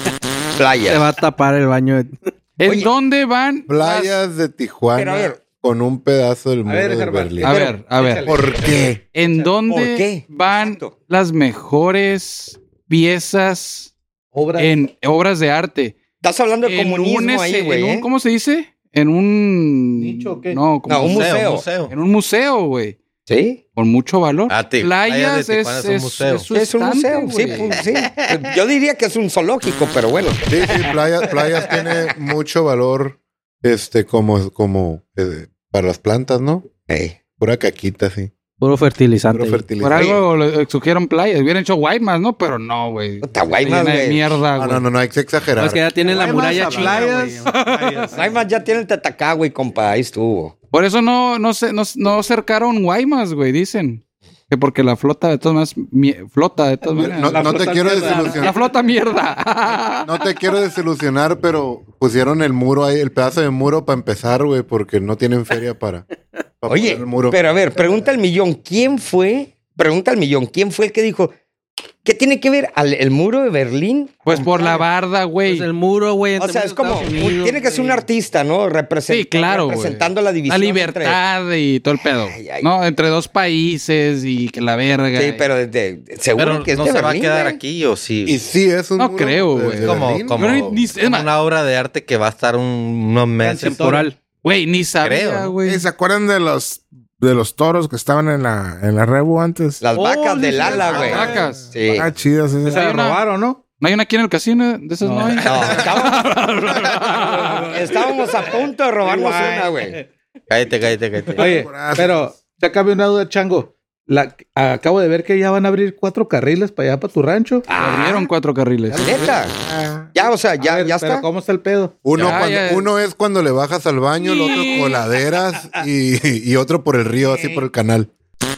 S3: Playa.
S4: va a tapar el baño. de-
S6: ¿En
S3: Oye.
S6: dónde van?
S1: Playas de
S3: Pero a
S1: Tijuana
S3: ver.
S1: con un pedazo del muro
S5: ver,
S1: de
S5: Germán.
S1: Berlín.
S6: A ver, a ver.
S1: ¿Por qué?
S6: ¿En
S3: ¿Por qué?
S6: dónde van
S3: Exacto.
S6: las mejores piezas
S5: Obra.
S6: en obras de arte?
S3: Estás hablando de
S6: En un,
S3: comunismo
S6: ese-
S3: ahí,
S6: en
S3: güey.
S6: un-
S3: ¿eh?
S6: ¿Cómo se dice? En un...
S5: ¿Nicho o qué?
S6: No, como
S3: No, un museo.
S2: museo.
S6: En un museo, güey.
S3: Sí.
S6: Con mucho valor.
S2: Ah, ti-
S6: Playas
S2: playas de Tijuana es
S6: es,
S2: un
S6: es-
S2: museo.
S6: es su
S3: Es un
S6: estante,
S3: museo, sí,
S6: güey.
S3: pues, sí. Yo diría que es un zoológico, pero bueno.
S1: Sí, sí, playas, playas tiene mucho valor este, como, como eh, para las plantas, ¿no?
S3: Ey.
S1: Pura caquita, sí.
S4: Puro fertilizante.
S1: Puro
S4: güey.
S6: Por
S1: fertilizante.
S6: algo lo- exigieron playas. Hubieran hecho Guaymas, ¿no? Pero no, güey.
S3: Puta, Guaymas,
S6: Llena de
S3: güey.
S6: mierda,
S1: No,
S6: güey.
S1: no, no, no hay que
S4: No,
S1: exagerar.
S4: es que ya tienen la muralla china, güey.
S3: Guaymas ya tiene el tatacá, güey, compa. Ahí estuvo.
S6: Por eso no, no, se, no, no cercaron Guaymas, güey, dicen. Que porque la flota de todas maneras... mie- Flota de todas maneras.
S1: No,
S6: la,
S1: no te quiero desilusionar.
S6: la flota mierda.
S1: No te quiero desilusionar, pero pusieron el muro ahí, el pedazo de muro para empezar, güey, porque no tienen feria para, para
S3: Oye,
S1: poner el muro.
S3: pero a ver, pregunta al millón, ¿quién fue? Pregunta al millón, ¿quién fue el que dijo? ¿Qué tiene que ver al, el muro de Berlín?
S6: pues por la barda, güey.
S4: Pues el muro, güey.
S3: O
S4: entre
S3: sea, es
S4: Estados
S3: como,
S4: Unidos,
S3: un- tiene que ser un
S4: güey.
S3: artista, ¿no? Represent-
S6: Sí, claro, güey.
S3: Representando la división.
S6: la libertad y todo el pedo.
S3: Ay, ay.
S6: No, entre dos países y que la verga.
S3: entre- Sí,
S6: y-
S3: pero desde- seguro
S2: Pero
S3: que es
S2: no
S3: de
S2: se va a
S3: Berlín,
S2: quedar
S3: güey.
S2: aquí, o sí.
S1: y sí es un
S6: No
S1: muro
S6: creo,
S1: de-
S6: güey.
S1: de
S2: como,
S1: Berlín.
S2: como-
S6: Yo ni- ni- es
S2: como
S6: más-
S2: una obra de arte que va a estar un- unos meses.
S4: Temporal.
S6: Güey, ni sabía,
S2: Creo.
S6: güey.
S7: Eh, ¿Se acuerdan de los de los toros que estaban en la en la rebu antes?
S3: Las
S4: Oh,
S3: vacas
S4: sí,
S3: de
S4: sí,
S3: Lala,
S4: las
S3: güey.
S6: Vacas.
S3: Sí.
S7: Ah, chidas esas.
S5: Se la
S6: Hay una-
S5: robaron, ¿no?
S6: ¿No hay una aquí en el casino? De esas no, hay.
S3: No, estábamos, estábamos a punto de robarnos una, güey.
S2: Cállate, cállate, cállate.
S5: Oye,
S7: Gracias.
S5: pero te acabé una duda, Chango. La, acabo de ver que ya van a abrir cuatro carriles para allá, para tu rancho.
S6: Abrieron cuatro carriles.
S3: Neta. Ya, o sea,
S5: A
S3: Ah, ya,
S5: ver,
S3: ya
S5: pero
S3: está.
S5: ¿Cómo está el pedo?
S1: Uno,
S6: Ya,
S1: cuando-
S6: ya.
S1: uno es cuando le bajas al baño, el otro coladeras y, y otro por el río, así por el canal.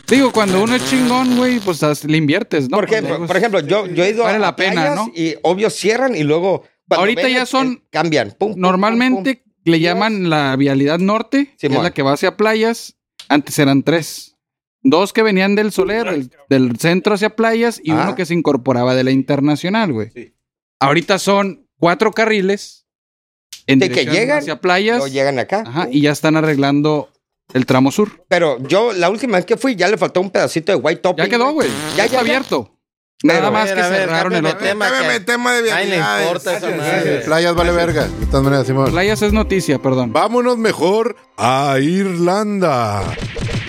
S6: Digo, cuando uno es chingón, güey, pues as- le inviertes, ¿no? Pues,
S3: Por ejemplo,
S6: Cuando-
S3: por ejemplo, yo, yo he ido
S6: Vale
S3: a
S6: la pena,
S3: playas
S6: ¿no?
S3: y obvio cierran y luego cuando
S6: Ahorita
S3: ven,
S6: ya
S3: eh,
S6: son-
S3: cambian. Pum, pum, pum, pum.
S6: Normalmente le llaman la vialidad norte, que es
S3: Simón.
S6: la que va hacia playas. Antes eran tres. Dos que venían del Soler, del, del centro hacia playas, y
S3: Ah.
S6: uno que se incorporaba de la internacional, güey. Ahorita son cuatro carriles en
S3: De que
S6: dirección
S3: llegan,
S6: hacia playas.
S3: Luego llegan acá.
S6: Ajá, y ya están arreglando el tramo sur.
S3: Pero yo la última vez que fui ya le faltó un pedacito de white top.
S6: Ya quedó, güey. Ya,
S3: Ya,
S6: está
S3: ya, ya.
S6: abierto.
S3: Pero-
S6: Nada más
S2: A ver,
S6: que
S2: a ver,
S6: cerraron el
S2: cámbiale, a
S6: otro.
S2: ver. tema
S7: Cámbiame
S2: que-
S7: el tema de
S2: Nadie le
S7: vialidades.
S2: importa esa madre.
S1: Playas vale verga. De todas maneras, Simón.
S6: Playas es noticia, perdón.
S1: Vámonos mejor a Irlanda.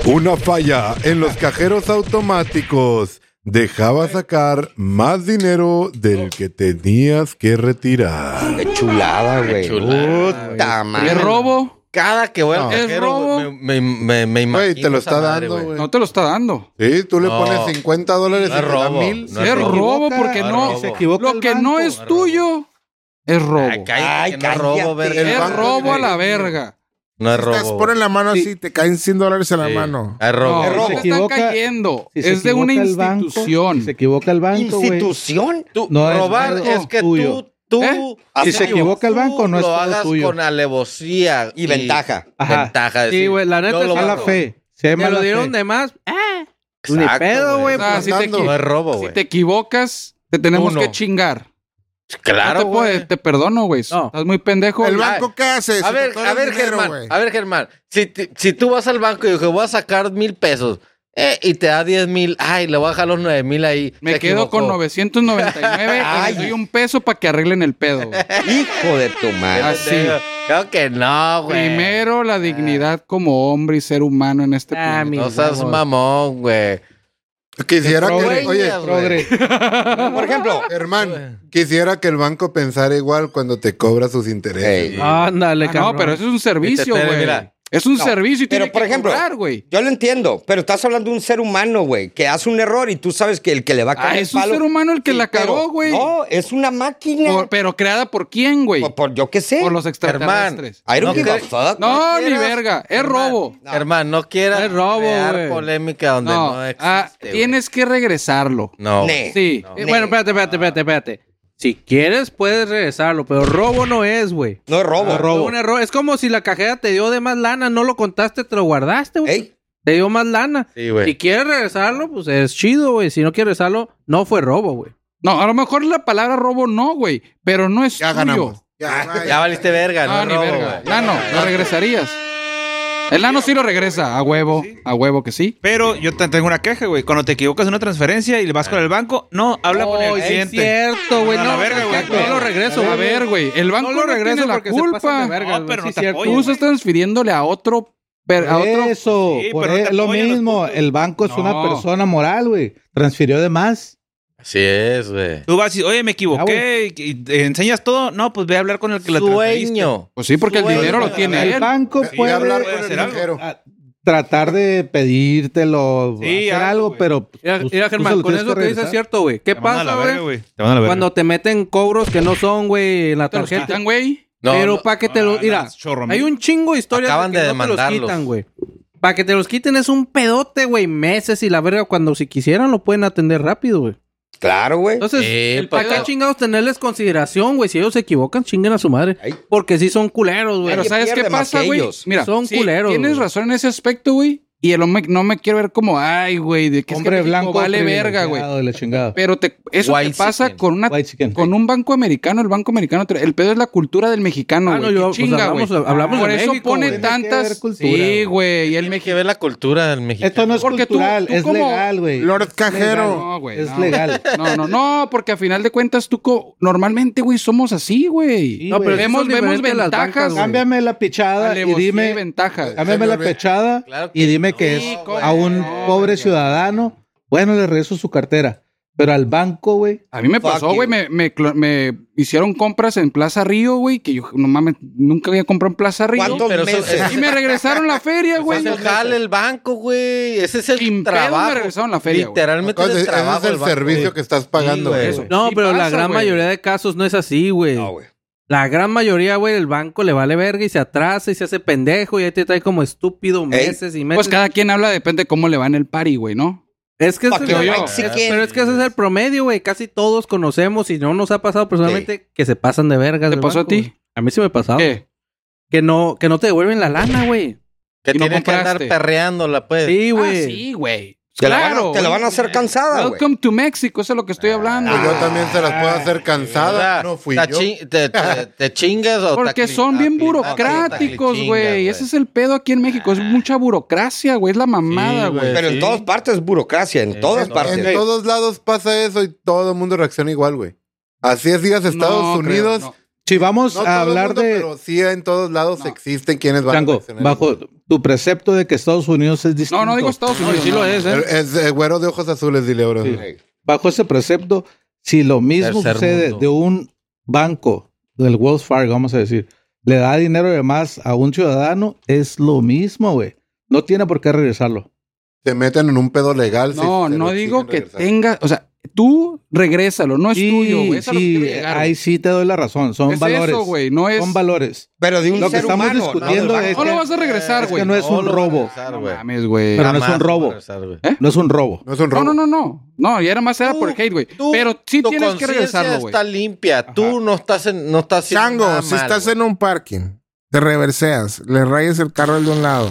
S1: Una falla en los cajeros automáticos dejaba sacar más dinero del que tenías que retirar.
S3: Qué chulada, güey.
S2: chulada,
S3: Puta
S6: El
S3: madre.
S6: robo
S2: Cada que voy al
S1: No.
S6: ¿Es
S2: cajero,
S6: robo?
S2: güey, me, me, me, me imagino.
S1: Güey, te lo
S2: esa
S1: está
S2: madre,
S1: dando, güey.
S6: no te lo está dando.
S1: Sí, tú le
S2: No.
S1: pones 50 dólares
S2: No es
S1: y te da
S2: robo,
S1: mil.
S2: no
S6: es
S2: Se
S6: robo
S5: equivoca,
S6: porque
S2: no es
S6: no.
S2: robo.
S5: Se equivoca
S6: Lo
S5: el
S6: que no
S5: banco.
S6: es
S2: robo.
S6: tuyo es
S2: Ah,
S6: robo.
S2: cállate,
S3: Ay,
S2: que no es robo,
S3: cállate.
S2: verga.
S3: El
S6: Es
S1: banco
S6: robo a
S1: tiene-
S6: la verga.
S2: No es robo.
S7: Te ponen la mano así, te caen 100 dólares en la
S2: Sí.
S7: mano.
S2: Es robo.
S6: No,
S3: robo.
S6: se
S5: Se
S6: están
S5: equivoca-
S6: cayendo.
S5: Si se
S6: es de una
S5: equivoca el banco, si
S6: institución.
S5: se equivoca el banco, güey.
S3: Institución.
S2: Tú-
S5: No es
S2: robar
S5: banco
S2: es, que
S5: tuyo.
S2: tú, tú
S6: ¿Eh?
S2: haces
S5: Si se
S2: algo,
S5: equivoca el
S2: tú
S5: banco, no es
S2: lo
S5: todo
S2: hagas
S5: tuyo.
S2: con alevosía
S3: Y ventaja.
S5: Ajá.
S2: Ventaja.
S4: Sí, güey, la neta
S2: yo lo
S4: es
S5: A la
S2: hago.
S5: fe. Se
S4: Me
S5: llama
S4: lo
S5: la
S4: dieron
S5: fe.
S4: de más. Ah, ni
S2: Exacto,
S4: pedo, güey.
S6: O sea,
S4: pues,
S6: si te,
S2: No es robo,
S6: si
S2: güey.
S6: te equivocas, Te tenemos
S2: Uno.
S6: que chingar.
S2: Claro,
S6: no te, puedes-
S2: güey.
S6: te perdono, güey.
S4: No.
S6: Estás muy pendejo.
S7: ¿El
S6: Ya,
S7: banco qué hace?
S2: A
S7: Se
S2: ver,
S7: atoran
S2: a ver,
S7: dinero,
S2: Germán,
S7: güey.
S2: a ver, Germán, si, ti- si tú vas al banco y dices, voy a sacar mil pesos eh, y te da diez mil, ay, le voy a dejar los nueve mil ahí.
S6: Me
S2: se
S6: quedo con
S2: equivocó.
S6: 999 y
S3: Ay.
S6: les doy un peso para que arreglen el pedo. güey.
S3: Hijo de tu madre.
S6: Así.
S2: Creo que no, güey.
S6: Primero la dignidad como hombre y ser humano en este
S4: Ah, mi
S6: planeta.
S2: No seas mamón, güey.
S9: Quisiera que,
S2: Güey,
S9: oye,
S2: güey.
S3: Por ejemplo,
S9: Germán, quisiera que el banco pensara igual cuando te cobra sus intereses.
S3: Ey.
S4: Ándale,
S6: Ah,
S4: cabrón.
S6: no, pero eso es un servicio,
S2: Espérate,
S6: güey.
S2: mira.
S6: Es un
S3: No,
S6: servicio y
S3: pero
S6: tiene
S3: por
S6: que
S3: ejemplo-
S6: cobrar, güey.
S3: yo lo entiendo, pero estás hablando de un ser humano, güey, que hace un error y tú sabes que el que le va a caer
S6: Ah,
S3: el
S6: es un
S3: palo-
S6: ser humano el que
S3: Sí,
S6: la
S3: pero-
S6: cagó, güey.
S3: No, es una máquina.
S6: Por- Pero creada por quién, güey?
S3: Por- por- yo qué sé.
S6: Por los extraterrestres.
S3: I don't
S2: No
S3: give a
S2: cre-
S3: fuck.
S6: No, ni
S2: quieras,
S6: verga. Es robo.
S3: No.
S2: Germán, no quieras
S4: Es robo,
S2: crear
S4: güey.
S2: polémica donde no,
S6: No,
S2: existe.
S6: ah,
S2: güey.
S6: tienes que regresarlo.
S2: No.
S3: Ne.
S6: Sí.
S2: No.
S4: Eh, bueno, espérate, espérate, espérate, espérate. Si quieres, puedes regresarlo, pero robo no es, güey.
S3: No es robo.
S4: Fue un error. Es como si la cajera te dio de más lana, no lo contaste, te lo guardaste, güey.
S3: Ey,
S4: Te dio más lana.
S2: Sí, güey.
S4: Si quieres regresarlo, pues es chido, güey. Si no quieres regresarlo, no fue robo, güey.
S6: No, a lo mejor la palabra robo no, güey. Pero no es
S7: Ya
S6: tuyo.
S7: ganamos. Ya,
S9: Ah,
S7: bye.
S2: Ya valiste verga, no,
S6: No, Ah, ni
S2: robo,
S6: verga.
S2: güey.
S6: Nano, lo regresarías. El nano sí lo regresa. A huevo, a huevo que sí.
S10: Pero yo te- tengo una queja, güey. Cuando te equivocas en una transferencia y
S4: Ah.
S10: vas con el banco, no, habla con
S4: Oh,
S10: el
S4: es
S10: cliente.
S4: cierto, güey.
S10: No,
S4: No,
S10: la verga,
S4: es que
S10: güey.
S4: no lo regreso,
S6: A
S4: güey.
S6: ver, güey. El banco
S4: no lo regreso
S6: tiene la
S4: porque se pasan de
S6: culpa.
S4: verga.
S10: No,
S4: güey,
S10: pero
S4: sí
S10: no
S4: es
S10: te
S4: cierto.
S10: apoyan.
S6: Tú estás transfiriéndole a otro. per- A otro.
S5: Eso,
S10: Sí,
S5: por
S10: pero no
S5: e-
S10: te
S5: lo
S10: apoyan los
S5: mismo. El banco es
S6: No.
S5: una persona moral, güey. Transfirió de más.
S2: Así es, güey.
S10: Tú vas y, oye, me
S4: Ah,
S10: equivoqué. y- y- y enseñas todo. No, pues ve a hablar con el que la transferiste.
S2: Sueño.
S6: Pues sí, porque el
S2: Sueño.
S6: dinero lo tiene
S5: El
S6: él.
S5: banco
S9: Y
S5: puede
S9: hablar
S10: puede
S9: con el
S10: hacer algo.
S9: banquero.
S5: a- tratar de pedírtelo,
S10: Sí,
S5: hacer
S10: algo,
S5: algo,
S10: güey.
S5: pero.
S4: Mira,
S5: tú-
S4: mira,
S5: Pues tú
S4: Germán,
S5: se lo
S4: con
S5: tienes
S4: eso que dices
S5: regresar.
S4: es cierto, güey. ¿Qué
S10: Te mandan a
S4: pasa,
S10: la verga,
S4: güey?
S10: güey. Te mandan a la verga.
S4: Cuando te meten cobros que no son, güey, en la
S6: Te los
S4: tarjeta.
S6: quitan, güey.
S2: No,
S4: pero
S2: no,
S4: para que te
S10: no,
S4: lo.
S10: no,
S4: Mira,
S10: es chorro,
S4: hay
S10: mira.
S4: un chingo de historias
S2: Acaban
S4: que
S2: de
S4: no te los
S2: demandarlos.
S4: quitan, güey. Para que te los quiten es un pedote, güey. Meses y la verga. Cuando si quisieran lo pueden atender rápido, güey.
S3: claro, güey.
S4: Entonces,
S2: Sí,
S4: ¿para
S2: pero-
S4: qué chingados tenerles consideración, güey? Si ellos se equivocan, chinguen a su madre.
S3: Ay.
S4: Porque sí son culeros, güey.
S6: Pero
S3: Nadie
S6: ¿sabes qué
S3: pierde más
S6: pasa,
S3: que
S6: güey?
S3: ellos.
S6: Mira,
S4: Son
S6: sí,
S4: culeros,
S6: Tienes
S4: güey.
S6: razón en ese aspecto, güey. Y el hombre- no me quiero ver como, ay, güey, de que es que
S5: Hombre
S6: México
S5: blanco.
S6: vale verga, güey.
S5: privilegiado de la chingada.
S6: Pero te, eso
S2: White
S6: te pasa
S2: chicken.
S6: con una
S5: White chicken.
S6: con un banco americano, el banco americano, tra- el pedo es la cultura del mexicano,
S4: Ah,
S6: güey.
S4: no, yo-
S6: Qué
S4: pues
S6: chinga,
S4: hablamos-
S6: güey.
S4: hablamos
S6: Por
S4: de
S6: eso
S4: México,
S6: pone
S4: güey.
S5: Tiene que ver
S6: tantas.
S5: cultura,
S6: sí,
S5: güey.
S6: güey. Y el
S2: Tiene
S6: mexicano.
S2: que ver la cultura del mexicano.
S5: Esto no es
S6: Porque tú-
S5: cultural,
S6: tú
S5: es
S6: como-
S5: legal, güey.
S7: Lord Cajero.
S6: No, güey.
S5: Es
S6: no.
S5: legal.
S6: No, no, no, porque a final de cuentas tú co- normalmente, güey, somos así, güey.
S5: Sí,
S4: No, pero
S5: güey.
S4: sí
S6: vemos
S4: son
S6: vemos
S4: diferentes las
S6: ventajas,
S4: bancas, güey.
S5: Cámbiame la pichada y
S6: Alevosía y
S5: dime.
S6: ventajas.
S5: Cámbiame la
S9: Señor, ve.
S5: pichada
S2: Claro que
S5: y dime que
S6: Sí,
S5: es
S6: cómo
S5: a un
S6: no,
S5: pobre
S6: güey.
S5: ciudadano. Bueno, le regreso su cartera. Pero al banco, güey.
S6: A mí me
S3: Fuck
S6: pasó,
S3: you.
S6: güey, me, me clo- me hicieron compras en Plaza Río, güey, que yo no mames, nunca había comprado en Plaza Río.
S3: ¿Cuántos
S2: pero eso-
S3: meses?
S6: Y me regresaron la feria,
S2: Ese
S6: güey.
S2: es el jale, el banco, güey. Ese es el
S6: Sin pedo me
S2: trabajo.
S6: regresaron la feria, güey.
S2: Literalmente
S9: Ese
S2: es el
S9: es
S2: trabajo.
S9: el
S2: del banco,
S9: servicio
S2: güey.
S9: que estás pagando,
S2: Sí, güey.
S9: güey.
S4: No,
S6: Sí
S4: pero
S6: pasa,
S4: la gran
S6: güey.
S4: mayoría de casos no es así, güey.
S3: No, güey.
S4: La gran mayoría, güey, el banco le vale verga y se atrasa y se hace pendejo y ahí te trae como estúpido meses y meses.
S6: Pues cada quien habla, depende de cómo le va en el party, güey, ¿no?
S4: Es que, ese-
S3: Fuck you,
S6: yo.
S3: Mexican.
S4: pero es que ese es el promedio, güey. Casi todos conocemos y no nos ha pasado personalmente que se pasan de verga.
S6: ¿Te
S4: del
S6: pasó a
S4: banco,
S6: ti?
S4: güey. A mí sí me ha pasado.
S6: ¿Qué?
S4: Que no, que no te devuelven la lana, güey.
S2: Que
S6: Y no
S2: tienen que andar
S6: compraste.
S2: perreándola, pues.
S4: Sí,
S6: Ah,
S4: güey.
S6: sí, güey.
S3: Te, la van
S6: claro.
S3: a, te la van a hacer cansada, güey.
S6: Welcome to Mexico, eso es lo que estoy hablando.
S9: Pues yo
S6: güey.
S9: también se las puedo
S2: Ah,
S9: hacer
S2: O sea,
S9: cansada. No fui
S2: te,
S9: yo.
S2: chi- te- te- te chingas o
S6: Porque
S2: te acli-
S6: son bien
S2: acli-
S6: burocráticos,
S2: aclichingas,
S6: güey. Ese es el pedo aquí en México. Es mucha burocracia, güey. Es la mamada,
S2: Sí,
S6: güey.
S2: güey.
S3: Pero
S2: Sí.
S3: en todas partes burocracia, en
S2: En
S3: todas
S2: todas
S3: partes.
S9: En todos lados pasa eso y todo el mundo reacciona igual, güey. Así es, digas Estados
S6: No,
S9: Unidos.
S6: creo,
S5: Si vamos
S9: No todo
S5: a hablar
S9: mundo,
S5: de.
S9: Pero sí, en todos lados
S6: No.
S9: existen quienes van a
S5: Chango,
S9: reaccionar
S5: bajo tu precepto de que Estados Unidos
S6: no.
S5: es distinto.
S6: No, no digo Estados
S4: No,
S6: Unidos.
S4: sí lo
S6: no.
S4: es,
S9: igual.
S4: ¿eh?
S9: Es eh, güero de ojos azules, dile, bro.
S5: Sí. Bajo ese precepto, si lo mismo
S2: Tercer
S5: sucede
S2: mundo.
S5: de un banco, del Wells Fargo, vamos a decir, le da dinero de más a un ciudadano, es lo mismo, güey. No tiene por qué regresarlo.
S9: Se meten en un pedo legal.
S6: No,
S9: si se
S6: no
S9: lo
S6: digo
S9: exigen
S6: que
S9: regresar.
S6: tenga. O sea, tú regrésalo, no es
S5: Sí,
S6: tuyo, güey. Eso es lo que
S5: sí,
S6: quiero llegar,
S5: ahí
S6: güey.
S5: sí te doy la razón. Son
S6: Es
S5: valores.
S6: eso, güey. No es.
S5: Son valores.
S3: Pero de un
S5: Lo que
S3: ser
S5: estamos
S3: humano.
S5: discutiendo
S3: no,
S5: es-
S6: No lo vas a regresar,
S5: Es que
S6: güey.
S5: no es un
S2: lo
S5: robo.
S2: vas a regresar,
S6: No
S2: güey.
S6: mames, güey.
S5: Pero no es un
S2: Jamás lo
S5: robo.
S2: vas a regresar, güey.
S6: ¿Eh?
S5: No es un robo.
S9: No es un
S6: No,
S9: robo.
S6: no, no, no. No, y era más era
S2: Tú-
S6: por hate, güey.
S2: tú-
S6: Pero sí
S2: tu
S6: tienes que
S2: conciencia
S6: regresarlo, güey.
S2: está limpia. Tú no estás en, no estás haciendo nada
S7: Chango, si
S2: mal,
S7: estás
S2: güey.
S7: en un parking, te reverseas, le rayas el carro al de un lado,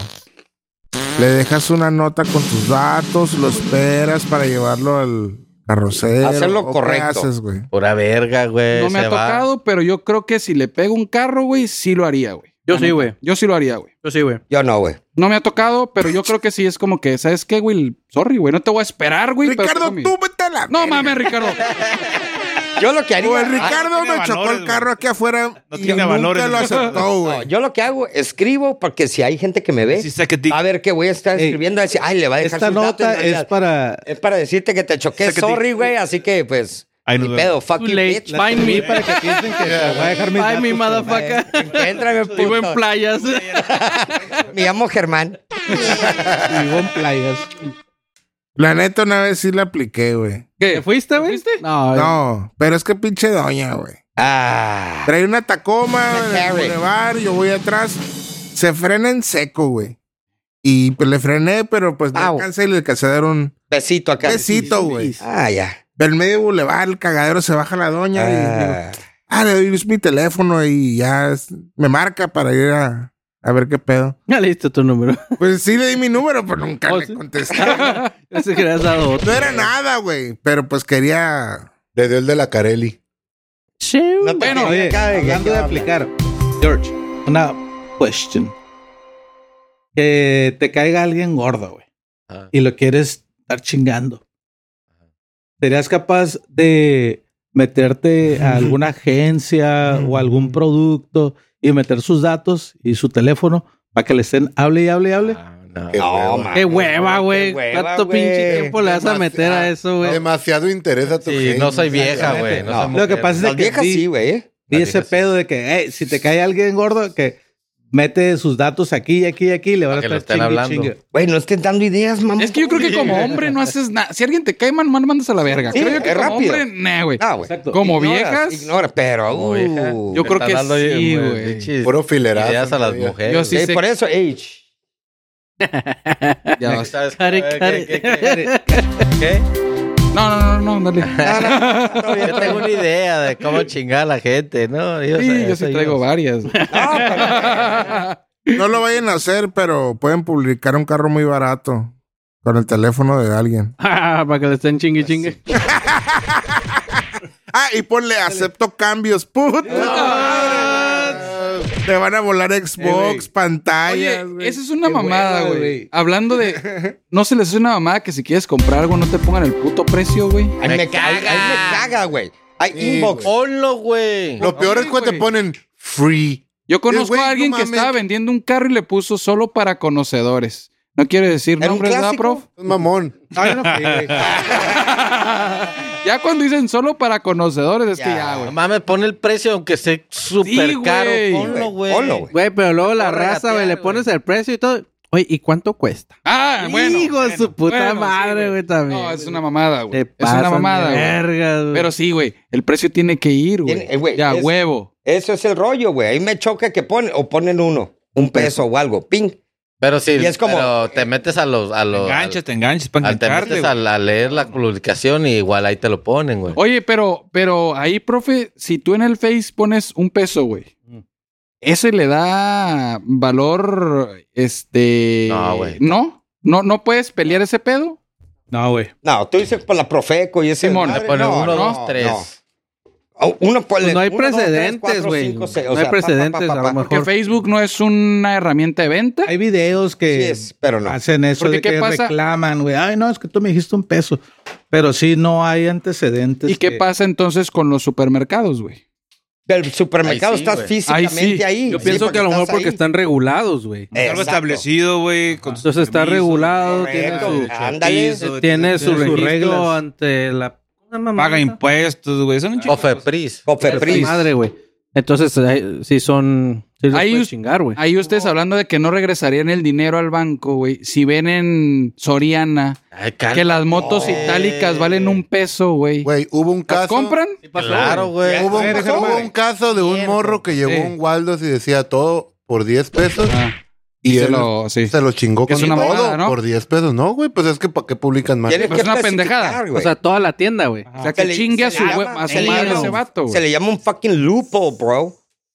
S7: le dejas una nota con tus datos, lo esperas para llevarlo al carrocero.
S3: Hacer lo
S7: ¿o qué
S3: correcto.
S7: haces, güey?
S2: Pura verga, güey.
S6: No me
S2: se
S6: ha
S2: va.
S6: tocado, pero yo creo que si le pego un carro, güey, sí lo haría, güey.
S4: Yo
S6: La
S4: sí,
S6: neta.
S4: güey.
S6: Yo sí lo haría, güey.
S4: Yo sí, güey.
S3: Yo no, güey.
S6: No me ha tocado, pero yo creo que sí es como que, ¿sabes qué, güey? Sorry, güey, no te voy a esperar, güey. pero
S7: Ricardo,
S6: tengo mi-
S7: tú vete a la.
S6: No
S7: verga.
S6: mames, Ricardo.
S3: Yo lo que haría.
S7: O el Ricardo
S10: no tiene
S7: me chocó
S10: valores,
S7: el carro
S10: güey.
S7: aquí afuera
S10: No
S7: y
S10: tiene
S7: nunca
S10: valores,
S7: lo
S10: güey.
S7: aceptó,
S3: No,
S7: güey.
S3: yo lo que hago, escribo, porque si hay gente que me ve,
S10: Sí, sé que ti-
S3: a ver qué voy a estar
S5: Ey,
S3: escribiendo, a decir, ay, le va a dejar
S5: Esta
S3: sus datos, en
S5: nota es
S3: realidad.
S5: para.
S3: Es para decirte que te choqué,
S10: Saca-
S3: sorry, güey, así que, pues,
S10: Ahí
S3: ni
S10: nos vemos.
S3: pedo, fuck
S4: Too
S3: you,
S4: late.
S3: bitch.
S4: Bye
S5: Ni
S4: me.
S5: para que piensen que te voy a dejar mis
S4: Bye me,
S5: datos,
S4: motherfucker.
S3: Eh, Encuéntrame,
S4: Vivo en
S3: puto.
S4: playas.
S3: Me llamo Germán.
S5: pero Vivo en playas.
S7: La neta, una vez sí la apliqué, güey.
S4: ¿Te fuiste, güey? No,
S7: No, pero es que pinche doña, güey.
S3: Ah.
S7: Trae una Tacoma en el
S3: Harry.
S7: bulevar, yo voy atrás. Se frena en seco, güey. Y pues le frené, pero pues no
S3: Au.
S7: alcancé y le alcancé a dar un
S3: Besito acá.
S7: besito, güey.
S3: Ah, ya.
S7: Del medio bulevar, el cagadero se baja la doña y digo,
S3: Ah.
S7: ah, le doy mi teléfono y ya es- me marca para ir a, a ver qué pedo.
S4: ya le
S2: Este
S4: diste tu número.
S7: Pues sí le di mi número, pero nunca
S4: Oh,
S7: le
S4: sí.
S7: contesté.
S4: Ese que le has dado otro.
S7: No era nada, güey. Pero pues quería.
S9: Le dio el de la Carelli.
S3: No te
S6: Bueno,
S3: creas,
S5: Oye,
S3: acá de que-
S5: hablando de aplicar, George, una question. Que te caiga alguien gordo, güey,
S2: Ah.
S5: y lo quieres estar chingando. ¿Serías capaz de meterte a alguna agencia o algún producto y meter sus datos y su teléfono para que le estén hable y hable y hable?
S2: Ah, no.
S9: Qué
S3: No,
S9: hueva.
S3: mames,
S4: Qué hueva, güey.
S3: qué hueva,
S4: ¿Cuánto
S3: güey.
S4: pinche tiempo le vas a meter a eso, güey?
S9: Demasiado interés a tu
S2: Sí,
S9: gente.
S2: no soy vieja, güey.
S3: No.
S2: No, soy
S5: Lo que
S2: mujer.
S5: pasa es
S3: Las
S5: que
S3: viejas
S5: di-
S3: sí, güey.
S5: Y
S2: Las
S5: ese
S2: viejas sí.
S5: pedo de que, "Ey, si te cae alguien gordo, que mete sus datos aquí y aquí y aquí, le van a
S2: Para que lo
S5: estar
S2: estén
S5: chingue y
S2: hablando.
S5: chingue.
S3: Güey, no estén dando ideas, mamá.
S6: Es que yo creo que como hombre no haces nada. Si alguien te cae, man, man, mandas a la verga.
S3: Sí,
S6: creo yo que
S3: es
S6: como
S3: rápido.
S6: hombre, nah, güey.
S3: Ah, güey.
S5: Exacto.
S6: Como
S3: Ignoras,
S6: viejas.
S3: Ignora, pero.
S2: Como vieja.
S3: uh,
S6: Yo creo
S2: Están
S6: que
S2: dando,
S6: sí, güey.
S2: pinches
S9: Puro filerazo.
S2: Ideas a las
S9: todavía.
S2: mujeres.
S6: Yo sí
S3: Ey,
S6: sé-
S3: por eso, age.
S6: Ya
S2: Ya
S6: vas.
S2: sabes-
S4: Care,
S2: ¿Qué,
S4: care.
S2: qué, qué, qué? ¿Qué?
S6: No, no, no, no, dale.
S2: Yo tengo una idea de cómo chingar a la gente, ¿no? Yo
S6: Sí,
S2: sé,
S6: yo sí
S2: soy
S6: traigo
S2: yo.
S6: varias. güey.
S7: No lo vayan a hacer, pero pueden publicar un carro muy barato con el teléfono de alguien.
S4: Para que le estén chingue chingue.
S7: Ah, y ponle acepto cambios, puto. Te van a volar Xbox,
S6: Oye,
S7: pantallas, güey.
S6: esa es una
S5: Qué
S6: mamada,
S5: hueva,
S6: güey.
S5: güey.
S6: Hablando de. No se les hace una mamada que si quieres comprar algo no te pongan el puto precio, güey.
S3: Ay, me caga. Ay, me caga, güey. Hay
S9: Sí,
S3: inbox.
S2: Ponlo, güey.
S9: Lo peor es cuando te
S6: güey.
S9: ponen free.
S6: Yo conozco
S9: güey,
S6: a
S9: no
S6: alguien que
S9: mames.
S6: estaba vendiendo un carro y le puso solo para conocedores. No quiere decir
S3: ¿Era un
S6: nombres, ¿verdad,
S3: clásico?
S6: prof?
S9: Es mamón.
S5: Ay, no, sí, güey.
S6: Ya cuando dicen solo para conocedores es que
S3: Ya,
S6: ya, güey.
S2: No mames, pon el precio aunque esté súper
S6: Sí,
S2: caro.
S6: güey.
S2: Ponlo, güey.
S3: Ponlo, güey.
S4: Güey, pero luego la
S2: Te puedo
S4: raza, güey,
S2: regatear,
S4: le
S2: güey.
S4: pones el precio y todo. Oye, ¿y cuánto cuesta?
S6: Ah, bueno.
S4: Hijo de
S6: bueno,
S4: su puta
S6: bueno, sí,
S4: madre, güey, también.
S6: No, es una mamada,
S4: Te
S6: güey. Es una
S4: pasan de
S6: mamada, güey.
S4: vergas, güey.
S6: Pero sí, güey, el precio tiene que ir, güey.
S3: Tiene- eh, güey,
S6: Ya,
S3: es-
S6: huevo.
S3: Eso es el rollo, güey. Ahí me choca que ponen, o ponen uno, un
S4: Pues
S3: peso o algo, ping.
S2: Pero sí,
S3: Y es como- eh,
S2: pero te metes a los... A
S10: Te
S2: los
S10: enganchas, te enganchas para
S2: al- te
S10: engancharte,
S2: metes
S10: güey.
S2: al- a, leer la publicación y igual ahí te lo ponen, güey.
S6: Oye, pero, pero ahí, profe, si tú en el Face pones un peso, güey,
S2: Mm.
S6: ese le da valor, este...
S2: No, güey.
S6: ¿No? ¿No, no puedes pelear ese pedo?
S5: No, güey.
S3: No, tú dices por la Profeco y ese.
S6: Simón,
S3: madre,
S2: Te ponen
S3: no,
S2: uno,
S6: no,
S2: dos, tres.
S3: no. O Uno ponle-
S4: Pues no hay
S3: uno, dos, tres,
S4: precedentes,
S3: cuatro,
S4: güey.
S3: cinco, seis, o
S4: No
S3: sea,
S4: hay
S3: pa, pa, pa,
S4: precedentes,
S3: pa,
S4: a
S3: pa.
S4: lo
S6: Porque
S4: mejor.
S6: Facebook no es una herramienta de venta.
S5: Hay videos
S3: Sí
S5: que
S3: es, pero no.
S5: hacen eso
S6: Porque
S5: de
S6: ¿qué
S5: que
S6: pasa?
S5: reclaman, güey. Ay, no, es que tú me dijiste un peso. Pero sí, no hay antecedentes.
S6: ¿Y qué
S5: que-
S6: pasa entonces con los supermercados, güey?
S3: Del supermercado
S2: Ahí sí,
S3: estás
S2: güey.
S3: físicamente
S6: Ahí
S3: ahí.
S6: sí.
S4: Yo pienso que a lo mejor porque están regulados, güey.
S10: Es Algo establecido, güey. con sus
S4: Entonces está
S10: permisos,
S4: regulado, tiene
S3: Correcto,
S4: su,
S3: güey. ándale.
S10: permisos,
S4: tiene su
S5: sus
S4: registro
S5: reglas.
S4: ante la... una mamada.
S10: Paga impuestos, güey.
S4: Ah.
S10: Son un chingo.
S2: Ofepris.
S3: Cofepris.
S4: Madre, güey. Entonces, eh, sí son... Sí los
S6: Ahí
S4: puedes
S6: us-
S4: chingar, güey.
S6: Ahí ustedes hablando de que no regresarían el dinero al banco, güey. Si ven en Soriana
S2: Ay,
S6: que
S2: cal-
S6: las motos
S2: No.
S6: itálicas valen un peso, güey.
S9: Güey, hubo un
S6: ¿Las
S9: caso.
S6: compran?
S2: Claro, güey.
S9: Hubo, un,
S3: ¿Qué pasó,
S9: hubo
S3: güey?
S9: un caso de un morro que llevó
S6: Sí.
S9: un Waldos y decía todo por 10 pesos.
S6: Ah,
S9: y
S6: se
S9: él
S6: lo- sí.
S9: se lo chingó
S6: Que es
S9: con
S6: una
S9: todo
S6: mamada, ¿no?
S9: por 10 pesos. No, güey, pues es que ¿para qué publican más?
S3: Tienes
S6: Pues
S3: que
S6: es una
S3: especificar,
S6: pendejada.
S3: güey.
S4: O sea, toda la tienda, güey.
S6: O sea, que
S3: Se le-
S6: chingue a
S3: se
S6: su,
S3: le
S6: hue-
S3: llama-
S6: a su
S3: se le
S6: madre
S3: llama-
S6: ese vato,
S3: se
S6: güey.
S3: le llama un fucking loophole, bro.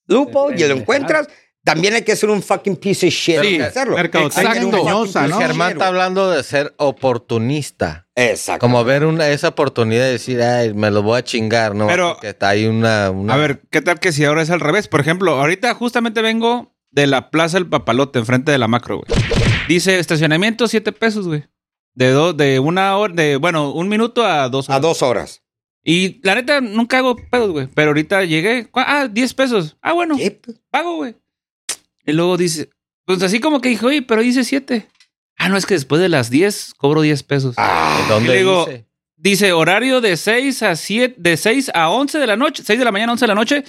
S3: Loophole, y lo encuentras, También hay que ser un fucking piece of shit.
S6: Sí,
S3: para hacerlo.
S5: mercadotecnia
S3: Hay que ser un
S5: engañosa,
S3: fucking
S5: ¿no?
S3: piece of
S2: Germán
S3: shit,
S2: está hablando de ser oportunista.
S3: güey. Exacto.
S2: Como ver una, esa oportunidad y decir, ay, me lo voy a chingar, ¿no?
S10: Pero-
S2: Porque está ahí una, una-
S10: A ver, ¿qué tal que si ahora es al revés? Por ejemplo, ahorita justamente vengo de la Plaza El Papalote, enfrente de la macro, güey. Dice estacionamiento, 7 pesos, güey. De dos, de una hora, de, bueno, un minuto a dos
S3: A
S10: horas.
S3: dos horas.
S10: Y la neta, nunca hago pedos, güey. Pero ahorita llegué, ¿cu- ah, 10 pesos. Ah, bueno,
S3: ¿Qué?
S10: pago, güey. Y luego dice, pues así como que dijo, oye, pero dice 7. Ah, no, es que después de las 10 cobro 10 pesos.
S3: Ah,
S2: ¿Dónde
S10: y le digo,
S2: dice?
S10: Dice horario de 6 a 7, de 6 a 11 de la noche, 6 de la mañana, 11 de la noche,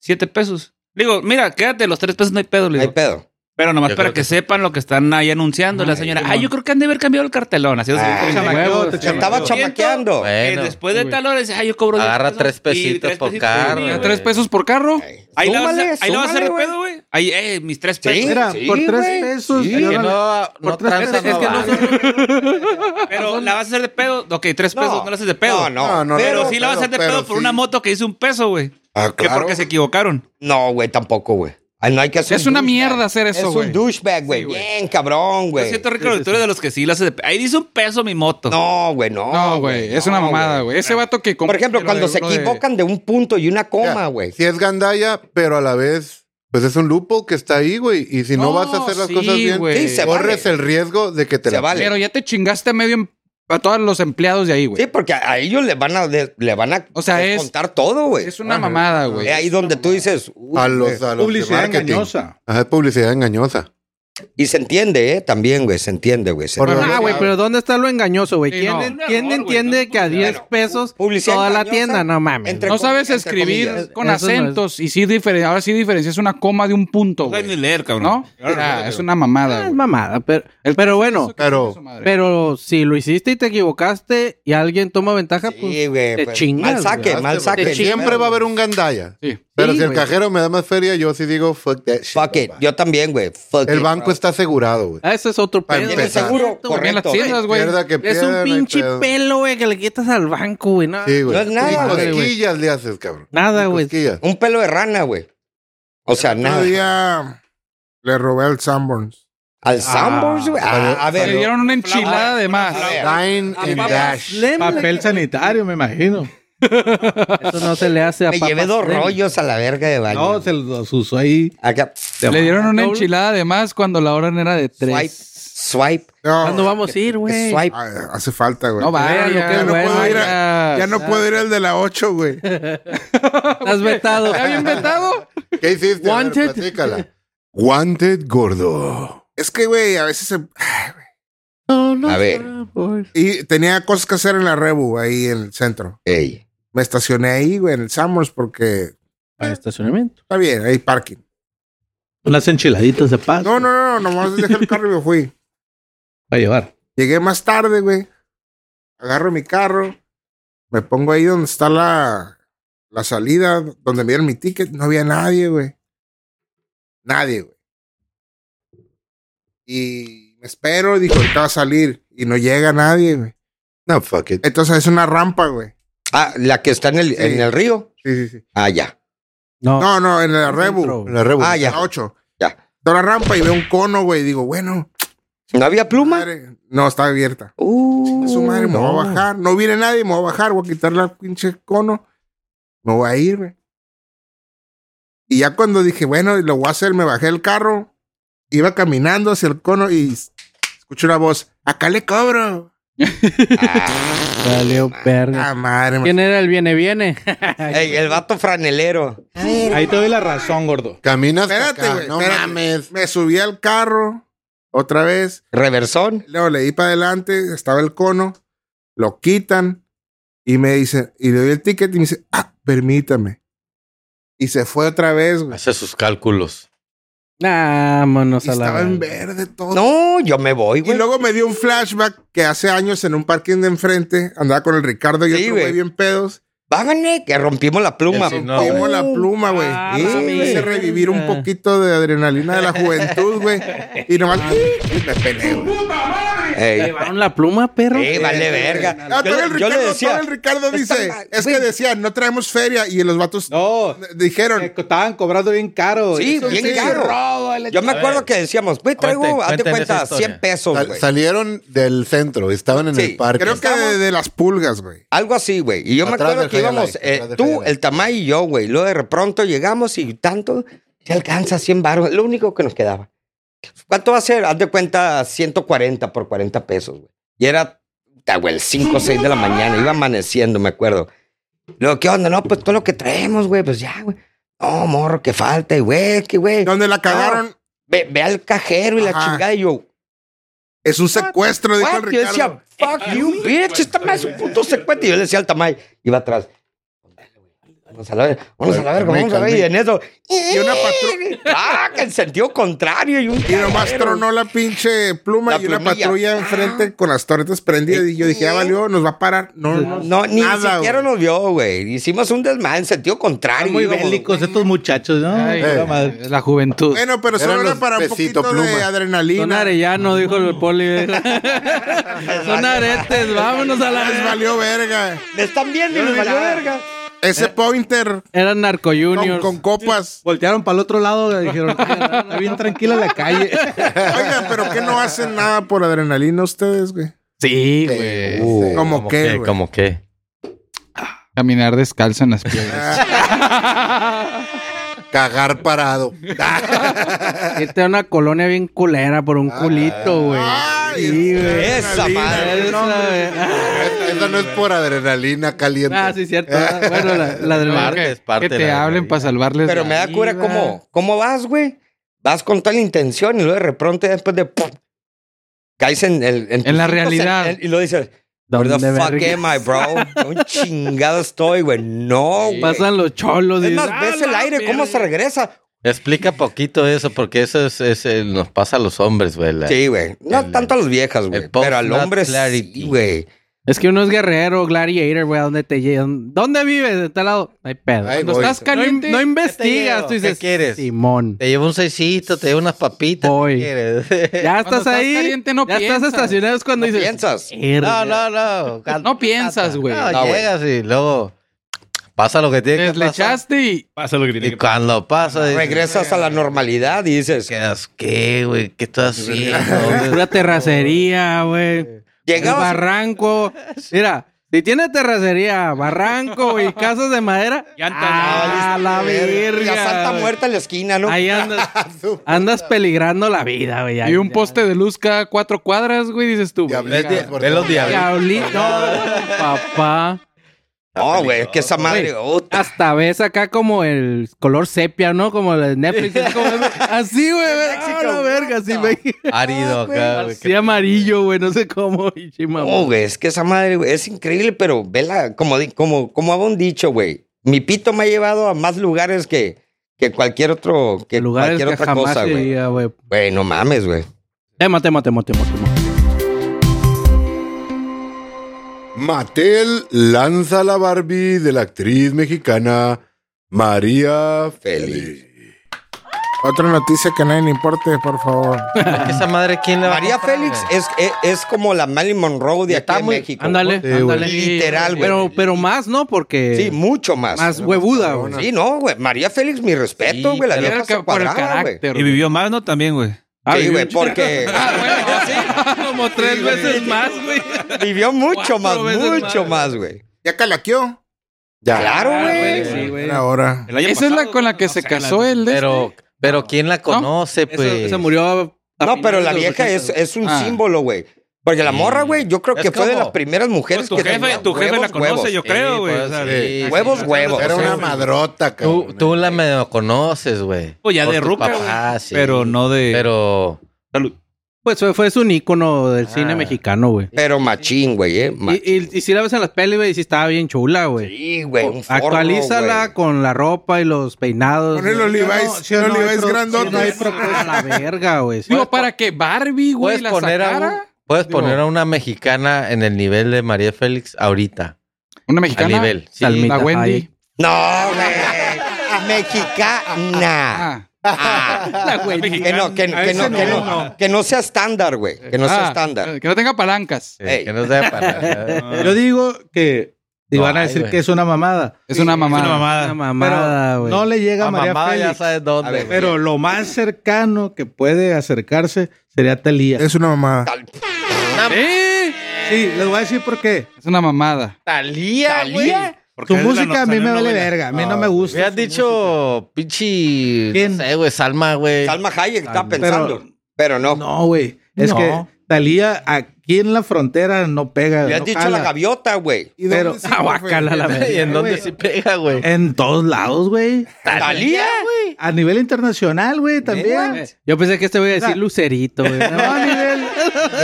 S10: 7 pesos. Le digo, mira, quédate, los 3 pesos no hay pedo, le
S3: no hay
S10: digo.
S3: pedo.
S10: Pero nomás
S2: Yo
S10: para
S2: creo
S10: que,
S2: que sí.
S10: sepan lo que están ahí anunciando la señora. Ah, yo creo que han de haber cambiado el cartelón. Así,
S3: Ah,
S10: así,
S5: Chamaqueo,
S10: huevos,
S5: te
S10: sí.
S5: chamaqueo.
S3: Estaba chamaqueando.
S10: Que
S2: Bueno,
S10: después de tal hora dice, ah, yo cobro diez
S2: Agarra tres
S10: y
S2: pesitos
S10: tres
S2: por
S10: por
S2: carro,
S10: día,
S2: güey.
S10: güey.
S6: ¿Tres pesos por carro?
S10: Ahí la vas a-
S3: Súmale,
S10: ahí la vas a
S3: súmale,
S10: hacer de
S3: güey.
S10: pedo, güey. Ahí, eh, mis tres
S3: Sí,
S10: pesos.
S5: Mira,
S3: sí,
S5: por tres
S3: güey.
S5: pesos.
S2: Sí,
S5: y ahora
S2: que no,
S5: por
S2: no
S5: tres
S2: tranza,
S5: pesos,
S2: no
S5: es que
S2: vale.
S10: Pero la vas a hacer de pedo. Ok, tres pesos, no la haces de pedo.
S3: No, no.
S7: No, no,
S3: pero
S10: Pero sí la vas a hacer de
S7: pero
S10: pedo por
S7: sí.
S10: una moto que hizo un peso, güey.
S3: Ah,
S10: Que
S3: claro.
S10: porque se equivocaron.
S3: No, güey, tampoco, güey. Ay, No hay que hacer
S6: Es una mierda hacer eso,
S3: Es
S6: güey.
S3: un douchebag, güey.
S10: Sí, güey.
S3: Bien, cabrón,
S10: Lo
S3: güey.
S10: Pues siento, Ricardo, tú eres de los que sí la haces de pedo. Ahí dice un peso mi moto.
S3: No, güey, no.
S6: No, güey. Es una
S3: no,
S6: mamada, güey. Ese vato que...
S3: Por ejemplo, cuando se equivocan de un punto y una coma, güey.
S9: Si es gandalla, pero a la vez, pues es un lupo que está ahí, güey. Y si no vas a hacer las cosas bien,
S3: Sí, se vale.
S9: corres el riesgo de que te
S3: Se
S9: la...
S3: vale.
S6: Pero ya te chingaste a medio... em- A todos los empleados de ahí, güey.
S3: Sí, porque a a ellos le van a, de- le van a
S6: O sea, es-
S3: contar todo, güey.
S6: Es una mamada, güey.
S3: Es ahí donde tú dices, uy,
S9: A los, a los de
S5: Publicidad
S9: marketing.
S5: engañosa.
S9: Ajá, es publicidad engañosa.
S3: y se entiende, ¿eh? También, güey, se entiende, güey. se
S9: Por
S3: entiende.
S4: Ah, güey, pero ¿dónde está lo engañoso, güey?
S6: Sí,
S4: ¿Quién,
S6: no.
S4: en- quién
S10: Un error, güey,
S4: entiende
S10: no,
S4: que a 10
S3: Bueno,
S4: pesos
S3: publicidad
S4: toda la
S3: engañosa,
S4: tienda? No mames.
S3: entre
S6: No
S3: com-
S6: sabes
S3: entre comillas.
S6: escribir con
S4: Eso no es-
S6: acentos y sí diferen- ahora sí diferencias una coma de un punto,
S10: No sabes ni
S6: güey.
S10: leer, cabrón.
S6: ¿No? Ah,
S10: Claro, claro.
S6: es una mamada,
S4: Ah, es
S6: güey.
S4: mamada, pero, pero bueno,
S9: Pero-
S4: pero si lo hiciste y te equivocaste y alguien toma ventaja, pues
S3: Sí, güey.
S4: te
S3: pues,
S4: chingas.
S3: Mal saque,
S4: güey.
S3: mal saque.
S4: Te chingas.
S9: Siempre va a haber un gandalla.
S6: Sí.
S9: Pero
S4: Sí,
S9: si el
S4: güey.
S9: cajero me da más feria, yo sí digo, fuck that shit.
S3: Fuck it.
S9: papá.
S3: Yo también, güey. Fuck
S9: el
S3: it,
S9: banco
S3: bro.
S9: está asegurado, güey.
S4: Ah, Ese es otro
S9: Para
S4: pedo.
S3: Tiene
S9: empezar.
S3: seguro,
S4: Cierto, güey.
S6: También las
S3: correcto.
S6: tiendas, güey.
S9: Pierda que
S4: Es
S9: pierda, no
S4: un
S9: hay
S4: pinche
S9: pedo.
S4: pelo, güey, que le quitas al banco, güey. No,
S9: Sí, güey.
S3: No es nada,
S9: Ni
S3: güey.
S9: cosquillas le haces, cabrón.
S4: Nada,
S9: Ni
S4: güey.
S9: cosquillas.
S3: Un pelo de rana, güey. O sea,
S7: Otro
S3: nada.
S7: día le robé al Sanborns.
S3: Al Sanborns, güey. Ah, a
S6: Le
S3: ver.
S6: dieron una enchilada de más.
S3: A ver.
S9: Dine
S4: A
S9: and
S4: Papa
S9: dash.
S4: Slim le-
S5: Papel sanitario, me imagino.
S4: Eso no se le hace a
S3: Me
S4: Papa
S3: llevé dos
S4: Slim.
S3: rollos a la verga de baño.
S5: No, se los usó ahí.
S3: Acá.
S6: Le dieron una
S4: Doble.
S6: enchilada de más cuando la orden era de
S3: Swipe.
S6: tres.
S3: Swipe.
S7: No,
S4: ¿Cuándo vamos a ir, güey?
S3: Swipe.
S7: ah, hace falta, güey.
S6: No vaya,
S4: Vean lo que
S7: ya,
S4: es
S7: no
S4: bueno,
S7: puedo ir
S6: vaya.
S7: a- ya no puedo ir al de la 8, güey.
S4: Estás vetado.
S6: ¿Está bien vetado?
S9: ¿Qué hiciste? A ver,
S4: Wanted.
S9: platícala. Wanted gordo.
S7: Es que, güey, a veces se-
S3: A ver.
S7: Y tenía cosas que hacer en la Rebu, ahí en el centro.
S3: Ey.
S7: Me estacioné ahí, güey, en el Sanborns porque
S4: Para estacionamiento.
S7: está bien, hay parking.
S5: Unas enchiladitas de paz.
S7: No, no, no, nomás dejé el carro y me fui.
S5: Para llevar.
S7: Llegué más tarde, güey. Agarro mi carro. Me pongo ahí donde está la, la salida, donde me dieron mi ticket. No había nadie, güey. Nadie, güey. Y me espero, dijo, ahorita va a salir. Y no llega nadie, güey.
S9: No, fuck it.
S7: Entonces es una rampa, güey.
S3: Ah, la que está en el,
S7: Sí.
S3: en el río.
S7: Sí, sí, sí.
S3: Ah, ya.
S4: No.
S7: No, no, en la Rebu.
S4: Centro.
S9: La rebu.
S3: Ah,
S7: La
S3: ya.
S7: 8.
S3: Ya.
S7: Está la rampa y veo un cono, güey. y Digo, bueno,
S3: ¿No había pluma?
S7: madre. No, está abierta.
S3: Uh,
S7: A su madre, me voy a bajar. No viene nadie, me voy a bajar. Voy a quitar la pinche cono. Me voy a ir, güey. Y ya cuando dije, bueno, lo voy a hacer, me bajé del carro. Iba caminando hacia el cono y s- escuché una voz. Acá le cobro.
S3: Ah.
S4: Valió verga.
S7: Ah, madre. me-
S4: ¿Quién era el viene viene?
S3: Ey, el vato franelero.
S5: Ahí te doy la razón, gordo.
S9: Caminas.
S7: Espérate,
S9: acá,
S7: güey.
S9: No
S7: espérate.
S9: mames.
S7: Me subí al carro otra vez.
S3: Reversón.
S7: Luego le di para adelante, estaba el cono, lo quitan y me dicen, y le doy el ticket y me dice, ah, permítame. Y se fue otra vez, güey.
S2: Hace sus cálculos.
S4: Vámonos
S7: Y
S4: a la.
S7: estaba en
S4: verga.
S7: verde todo.
S3: No, yo me voy,
S7: Y
S3: güey.
S7: luego me dio un flashback que hace años en un parking de enfrente andaba con el Ricardo y
S3: Sí,
S7: otro
S3: güey.
S7: güey bien pedos.
S3: Váganle, que rompimos la pluma.
S2: El sin- No,
S7: Rompimos
S2: güey.
S7: la pluma, güey.
S4: Ah,
S7: y
S3: mami.
S7: me hice revivir un poquito de adrenalina de la juventud, güey. Y nomás y me peleé, güey.
S3: Ey.
S4: Llevaron la pluma, perro.
S3: Eh, vale verga.
S7: Ah, todo el Ricardo, todo el Ricardo dice,
S3: Está-
S7: es que
S3: güey.
S7: decían, no traemos feria y los vatos
S5: No,
S7: dijeron,
S5: eh, estaban cobrando bien caro.
S3: Sí,
S5: Eso
S3: bien
S5: sí.
S3: caro. Yo me acuerdo que decíamos, güey, traigo,
S2: Cuenten,
S3: hazte
S2: cuenten esa
S3: cuenta,
S2: historia.
S3: 100 pesos,
S9: Sal-
S3: güey.
S9: salieron del centro, estaban en
S3: Sí,
S9: el parque.
S7: creo que de, de las pulgas, güey.
S3: Algo así, güey. Y yo me
S9: Atrás
S3: acuerdo
S9: del
S3: que íbamos,
S9: Fairlife, atrás
S3: eh,
S9: del
S3: tú,
S9: Fairlife.
S3: el Tamay y yo, güey. Luego de pronto llegamos y tanto, se alcanza 100 baros. Lo único que nos quedaba. ¿Cuánto va a ser? Haz de cuenta 140 por 40 pesos, güey. Y era, puta, güey, el 5 o 6 de la mañana. Iba amaneciendo, me acuerdo. Luego, ¿qué onda? No, pues todo lo que traemos, güey, pues ya, güey. No, morro, que falta, y güey, que güey.
S7: Donde la cagaron
S3: Ve, ve al cajero y la
S7: Ajá.
S3: chingada. Y yo,
S7: es un secuestro, dijo el
S3: Fuck, Yo
S7: Ricardo.
S3: decía, fuck you, bitch, esta madre es un puto secuestro. Y yo le decía al Tamay, iba atrás. Vamos a la verga, vamos a la verga, vamos a la verga. Y en eso,
S7: Y una patrulla.
S3: ¡Ah! Que en sentido contrario. Y, un
S7: Y nomás
S3: cagadero.
S7: tronó la pinche pluma
S3: La
S7: y una
S3: plumilla.
S7: patrulla
S9: Ah.
S7: enfrente con las torretas prendidas. Y yo dije,
S9: ¿Eh?
S7: ya valió, nos va a parar. No, no,
S3: No, ni
S7: nada,
S3: siquiera
S7: güey.
S3: nos vio, güey. Hicimos un desmadre en sentido contrario.
S5: Están muy
S3: íbamos,
S5: bélicos estos muchachos, ¿no?
S6: Ay,
S5: Pura
S9: eh.
S5: madre.
S6: La juventud.
S7: Bueno, pero
S9: Eran
S7: solo era
S9: los
S7: para un
S9: pesito
S7: poquito de
S9: pluma.
S4: Son
S7: adrenalina.
S4: arellano, dijo el poli. Son aretes, vámonos a
S7: Les
S4: la.
S7: valió verga.
S3: Me están viendo y les valió verga.
S7: Ese pointer
S4: Eran narco
S7: con,
S4: juniors.
S7: con copas.
S5: Voltearon para el otro lado y dijeron, "Ay, está bien tranquila la calle.
S7: Oigan, pero que no hacen nada por adrenalina ustedes, güey.
S6: Sí, güey.
S7: ¿Cómo qué, güey?
S2: uh, Este, ¿Cómo qué?
S6: Caminar descalzo en las piedras.
S9: Cagar parado.
S4: Irte a una colonia bien culera por un culito, güey.
S7: Ay,
S4: Sí, güey.
S3: Esa
S7: adrenalina.
S3: madre.
S4: Esa, güey.
S9: Esa esa no es por adrenalina caliente.
S4: Ah, sí, cierto. Bueno, la, la del mar.
S2: Parte, es parte
S6: que
S2: de
S6: te
S2: la
S6: hablen
S2: vida.
S6: para
S4: Pues
S6: salvarles.
S3: Pero
S6: la
S3: me da cura
S6: vida.
S3: cómo, cómo vas, güey. Vas con toda la intención y luego de repente después de... ¡pum! caes en, el, tus
S6: la
S3: cinco
S6: realidad.
S3: sen- y lo dices, where the
S4: ¿Dónde
S3: fuck
S4: verga?
S3: am I, bro? ¿Dónde chingado estoy, güey? No, güey.
S4: Pasan los cholos.
S3: Es
S4: dices,
S3: más, ves
S4: "Ah,
S3: el
S4: la
S3: aire, cómo se
S4: verga".
S3: regresa.
S2: Explica poquito eso, porque eso es, es, eh, nos pasa a los hombres, güey. la-
S3: Sí, güey. No
S2: el-
S3: tanto a las viejas, güey.
S2: el
S3: Pero al
S2: post-nut
S3: hombre
S2: clarity.
S3: sí, güey.
S4: Es que uno es guerrero, gladiator, güey. ¿a ¿Dónde te llegan? ¿Dónde vives? De tal lado. No hay pedo.
S9: Ahí
S4: No,
S9: voy.
S6: Estás caliente.
S4: in-
S2: ¿Qué te
S4: no
S2: llevo?
S4: investigas. Tú
S2: ¿Qué
S4: dices,
S2: quieres?
S4: Simón.
S2: Te llevo un seisito, te llevo unas papitas.
S4: Voy.
S2: ¿qué quieres?
S4: Ya
S6: Cuando
S4: estás
S6: estás
S4: ahí.
S6: caliente, no
S4: ya
S6: piensas.
S4: estás estacionado. Es cuando
S3: No
S4: dices. "Eh,
S3: piensas.
S2: No, no, no. cal-
S6: No piensas, güey.
S2: No,
S3: No, güey.
S2: llegas y luego pasa lo que tiene que pasar.
S6: Deslechaste y
S10: Pasa Ah, lo que tiene
S2: Y
S10: que pasar.
S2: cuando pasa, dices,
S3: Regresas a la normalidad y dices,
S2: quedas, ¿qué, güey? ¿Qué estás haciendo?
S4: Pura terracería, güey. El
S3: llegabas
S4: barranco. Mira, si tiene terracería, barranco güey, y casas de madera.
S10: Ya está,
S4: ah, la
S3: y
S4: verga.
S3: a Santa
S4: güey.
S3: Muerta en la esquina, ¿no?
S4: Ahí andas, andas peligrando la vida, güey. ahí,
S6: Y un
S4: ya.
S6: poste de luz cada cuatro cuadras, güey, dices tú. güey.
S9: Diablitos,
S6: Ya.
S9: por
S2: Ve los
S9: favor.
S2: diablos.
S4: Diablito, papá.
S3: No, güey, es que esa madre... otra.
S4: Hasta ves acá como el color sepia, ¿no? Como el de Netflix. es como- así, güey. Ah, la verga, así, güey.
S2: Árido acá, güey.
S4: Así amarillo, güey. No sé cómo. pinche
S3: No,
S4: mamá.
S3: güey, es que esa madre, güey, es increíble, pero vela, como, di- como, como había un dicho, güey. Mi pito me ha llevado a más lugares que, que cualquier otro, que
S4: Lugares
S3: cualquier
S4: que
S3: otra
S4: jamás
S3: cosa, güey.
S4: iría, güey.
S3: Güey, no mames, güey.
S4: Tema, tema, tema, tema, tema.
S1: Mattel lanza la Barbie de la actriz mexicana María
S3: Félix.
S1: Félix.
S7: Otra noticia que a nadie le importe, por favor.
S2: Esa madre, ¿quién le va a
S3: María
S2: comprar,
S3: Félix
S2: güey?
S3: es, es, es como la Marilyn Monroe de
S2: Está
S3: aquí en
S2: muy-
S3: México.
S4: Ándale,
S1: güey.
S4: ándale.
S3: Literal, güey.
S4: Pero, pero más, ¿no? Porque.
S3: Sí, mucho más.
S4: más huevuda, güey.
S3: Sí, no, güey. María Félix, mi respeto,
S2: Sí,
S3: güey.
S2: pero
S3: la
S6: Era
S3: vieja
S6: el ca-
S3: se
S6: por el
S3: cuadraba, güey.
S6: carácter.
S10: Y
S6: güey.
S10: vivió más, ¿no? También, güey.
S3: Sí, güey, porque
S4: Como tres veces más, güey.
S3: vivió mucho más,
S4: veces
S3: mucho
S4: más.
S3: más, güey.
S7: ¿Ya calaqueó?
S3: Claro, güey.
S4: Sí, güey.
S7: Era hora.
S10: El año
S6: Esa es la
S10: pasado,
S6: con la
S10: güey.
S6: que
S10: O
S6: se
S10: sea,
S6: casó eh.
S10: la-
S6: el de.
S2: Pero,
S3: este
S2: pero ¿quién la conoce,
S4: Esa-
S2: pues?
S4: esa murió. a- a
S3: No, pero
S4: finales
S3: la
S4: de los
S3: vieja
S4: 80,
S3: es,
S4: güey.
S3: es un
S6: Ah.
S3: símbolo, güey. Porque la
S2: Sí.
S3: morra, güey, yo creo
S2: Es
S3: que fue de
S2: como-
S3: las primeras mujeres
S10: Pues tu
S3: que
S10: jefe,
S3: tenía
S10: tu jefe la
S3: huevos,
S10: conoce,
S3: huevos.
S10: yo
S2: Sí,
S10: creo, güey.
S2: pues,
S10: o sea,
S2: sí.
S10: sí.
S3: Huevos, huevos.
S9: Era una madrota,
S2: Tú,
S9: cabrón. eh.
S2: tú la medio conoces, güey.
S10: Pues ya
S2: Por
S10: de
S2: tus
S10: ruca,
S2: papás,
S10: güey,
S2: sí.
S10: Pero no de...
S2: Pero
S10: Salud.
S4: Pues fue, fue un ícono del
S2: Ah.
S4: cine mexicano, güey.
S3: Pero machín, güey, eh.
S4: Y,
S3: Machín.
S4: y- y si la ves en las pelis, güey, sí estaba bien chula, güey.
S3: Sí, güey, un forro,
S4: Actualízala
S3: güey.
S4: con la ropa y los peinados.
S7: Ponle los
S4: güey.
S7: Levi's,
S5: sí o
S7: los
S5: no,
S7: Levi's
S5: pero-
S7: grandotes.
S5: sí o no, hay pro-
S4: A la verga, güey. Sí.
S6: pues. Digo, para que Barbie, güey,
S2: puedes
S6: la
S2: poner a un-
S6: sacara.
S2: puedes
S6: Digo-
S2: poner a una mexicana en el nivel de María Félix ahorita.
S6: Una
S2: Al
S6: mexicana.
S2: nivel. Sí.
S4: Salmita.
S6: La Wendy.
S4: Ay.
S3: No, güey. Ah, mexicana.
S6: Ah,
S3: Ah. Que no, que, que no, que no, que no sea estándar, güey. Que no sea
S6: ah,
S3: estándar.
S6: Que no tenga palancas.
S3: Ey.
S2: Que no sea para.
S5: Yo digo que y
S2: No
S5: van a
S2: hay,
S5: decir
S2: güey.
S5: que es una mamada.
S6: Es una mamada.
S10: una mamada.
S4: Una mamada,
S5: Pero
S4: güey.
S5: no le llega
S2: La
S5: a María
S2: mamá ya
S5: Félix.
S2: sabes
S3: A
S2: dónde.
S3: ver,
S2: güey.
S5: Pero lo más cercano que puede acercarse sería Talía.
S7: Es una mamada.
S6: ¿Eh?
S5: Sí, les voy a decir por qué.
S6: Es una mamada.
S2: Talía, güey.
S5: Su
S10: Porque es la
S5: música a mí
S10: novela,
S5: me vale
S10: novela.
S5: verga. A mí no me gusta.
S2: Me has dicho pinche.
S5: ¿Quién?
S2: No sé, güey, Salma, güey.
S3: Salma Hayek está
S5: Salma.
S3: pensando. Pero,
S5: Pero-
S3: no.
S5: No, güey. Es
S10: No.
S5: que Talía aquí en la frontera no pega.
S3: Le has
S5: no
S3: dicho
S5: jala.
S3: la gaviota, güey.
S7: ¿Y dónde
S5: Pero-
S7: sí,
S4: Ah,
S7: profe?
S4: guácala la
S2: ¿Y
S4: verga.
S2: en dónde se pega, güey?
S5: En todos lados, güey.
S3: ¿Talía?
S5: A nivel internacional, güey, también.
S4: Yo pensé que este voy a decir
S5: Mira.
S4: Lucerito, güey.
S5: No, a nivel.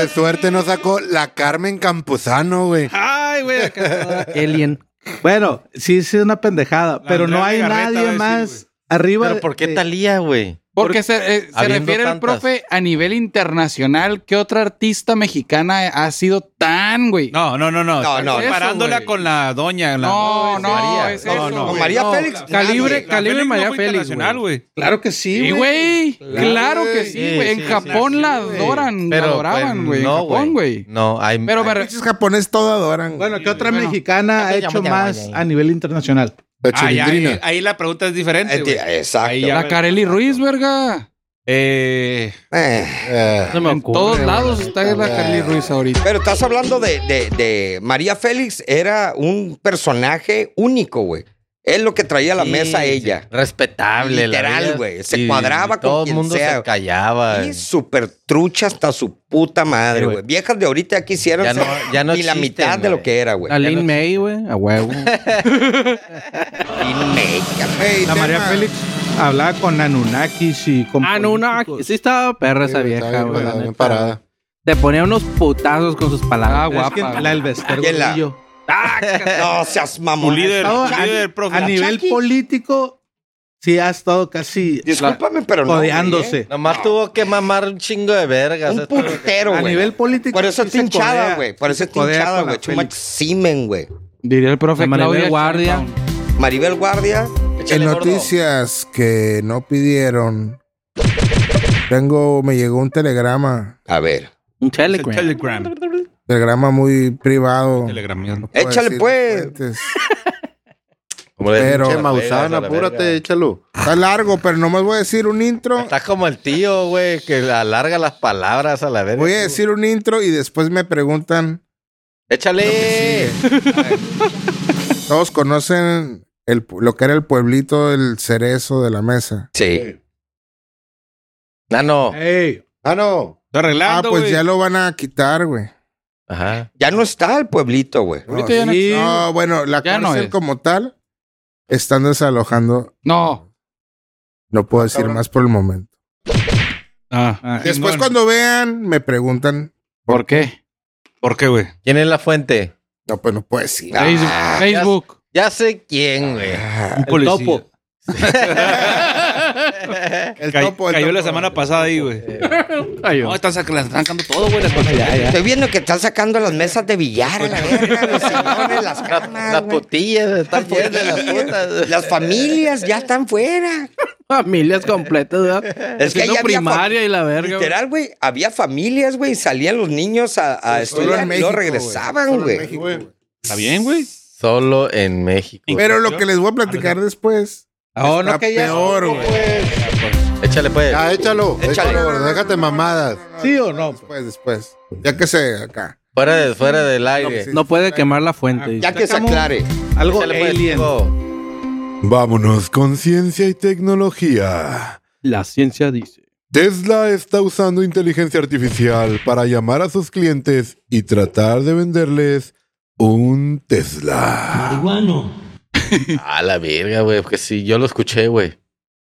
S9: De suerte no sacó la Carmen Campuzano, güey.
S10: Ay, güey. acá está.
S4: Alien.
S5: Bueno, sí, sí es una pendejada,
S10: La
S5: pero no
S10: Andrea
S5: hay
S10: Legarreta va a
S5: nadie
S10: decir,
S5: más
S10: güey.
S5: arriba.
S2: Pero ¿por qué
S5: de-
S2: Talía, güey?
S6: Porque se, eh, se
S2: Habiendo
S6: refiere el
S2: tantas.
S6: profe a nivel internacional. ¿Qué otra artista mexicana ha sido tan, güey?
S10: No, no, no, no.
S3: No, no,
S10: Comparándola
S6: güey.
S10: con la doña. la-
S6: no, no,
S2: María.
S6: es
S10: No,
S6: eso,
S10: no.
S6: güey.
S3: María Félix.
S10: La
S6: Calibre,
S10: Félix
S6: calibre
S10: no
S6: María
S10: fue
S6: Félix,
S10: internacional,
S6: güey.
S10: güey.
S5: Claro que sí,
S6: Sí,
S5: güey.
S6: güey. Claro, que sí,
S2: Sí,
S6: güey. En
S2: sí, sí,
S6: Japón
S2: sí,
S6: la
S2: güey.
S6: adoran, la adoraban,
S2: pues,
S6: güey. en Japón, güey.
S2: No, hay.
S6: Pero me
S2: hay-
S6: re-
S7: Pinches japoneses todo adoran.
S5: Bueno, ¿qué otra
S6: Bueno.
S5: mexicana ha hecho más a nivel internacional?
S9: La
S10: Ah, ya,
S9: chilindrina.
S10: ahí, ahí la pregunta es
S3: Eh,
S10: diferente. güey.
S3: Exacto.
S10: Ahí ya-
S6: la Carely Ruiz, verga.
S10: Eh,
S3: Eh,
S9: Eh,
S4: No me
S6: En
S4: ocurre,
S6: todos
S4: güey.
S6: lados está la Carly Ruiz ahorita.
S3: Pero estás hablando de, de- de María Félix. Era un personaje único, güey. Es lo que traía a la
S2: sí,
S3: mesa
S2: sí.
S3: ella.
S2: Respetable, la
S3: Literal,
S2: vida.
S3: güey. Se
S2: Y-
S3: cuadraba
S2: y
S3: con
S2: Todo
S3: quien
S2: el mundo
S3: sea.
S2: se callaba.
S3: Y súper trucha hasta su puta madre,
S2: Sí,
S3: güey.
S2: güey.
S3: Viejas de ahorita ya quisieron
S2: Ya
S3: ser
S2: no- ya no
S3: ni la
S2: existen,
S3: mitad de lo
S2: güey.
S3: que era, güey.
S4: La Lin May, güey. A huevo.
S7: Ey,
S5: La
S7: tema.
S5: María Félix hablaba con Anunnakis y con.
S4: Ah, no, una.
S5: políticos.
S4: Sí estaba perra esa
S9: está
S4: vieja,
S9: bien
S4: güey. la
S9: parada, bien
S4: neta.
S9: parada.
S4: Te ponía unos putazos con sus
S6: Ah,
S4: palabras.
S5: Es que
S6: guapa.
S5: la Elvester
S3: ¿Quién la-
S5: Gordillo.
S3: No seas mamón.
S10: Tu líder.
S5: Estaba
S10: Líder, profe.
S5: a, a nivel
S3: Chucky.
S5: político, sí ha estado casi
S3: Discúlpame, pero no. güey,
S5: codeándose.
S2: Nomás tuvo que mamar un chingo de
S3: ¿eh?
S2: vergas.
S3: Un
S2: esto-
S3: putero,
S5: a
S3: güey.
S5: nivel político.
S3: Por eso
S5: sí
S3: está
S5: se
S3: hinchada,
S5: codea.
S3: güey. Por eso está
S5: Codea
S3: hinchada,
S5: con la
S3: güey. Chuma
S5: Félix.
S3: Ximen, güey.
S6: Diría el profe
S4: La Maribel
S6: Claudia
S4: Guardia.
S6: Sheinbaum.
S3: Maribel Guardia.
S2: Échale,
S7: En
S2: gordo.
S7: noticias que no pidieron, tengo, me llegó un telegrama,
S3: A ver.
S4: Un Telegram.
S10: Telegram.
S7: telegrama muy privado.
S10: Telegram. mierda.
S7: por
S3: Échale,
S7: decir,
S3: pues.
S7: fuentes.
S2: Como le
S7: Pero-
S2: dicen,
S9: Che, Maussan,
S2: a la verga.
S9: apúrate, échalo.
S7: Está largo, pero nomás voy a decir un intro.
S2: Estás como el tío, güey, que alarga las palabras a la verga.
S7: Voy a decir un intro y después me preguntan.
S2: Échale.
S7: Todos conocen el, pu- lo que era el pueblito del cerezo de la mesa.
S3: Sí.
S2: Nano.
S5: Ey,
S9: Ah, no.
S10: Está
S7: Ah,
S10: arreglando,
S7: pues
S10: güey.
S7: ya lo van a quitar, güey.
S2: Ajá.
S3: Ya no está el pueblito, güey.
S6: Ahorita ya no-
S7: sí. no, bueno, la
S6: Ya no
S7: cárcel
S6: es.
S7: como tal están desalojando.
S6: No.
S7: No puedo decir más por el momento.
S10: Ah, ah,
S7: Después
S10: chingón.
S7: cuando vean, me preguntan.
S6: ¿Por qué?
S10: ¿Por qué, güey?
S2: ¿Quién es la fuente?
S7: No, pues no puedo decir.
S6: Face- Facebook.
S2: Ya sé quién, güey.
S3: Ah,
S10: Un policía.
S5: topo.
S7: El
S10: Cay-
S7: topo, el
S10: cayó la
S7: topo.
S10: semana pasada ahí, güey. No, están sac- las están sacando todo, güey. las cosas.
S3: Estoy viendo que están sacando las mesas de billar, a la verga, los sillones, las
S2: Las
S3: camas, güey.
S2: putillas están fuera de las putas.
S3: Las familias ya están fuera.
S4: Familias completas, ¿verdad?
S3: Es que
S4: Haciendo
S3: ahí había
S4: primaria y la verga. güey.
S3: Literal, güey, había familias, güey, salían los niños a, a
S7: Solo
S3: estudiar
S7: en
S3: y
S7: México,
S3: no
S7: güey. Solo
S3: regresaban,
S7: en
S3: güey.
S7: México, güey.
S10: Está bien, güey.
S2: Solo en México.
S7: Pero lo que les voy a platicar después
S5: Ah, no,
S7: está
S5: que ya-
S7: peor, güey.
S2: Échale, pues.
S9: Ya, échalo.
S3: Échale.
S9: Échalo, gordo, déjate mamadas.
S5: ¿Sí o
S3: Pues,
S5: no?
S7: Después, después. Ya que se acá.
S2: Fuera, de- fuera del aire.
S7: pues sí.
S4: No puede quemar la fuente.
S3: Ah, Ya que se
S5: Sacamos-
S3: aclare.
S5: Algo
S2: Échale, pues,
S5: alien.
S2: chico.
S1: Vámonos con ciencia y tecnología.
S4: La ciencia dice.
S1: Tesla está usando inteligencia artificial para llamar a sus clientes y tratar de venderles un Tesla.
S8: Marihuano.
S2: A la verga, güey. Porque sí, yo lo escuché, güey.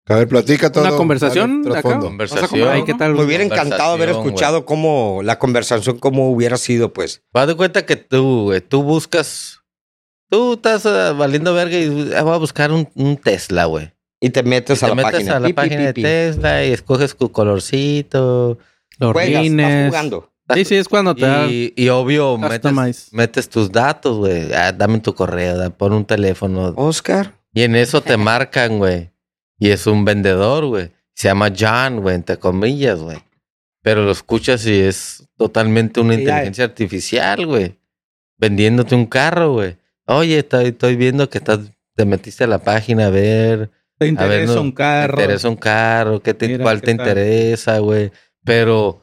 S9: A ver, platica todo.
S4: ¿Una conversación
S9: Dale,
S4: acá?
S9: trasfondo.
S2: Conversación.
S4: Ay, ¿qué tal?
S3: Me
S4: güey?
S3: hubiera encantado haber
S2: Conversación,
S3: escuchado cómo la conversación, cómo hubiera sido, pues.
S2: Haz de cuenta que tú, güey, tú buscas. Tú estás ah, valiendo verga y ah, voy a buscar un, un Tesla, güey.
S3: Y te metes a
S2: Te
S3: la
S2: metes
S3: página.
S2: a la
S3: Pi, pi,
S2: página
S3: pi,
S2: de
S3: pi.
S2: Tesla y escoges tu colorcito.
S4: Los
S3: Juegas, estás
S4: rines.
S3: jugando.
S4: Sí, sí, es cuando te da.
S2: Y, y obvio, metes,
S4: Customize.
S2: metes tus datos, güey. Ah, dame tu correo, da- pon un teléfono.
S3: Oscar.
S2: Y en eso te marcan, güey. Y es un vendedor, güey. Se llama John, güey, entre comillas, güey. Pero lo escuchas y es totalmente una
S3: Sí, ya,
S2: inteligencia artificial, güey. Vendiéndote un carro, güey. Oye, estoy, estoy viendo que estás, te metiste a la página a ver.
S5: Te
S2: A
S5: interesa
S2: ver, no,
S5: un carro.
S2: Te interesa un carro, ¿qué te-
S5: Mira,
S2: ¿cuál
S5: ¿qué
S2: te
S5: tal?
S2: interesa, güey? Pero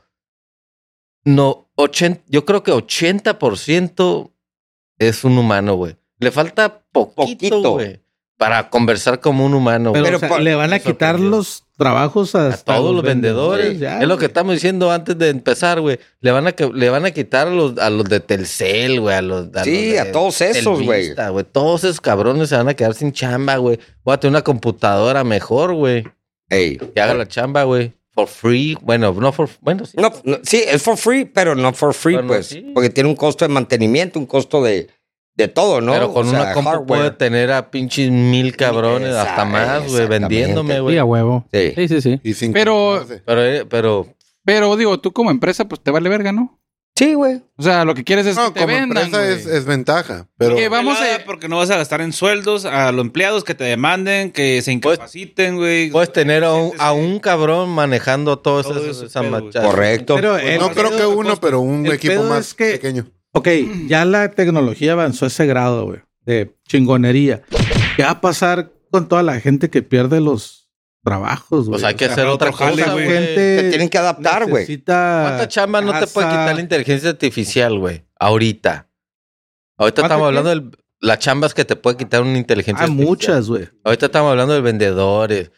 S2: no, 80, yo creo que 80% es un humano, güey. Le falta
S3: Poquito.
S2: poquito, güey, para conversar como un humano,
S5: Pero,
S2: güey.
S3: Pero
S5: o sea,
S3: por-
S5: le van a
S2: me
S5: quitar
S2: sorprendió.
S5: los trabajos a,
S2: A todos los vendedores.
S5: ya,
S2: es lo que
S5: güey.
S2: estamos diciendo antes de empezar, güey. Le van a que- le van a quitar a los, a los de Telcel, güey, a los a
S3: Sí,
S2: los de
S3: a todos esos, güey.
S2: Telvista, güey. Todos esos cabrones se van a quedar sin chamba, güey. Voy a tener una computadora mejor, güey.
S3: Ey.
S2: Que haga la chamba, güey. For free. Bueno, no for. Bueno, sí.
S3: No, no, sí, es for free, pero no for free,
S2: Bueno,
S3: pues.
S2: sí.
S3: Porque tiene un costo de mantenimiento, un costo de, de todo, ¿no?
S2: pero con
S3: O sea,
S2: una compu
S3: hardware.
S2: puede tener a pinches mil cabrones,
S3: Esa-
S2: hasta más, güey,
S3: exactamente.
S2: vendiéndome,
S4: Sí,
S2: güey.
S4: a huevo.
S3: Sí.
S4: Sí, sí, sí.
S9: Y sin
S6: Pero-
S9: contarse.
S2: Pero, eh, pero.
S6: Pero digo, tú como empresa, pues te vale verga, ¿no?
S3: Sí, güey.
S6: O sea, lo que quieres es
S9: No,
S6: que te
S9: como
S6: vendan.
S9: empresa
S7: eh,
S9: es,
S6: güey.
S9: es ventaja. Pero
S6: Eh, vamos
S10: Pelada,
S6: a-
S10: Porque no vas a gastar en sueldos a los empleados que te demanden, que se
S2: Pues-
S10: incapaciten, güey.
S2: Puedes tener a un,
S10: Sientes
S2: a
S10: que-
S2: un cabrón manejando todo,
S10: Todo
S2: eso,
S10: ese
S2: esa
S10: pedo, güey.
S2: machada.
S3: Correcto.
S10: eh,
S5: Pero el
S9: no creo
S5: pedo-
S9: que uno, pero un
S5: el
S9: equipo
S5: pedo
S9: más
S5: es que-
S9: pequeño.
S5: Ok, ya la tecnología avanzó a ese grado, güey, de chingonería. ¿Qué va a pasar con toda la gente que pierde los trabajos, güey?
S2: Pues hay que
S10: o sea,
S2: hacer
S10: otro
S2: otra
S10: jale,
S2: cosa,
S10: güey.
S2: güey.
S3: Se tienen que adaptar, güey.
S5: necesita
S2: ¿Cuánta chamba no te
S5: casa.
S2: puede quitar la inteligencia artificial, güey? Ahorita. Ahorita
S5: ¿Cuánta
S2: estamos
S5: qué?
S2: hablando de las chambas que te puede quitar una inteligencia
S5: Ah,
S2: artificial.
S5: muchas, güey.
S2: Ahorita estamos hablando de vendedores.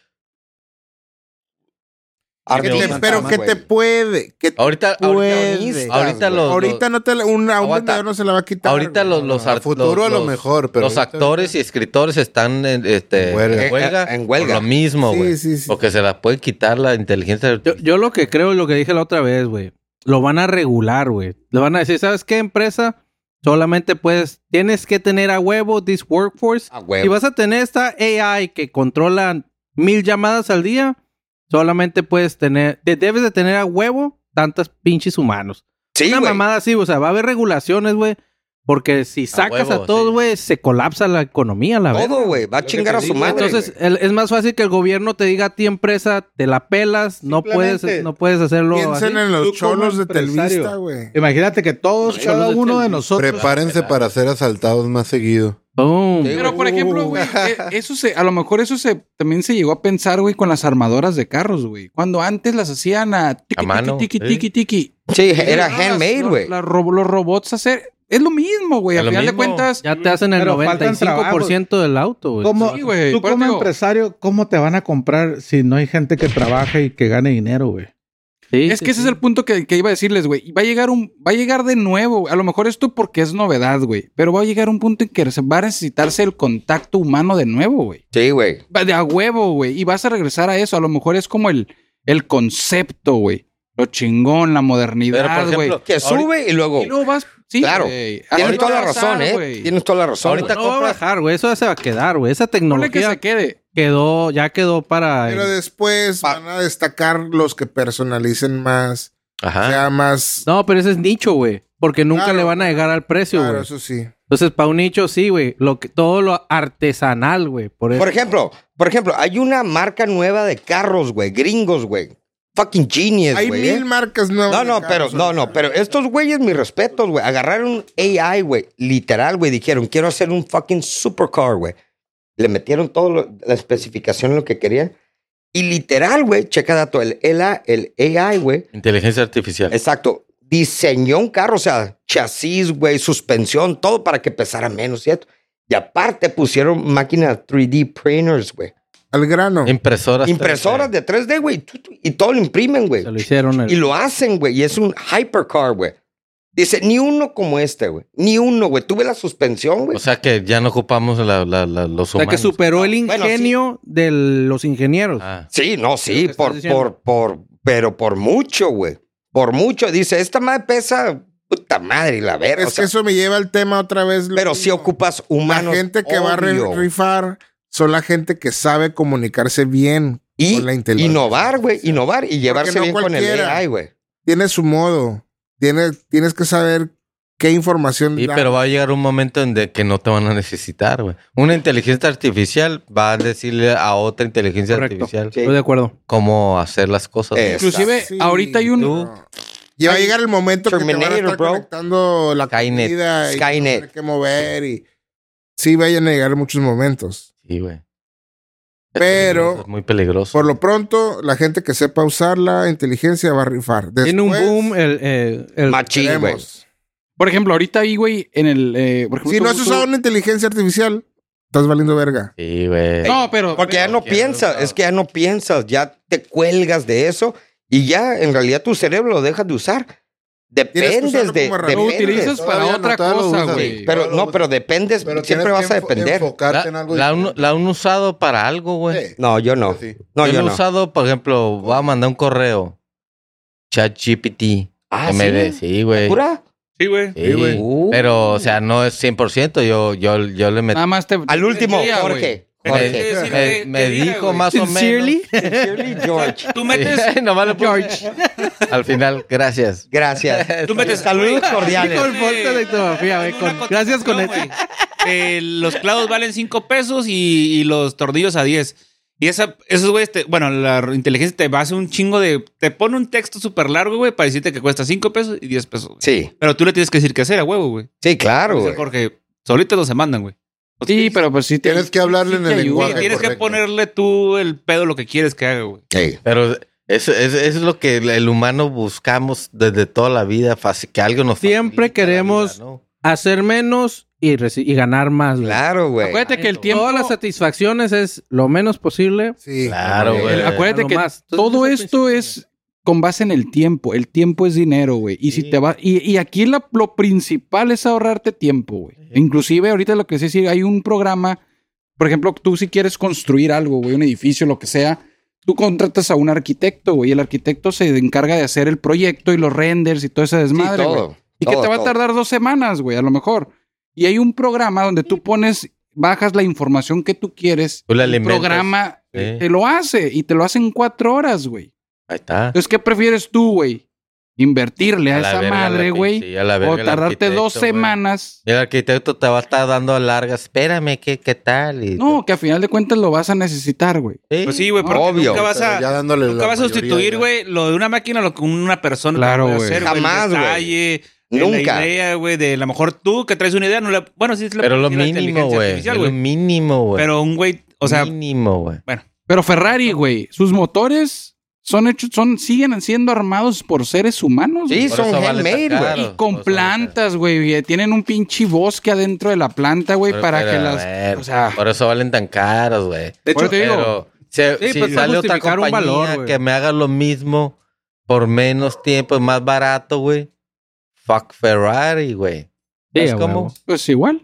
S9: Que te-
S3: Artistas,
S9: pero que
S3: güey.
S9: te puede. Que
S2: Ahorita,
S9: puede.
S2: ahorita, ahorita los,
S9: Ahorita no te la, un, a un
S2: Aguanta.
S9: vendedor no se la va a quitar.
S2: Ahorita
S9: güey.
S2: los- los
S9: a
S2: art-
S9: futuro a lo
S2: los-
S9: mejor, pero
S2: los
S9: ahorita-
S2: actores y escritores están en, este,
S9: En
S2: en
S9: huelga.
S2: huelga.
S3: Eh, eh, en huelga.
S2: por lo mismo, güey.
S7: Sí, sí, sí.
S2: Porque se las puede quitar la inteligencia
S4: Yo,
S2: artificial.
S4: yo lo que creo, lo que dije la otra vez, güey, lo van a regular, güey. Le van a decir, ¿sabes qué empresa? Solamente puedes, tienes que tener a huevo this workforce.
S3: A
S4: Y
S3: huevo.
S4: vas a tener esta AI que controla mil llamadas al día. Solamente puedes tener, te debes de tener a huevo tantas pinches humanos.
S3: Sí,
S4: Una
S3: güey.
S4: mamada así, o sea, va a haber regulaciones, güey. Porque si sacas a,
S2: huevo,
S4: todos,
S2: sí.
S4: güey, se colapsa la economía, la verdad.
S3: Todo, güey. Va a chingar a su madre.
S4: Ah, Entonces,
S3: güey.
S4: el- es más fácil que el gobierno te diga a ti, empresa, te la pelas, no
S5: Simplemente
S4: puedes, no puedes hacerlo así.
S7: Piensen en los
S5: Tú como
S7: cholos de
S5: empresario.
S7: Telvista, güey.
S5: Imagínate que todos, cada uno de nosotros.
S9: Prepárense para ser asaltados más seguido.
S4: Boom.
S3: Sí,
S6: Pero por ejemplo, güey, eh, eso se, a lo mejor eso se también se llegó a pensar, güey, con las armadoras de carros, güey. Cuando antes las hacían a tiqui,
S2: A mano,
S6: tiqui,
S2: sí.
S6: tiqui, tiqui, tiqui.
S3: Sí, era
S6: Las-
S3: handmade,
S6: los-
S3: güey.
S6: las ro- Los robots hacer. Es lo mismo, güey.
S2: Es
S6: Al
S2: lo
S6: final de
S2: mismo.
S6: cuentas.
S4: Ya te hacen el
S5: Pero faltan
S4: 95% del auto, güey.
S5: ¿Cómo-
S6: pues, Sí, güey,
S5: tú
S6: por eso
S5: como
S6: digo-
S5: empresario, ¿cómo te van a comprar si no hay gente que trabaje y que gane dinero, güey?
S4: Sí,
S6: Es
S4: sí,
S6: que ese
S4: sí.
S6: es el punto que, que iba a decirles, güey. Va a llegar un, va a llegar de nuevo. güey. A lo mejor esto porque es novedad, güey. Pero va a llegar un punto en que se- va a necesitarse el contacto humano de nuevo, güey.
S3: Sí, güey.
S6: Va De a huevo, güey. Y vas a regresar a eso. A lo mejor es como el, el concepto, güey. Lo chingón,
S2: Pero,
S6: la
S2: por
S6: modernidad, güey.
S2: ejemplo,
S3: Que
S2: ahorita-
S3: sube y luego.
S6: Y luego vas. Sí,
S3: Claro.
S6: güey.
S3: Tienes
S6: Ahorita
S3: toda la
S6: vas a
S3: razón,
S6: dar,
S3: ¿eh?
S6: güey.
S3: Tienes toda la razón.
S2: Ahorita
S3: güey.
S4: No va a bajar, güey. Eso ya se va a quedar, güey. Esa
S6: Ponle que
S4: tecnología
S6: se quede.
S4: quedó, ya quedó para...
S7: Pero después van a destacar los que personalicen más. O
S2: Ajá.
S7: sea, más.
S4: No, pero ese es nicho, güey. Porque nunca
S7: Claro.
S4: le van a llegar al precio, güey.
S7: claro, eso sí.
S4: Entonces, para un nicho, sí, güey. Lo que, todo lo artesanal, güey. Por eso.
S3: Por ejemplo, por ejemplo, hay una marca nueva de carros, güey, gringos, güey. Fucking genius,
S7: Hay
S3: güey.
S7: mil
S3: ¿eh?
S7: marcas nuevas.
S3: No,
S7: de
S3: no, pero
S7: carros
S3: no, no,
S7: ahorita.
S3: pero estos güeyes, mis respetos, güey, agarraron AI, güey, literal, güey, dijeron, "Quiero hacer un fucking supercar, güey." Le metieron todo lo- la especificación lo que querían y literal, güey, checa dato, el el, el AI, güey,
S2: Inteligencia artificial.
S3: Exacto. Diseñó un carro, o sea, chasis, güey, suspensión, todo para que pesara menos, ¿cierto? Y aparte pusieron máquinas 3D printers, güey.
S7: Al grano.
S2: Impresoras.
S3: Impresoras de 3D, güey. tu, tu, Y todo lo imprimen, güey.
S4: Se lo hicieron. el-
S3: Y lo hacen, güey. Y es un hypercar, güey. Dice, ni uno como este, güey. Ni uno, güey. Tuve la suspensión, güey.
S2: O sea que ya no ocupamos la, la, la- los
S4: o sea,
S2: humanos.
S4: que superó el
S3: Bueno,
S4: ingenio de los ingenieros.
S2: Ah.
S3: Sí, no, sí,
S4: que estás
S3: por,
S4: diciendo.
S3: por, por, pero por mucho, güey. Por mucho. Dice, esta madre pesa, puta madre, la verga.
S7: es
S3: o sea,
S7: que eso me lleva al tema otra vez. lo
S3: pero si
S7: mismo.
S3: ocupas
S7: La
S3: humanos.
S7: gente que va a re-
S3: obvio, güey.
S7: rifar son la gente que sabe comunicarse bien
S3: Y
S7: con la inteligencia.
S3: innovar, güey, innovar y llevarse
S7: no
S3: bien con el
S7: cualquiera.
S3: AI, güey.
S7: Tiene su modo. Tiene, tienes que saber qué información
S2: Y
S7: da.
S2: pero va a llegar un momento en de que no te van a necesitar, güey. Una inteligencia artificial va a decirle a otra inteligencia
S5: Correcto.
S2: artificial
S3: Sí.
S4: Estoy de acuerdo.
S2: cómo hacer las cosas.
S3: Eh,
S6: Inclusive,
S7: Sí,
S6: ahorita hay un...
S7: no. Y va a llegar el momento que te van a
S3: Terminator,
S7: estar
S3: bro.
S7: conectando la
S2: Skynet.
S7: comida y
S3: Skynet.
S7: tener que mover y sí vayan a llegar muchos momentos.
S2: Sí, güey.
S7: Pero-
S2: Es muy peligroso.
S7: Por lo pronto, la gente que sepa usar la inteligencia va a rifar. Después,
S5: Tiene un boom el, eh, el-
S3: Machín, güey.
S7: veremos.
S6: Por ejemplo, ahorita ahí, güey, en el... eh, por ejemplo,
S7: Si no
S6: tú-
S7: has
S6: tú-
S7: usado una inteligencia artificial, estás valiendo verga.
S2: Sí, güey.
S6: No, pero...
S3: Porque ya no
S2: Cualquier
S3: piensas,
S2: resultado.
S3: es que ya no piensas, ya te cuelgas de eso y ya en realidad tu cerebro lo dejas de usar. Dependes
S7: usarlo
S3: de.
S7: como
S6: lo
S7: depende.
S6: utilizas para
S9: Todavía no
S6: otra
S9: todo lo
S6: cosa,
S9: usas.
S6: güey.
S9: Sí,
S3: Pero
S9: Pero-
S3: no, pero dependes, siempre vas a depender.
S2: La,
S9: Enfocarte en algo
S2: la han, la han usado para algo, güey.
S9: diferente.
S3: No, yo no.
S9: Sí.
S3: No,
S2: yo,
S3: yo
S2: lo he
S3: no.
S2: usado, por ejemplo, voy a mandar un correo. ChatGPT.
S3: Ah,
S2: MD,
S3: ¿sí?
S2: sí, güey.
S3: ¿Pura?
S10: Sí, güey.
S2: Sí.
S9: güey.
S3: Uh.
S2: Pero, o sea, no es 100%. Yo, yo, yo le metí.
S6: Nada más te...
S3: Al último,
S6: Sí, güey.
S3: Jorge.
S2: Me,
S3: Jorge.
S10: Ah, sí,
S2: me-
S10: sí,
S2: me
S10: sí,
S2: dijo
S10: güey.
S2: más o menos.
S4: Sincerely,
S3: Sincerely, George.
S10: Tú metes,
S2: Sí, nomás le puse- Al final, gracias.
S3: Gracias.
S10: tú metes
S3: Saludos cordiales.
S4: Con falta de ortografía, güey,
S10: Una
S4: con- gracias con
S10: cotización,
S4: este.
S10: güey. Eh, los clavos valen 5 pesos y, y los tornillos a 10. Y esa, esos güeyes, te- bueno, la inteligencia te va a hacer un chingo de. Te pone un texto súper largo, güey, para decirte que cuesta 5 pesos y 10 pesos. güey.
S3: Sí,
S10: Pero tú le tienes que decir que hacer a huevo, güey.
S3: sí, claro, güey.
S10: Porque solitos los se mandan, güey.
S6: Sí, pero pues sí te-
S9: Tienes que hablarle
S6: sí
S9: en
S6: te
S9: el
S6: ayuda.
S10: Sí,
S9: lenguaje.
S10: tienes que
S9: correcto.
S10: ponerle tú el pedo lo que quieres que haga, güey.
S3: Sí.
S2: Pero eso, eso- eso es lo que el- el humano buscamos desde toda la vida, fácil, que algo nos
S4: Siempre
S2: facilite la
S4: queremos-
S2: vida, ¿no?
S4: hacer menos y, reci- y ganar más, güey.
S3: Claro, güey.
S6: Acuérdate que el tiempo...
S4: Todas las satisfacciones es lo menos posible.
S7: Sí.
S2: Claro,
S4: El-
S2: güey.
S6: El- eh, acuérdate
S4: Lo
S6: que
S4: más. Entonces,
S6: todo
S4: desde el
S6: esto
S4: principio.
S6: es con base en el tiempo. El tiempo es dinero, güey. Y
S2: Sí.
S6: si te va, y, y aquí la- lo principal es ahorrarte tiempo, güey.
S2: Sí.
S6: Inclusive ahorita lo que sé decir, hay un programa, por ejemplo, tú si quieres construir algo, güey, un edificio, lo que sea, tú contratas a un arquitecto, güey, y el arquitecto se encarga de hacer el proyecto y los renders y todo ese
S3: Sí,
S6: desmadre, güey.
S3: todo.
S6: Y
S3: todo,
S6: que te va
S3: todo.
S6: a tardar dos semanas, güey, a lo mejor. Y hay un programa donde tú pones, bajas la información que tú quieres.
S2: Tú la
S6: el
S2: alimentas.
S6: programa
S2: Sí.
S6: te lo hace y te lo hace en cuatro horas, güey.
S2: Ahí está.
S6: Entonces, ¿qué prefieres tú, güey? Invertirle a,
S2: la
S6: esa
S2: verga,
S6: madre,
S2: la
S6: güey.
S2: pinche- a la verga,
S6: O
S2: el
S6: tardarte dos
S2: arquitecto, güey.
S6: semanas.
S2: Y el arquitecto te va a estar dando a largas. Espérame, ¿qué, qué tal? Y-
S6: No, que a final de cuentas lo vas a necesitar, güey.
S2: Sí.
S10: Pues sí, güey, porque
S3: Obvio.
S10: nunca vas
S9: Pero ya
S10: a,
S9: dándole
S10: nunca
S9: la
S10: vas a
S9: mayoría,
S10: sustituir,
S9: ya.
S10: güey, lo de una máquina, lo que una persona
S6: Claro,
S10: puede
S6: güey.
S10: hacer, güey. el
S3: Jamás, güey.
S10: detalle, de
S3: Nunca.
S10: La idea, güey, de a lo mejor tú que traes una idea, no la, bueno, sí es la
S2: Pero lo
S10: la inteligencia
S2: mínimo, güey.
S10: artificial,
S2: es Lo mínimo, güey.
S10: Pero un güey, o sea,
S2: mínimo, güey.
S6: Pero Ferrari, güey, sus motores son hechos, son, siguen siendo armados por seres humanos.
S3: Sí,
S6: güey.
S2: Por
S3: son
S2: eso vale
S3: handmade,
S2: tan
S3: güey.
S2: caro.
S6: Y con
S2: por eso vale
S6: plantas, güey. y Tienen un pinche bosque adentro de la planta, güey,
S2: Pero-
S6: para
S2: pero,
S6: que
S2: a
S6: las.
S2: ver,
S6: o sea-
S2: por eso valen tan caros, güey.
S5: De
S6: Por
S5: hecho,
S6: eso te digo,
S2: Pero si,
S5: Sí,
S2: si
S5: pues, para
S2: sale otra
S5: justificar un
S2: compañía
S5: valor, güey.
S2: que me haga lo mismo por menos tiempo y más barato, güey. Fuck Ferrari, güey.
S4: Sí,
S2: ¿Sabes
S4: a
S2: cómo?
S4: huevo.
S6: Pues igual.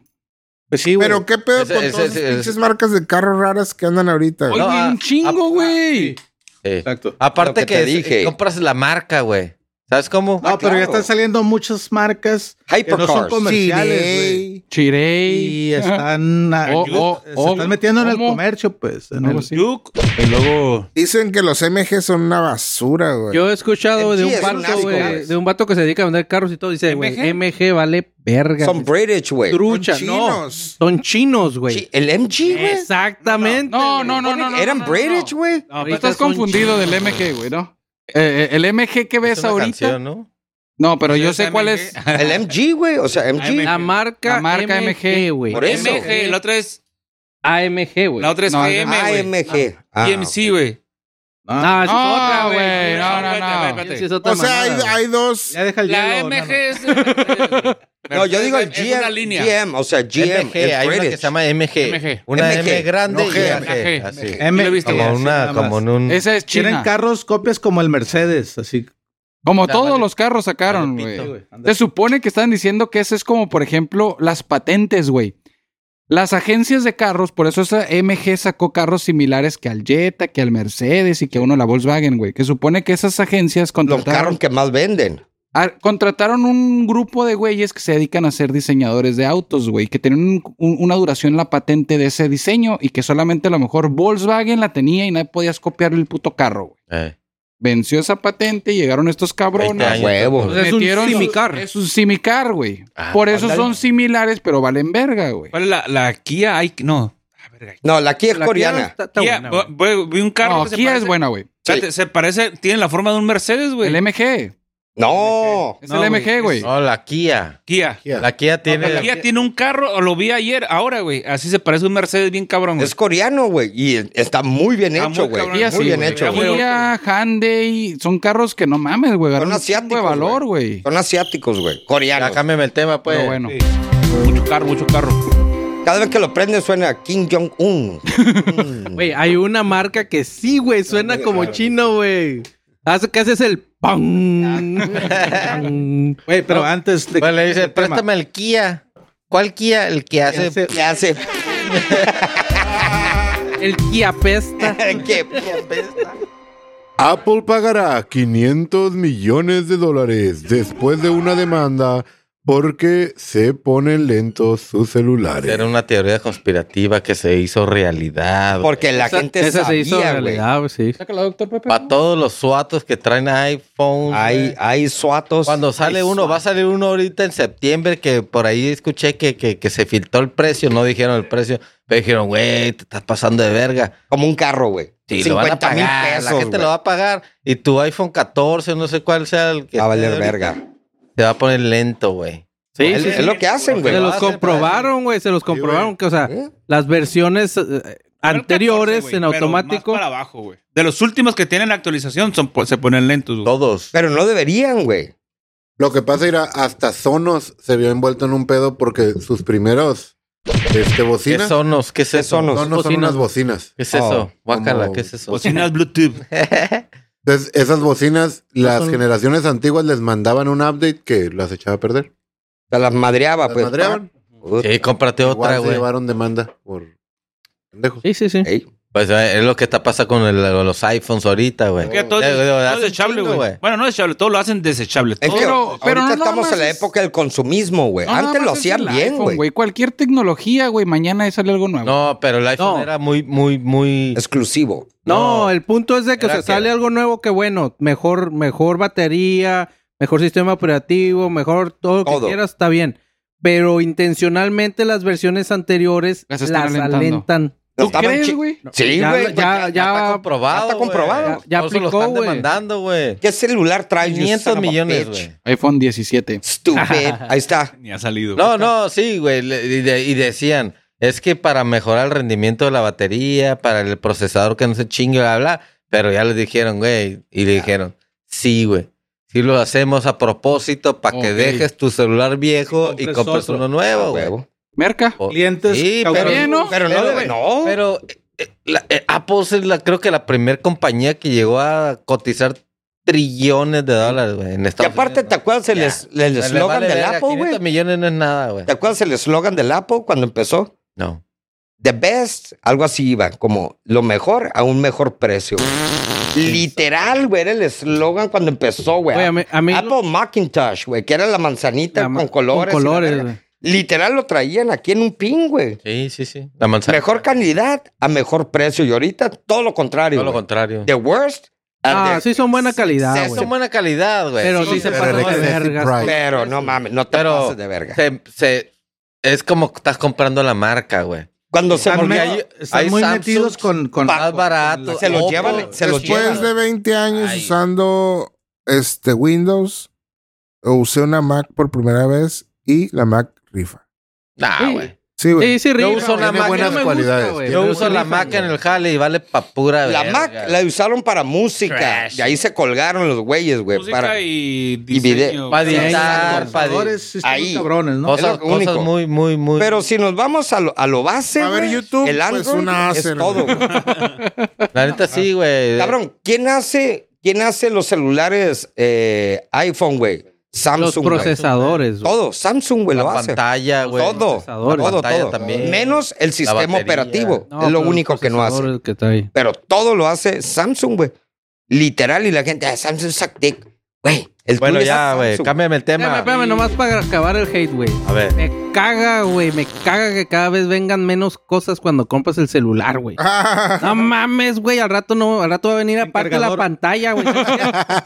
S5: pues sí, güey.
S7: Pero qué pedo
S2: Ese-
S7: con
S2: ese-
S7: todas esas
S2: ese- ese-
S7: pinches marcas de carros raras que andan ahorita. güey?
S6: Oye,
S2: No,
S6: güey,
S2: ah,
S6: un chingo,
S2: ah,
S6: güey.
S2: Sí.
S5: Exacto.
S2: Aparte
S3: Lo que
S2: que,
S3: te
S2: es- eh,
S3: dije.
S2: compras la marca, güey. ¿Sabes cómo?
S5: No, pero ya
S3: claro.
S5: están saliendo muchas marcas que no son
S3: Hypercars.
S5: comerciales, güey.
S7: Chile.
S6: Chirey.
S5: Y están, ah,
S6: Oh, oh,
S5: se
S6: oh,
S5: están metiendo en el
S6: ¿cómo?
S5: comercio, pues. en
S6: Algo
S5: el-
S6: así.
S10: Duke, y luego
S7: Dicen que los MG son una basura, güey.
S4: Yo he escuchado
S3: Pues, En sí
S4: de un
S3: es un
S4: vato,
S3: asco,
S4: güey,
S3: güey.
S4: de un vato que se dedica a vender carros y todo. Dice, güey,
S10: ¿MG?
S4: MG vale verga.
S3: Son British, güey.
S7: Son
S4: trucha, no.
S7: chinos.
S4: Son chinos, güey.
S3: Sí, El MG, güey.
S4: Exactamente.
S6: No, no, no, no, no.
S3: Eran
S6: no, no,
S3: British,
S6: no.
S3: güey.
S10: no,
S4: Ahorita
S6: Estás
S4: son
S6: confundido
S4: chinos.
S6: del MG, güey, ¿no? Eh, eh, el MG que
S2: Es
S6: ves
S2: una
S6: ahorita.
S2: canción, ¿no?
S6: No, pero yo
S10: Es
S6: sé cuál
S10: MG.
S6: es.
S3: El MG, güey. O sea, MG.
S4: La marca,
S6: La marca
S4: MG,
S6: MG,
S4: güey.
S3: Por eso.
S10: MG, la otra es
S4: AMG, güey.
S10: la otra es
S6: No,
S10: GM, güey.
S3: AMG. Ah,
S10: GMC, güey.
S4: Ah, esa
S6: No,
S4: es otra,
S6: güey, no, no, no.
S10: Espérate,
S4: güey.
S10: espérate.
S4: Esa es otra
S7: O sea, hay,
S4: mamada,
S7: hay dos.
S5: Ya deja el
S10: La
S5: hielo, no,
S10: MG
S5: no.
S10: es Mercedes,
S3: No, yo digo el
S10: es una
S3: GM,
S10: línea.
S3: GM, o sea, GM,
S2: MG, hay
S3: es
S2: una que
S3: British.
S2: se llama MG.
S10: MG.
S2: Una
S3: MG,
S2: M grande
S9: no
S2: y
S9: G,
S2: una
S10: MG,
S2: G. así.
S10: MG. Lo he visto,
S2: Como
S10: así,
S2: una, como en un...
S6: Esa es
S5: Tienen
S6: China.
S5: carros copias como el Mercedes, así.
S6: Como
S5: Vale,
S6: todos
S5: vale.
S6: los carros sacaron,
S2: Vale,
S6: güey.
S2: pito,
S6: Se supone que están diciendo que ese es como, por ejemplo, las patentes, güey. Las agencias de carros, por eso esa MG sacó carros similares que al Jetta, que al Mercedes y que uno la Volkswagen, güey. Que supone que esas agencias
S3: Los
S6: contrataron,
S3: carros que más venden.
S6: a- Ah, contrataron un grupo de güeyes que se dedican a ser diseñadores de autos, güey. Que tienen un- un- una duración la patente de ese diseño y que solamente a lo mejor Volkswagen la tenía y nadie podías copiarle el puto carro, güey.
S2: Eh.
S6: venció esa patente y llegaron estos cabrones.
S3: A huevo.
S10: Pues es un
S6: Metieron-
S10: simicar.
S6: Es un simicar, güey.
S3: Ah,
S6: Por eso
S3: ándale.
S6: son similares, pero valen verga, güey.
S10: ¿Cuál es la, la Kia? Ay, no. Ah, verga.
S3: No, la Kia es
S4: La Kia
S3: coreana.
S4: está- está
S10: Kia,
S4: buena, güey.
S10: bu- bu- vi un carro
S6: No,
S10: que se
S6: Kia es
S10: parece-
S6: buena, güey.
S10: Espérate, Se parece, tiene la forma de un Mercedes, güey.
S6: El MG.
S3: No.
S6: Es
S10: No,
S6: el
S10: güey,
S6: MG, güey.
S2: No, la Kia.
S10: Kia.
S2: La Kia tiene.
S10: La Kia tiene un carro, lo vi ayer, ahora, güey. Así se parece un Mercedes bien cabrón, güey.
S3: Es coreano, güey. Y está muy bien
S10: Está
S3: hecho,
S10: muy
S3: güey.
S10: cabrón,
S3: Muy,
S10: sí,
S3: bien
S10: güey.
S3: hecho,
S10: Está muy
S3: güey.
S6: Kia, Hyundai, son carros que no mames, güey. agarran un
S3: asiáticos,
S6: chingo de valor, güey.
S3: Son asiáticos, güey. Coreanos.
S2: Ya cámbiame el tema, pues.
S6: Pero bueno.
S10: Sí. Mucho carro, mucho carro.
S3: Cada vez que lo prende suena Kim Jong-un. Mm.
S4: Güey, hay una marca que sí, güey, suena como chino, güey. Hace que haces el pan.
S5: Güey, pero antes de.
S2: Bueno, Pues le dice,
S5: del tema,
S2: préstame el Kia. ¿Cuál Kia? El que hace.
S5: ese-
S3: ¿Qué hace?
S4: el quiapesta.
S3: ¿Qué?
S1: Apple pagará 500 millones de dólares después de una demanda porque se ponen lentos sus celulares.
S2: Era una teoría conspirativa que se hizo realidad.
S3: Porque la
S4: Esa-
S3: gente
S4: Esa se hizo
S3: sabía, güey.
S4: realidad, güey, sí.
S6: Sácala, doctor Pepe.
S2: Para todos los suatos que traen iPhone.
S3: Hay, hay suatos.
S2: Cuando sale
S3: Hay
S2: uno, va a salir uno ahorita en septiembre que por ahí escuché que, que, que se filtró el precio, no dijeron el precio, pero dijeron, güey, te estás pasando de verga.
S3: Como un carro, güey.
S2: Sí, lo van a pagar, la gente lo va a pagar. Y tu iPhone 14, no sé cuál sea el que...
S3: va a valer
S2: esté ahorita,
S3: verga.
S2: Te va a poner lento, güey.
S4: Sí,
S3: Es-
S4: sí,
S3: es
S4: sí.
S3: lo que hacen, güey.
S4: Se
S2: lo
S4: los
S2: hacen,
S4: comprobaron, güey, se los comprobaron. Que, o sea,
S3: ¿Eh?
S4: las versiones eh, anteriores
S10: Pero el
S4: en
S10: 14, güey, pero más
S4: automático.
S10: para abajo, güey. De los últimos que tienen actualización son, pues, se ponen lentos, güey.
S2: Todos.
S3: Pero no deberían, güey.
S1: Lo que pasa era hasta Sonos se vio envuelto en un pedo porque sus primeros este,
S2: ¿Qué
S1: bocinas
S2: sonos? ¿Qué es
S3: ¿Qué
S2: eso?
S3: sonos?
S1: no, no son
S4: Bocinas.
S1: unas bocinas.
S2: ¿Qué es eso?
S3: Oh,
S2: Guácala,
S1: como
S2: ¿qué es eso?
S10: Bocinas Bluetooth.
S1: Entonces, esas bocinas, las
S4: son-
S1: generaciones antiguas les mandaban un update que las echaba a perder.
S3: Se las madreaba,
S1: Las
S3: pues.
S1: madreaban.
S3: Puta.
S2: Sí, cómprate ah, otra,
S1: Igual se
S2: güey.
S1: llevaron demanda por pendejos.
S4: Sí, sí, sí.
S3: Ey,
S2: Pues eh, es lo que está pasando con el- los iPhones ahorita, güey. Eh,
S10: Que todo, es-
S2: Digo, digo,
S10: todo es
S2: hace un
S10: desechable,
S2: chingo,
S10: güey. Bueno, no es desechable, todo lo hacen desechable.
S3: Es
S10: Todo-
S3: que
S6: Pero- pero
S3: ahorita
S6: no nada
S3: estamos
S6: más
S3: en la
S6: es-
S3: época del consumismo, güey.
S6: No, nada
S3: Antes
S6: más
S3: lo
S6: Ah, pues es
S3: hacían
S6: el
S3: bien,
S6: iPhone,
S3: güey.
S6: Cualquier tecnología, güey, mañana sale algo nuevo.
S2: No, pero el iPhone
S4: No.
S2: era muy, muy, muy...
S3: Exclusivo.
S4: No,
S2: No.
S4: el punto es de que o
S2: Era
S4: sea,
S2: que-
S4: sale algo nuevo que bueno, mejor, mejor batería, mejor sistema operativo, mejor todo lo
S3: Todo.
S4: que quieras, está bien. Pero intencionalmente las versiones anteriores
S6: Las
S4: las,
S6: están alentando.
S4: alentan.
S6: ¿Tú
S3: Estaban
S6: crees,
S3: chi-
S6: güey?
S3: Sí,
S4: ya,
S3: güey.
S4: ya,
S2: Está
S4: ya,
S2: comprobado.
S3: está
S2: güey.
S3: comprobado.
S4: Ya- ya
S2: Por eso lo
S4: aplicó,
S2: están
S4: güey.
S2: demandando, güey.
S3: ¿Qué celular traes? you
S2: 500
S3: son of a
S2: millones,
S3: bitch?
S2: güey.
S6: iPhone 17.
S3: Stupid. Ahí está.
S10: Ni ha salido.
S2: No, no, sí, güey. le- Y, de- y decían, es que para mejorar el rendimiento de la batería, para el procesador que no se chingue, bla, bla. Pero ya les dijeron, güey. Y le dijeron, sí, güey. Sí lo hacemos a propósito para que
S6: Ok.
S2: dejes tu celular viejo y
S5: Y compres
S2: compres
S5: otro.
S2: uno nuevo, güey.
S3: Huevo.
S6: Merca.
S2: O-
S5: Clientes.
S2: Sí,
S5: causaron-
S2: pero-
S6: bien, ¿no?
S3: Pero no,
S2: Pero,
S3: debe-
S2: güey,
S3: no.
S2: Pero eh, la- eh, Apple es la, creo que la primera compañía que llegó a cotizar trillones de dólares, güey, en
S3: Que
S2: Estados
S3: aparte,
S2: Unidos,
S3: ¿te
S2: ¿no?
S3: acuerdas el
S2: Ya.
S3: es- el
S2: Le
S3: eslogan
S2: vale
S3: del
S2: verga,
S3: Apple, güey?
S2: 500 millones no es nada, güey.
S3: ¿Te acuerdas el eslogan del Apple cuando empezó?
S2: No.
S3: The best, algo así iba, como lo mejor a un mejor precio. güey. Literal, güey, era el eslogan cuando empezó, güey.
S4: Güey, a mí- a mí-
S2: Ah,
S3: Apple Macintosh, güey, que era la manzanita
S4: la ma-
S3: con colores. y la
S4: colores,
S3: verga.
S4: güey.
S3: Literal lo traían aquí en un pin, güey.
S2: Sí, sí, sí. La manzana.
S3: Mejor calidad a mejor precio. Y ahorita todo lo contrario.
S2: Todo lo
S3: güey.
S2: contrario.
S3: The worst. a
S4: Ah,
S3: the-
S4: sí son buena calidad,
S3: Exceso,
S4: güey.
S2: Son buena calidad, güey.
S4: Pero sí se
S1: pero
S4: pasan de
S1: excessive
S4: vergas.
S1: price.
S3: Pero no mames, no te
S2: Pero-
S3: pases de verga.
S2: Se- se- es como que estás comprando la marca, güey.
S3: Cuando se
S5: Están,
S3: volvió,
S5: me-
S2: hay-
S5: están
S2: hay
S5: muy
S2: Samsungs
S5: metidos con. con
S3: Pa-
S2: Más barato.
S3: se lo
S2: Oppo,
S3: llevan, se lo
S7: Después
S3: llevan.
S7: de 20 años
S2: Ay.
S7: usando este Windows, usé una Mac por primera vez y la Mac rifa.
S2: Nah, güey.
S7: Sí, güey.
S4: Sí, sí, rifa,
S2: uso
S4: güey.
S2: la Mac, no me gusta,
S1: güey.
S2: Yo uso la Mac en el jale y vale pa' pura
S3: La
S2: verga.
S3: Mac la usaron para música.
S2: Trash.
S3: De ahí se colgaron los güeyes, güey.
S10: Música
S3: Para...
S10: y
S3: video.
S10: diseño.
S2: Pa'
S5: Sí,
S2: editar, pa'
S5: conservadores,
S2: di-
S5: sí, están
S3: Ahí.
S5: cabrones, ¿no?
S2: Cosas,
S3: Es lo único.
S2: cosas muy, muy, muy.
S3: Pero si nos vamos a lo, a lo base,
S7: A ver,
S3: güey,
S7: YouTube,
S3: el
S7: pues,
S3: Android
S7: una Eh.
S3: es
S7: Acer,
S3: todo.
S7: güey.
S3: güey.
S2: La neta sí, güey.
S3: ah, Cabrón, ¿quién hace, quién hace los celulares eh, iPhone, güey?
S4: Los
S3: Samsung, güey.
S4: procesadores, güey.
S3: Todo, Samsung, güey,
S2: La
S3: lo hace.
S2: pantalla, güey.
S3: Todo,
S4: procesadores.
S3: todo,
S2: Pantalla
S3: todo.
S2: también.
S3: Menos el sistema
S2: batería.
S3: operativo.
S4: No,
S3: es lo
S4: pero
S3: único
S4: los
S3: que no hace.
S4: procesadores que trae.
S3: Pero todo lo hace Samsung, güey. Literal, y la gente, "Ah, Samsung suck dick. Güey, El
S2: Bueno,
S3: tuyo es
S2: ya, güey.
S3: Samsung.
S2: Cámbiame el
S4: Espérame,
S2: tema.
S4: espérame, nomás para acabar el hate, güey.
S2: A ver.
S4: Me caga, güey. Me caga que cada vez vengan menos cosas cuando compras el celular, güey. No mames, güey. Al rato no, al rato va a venir aparte la
S5: Encargador.
S4: pantalla, güey.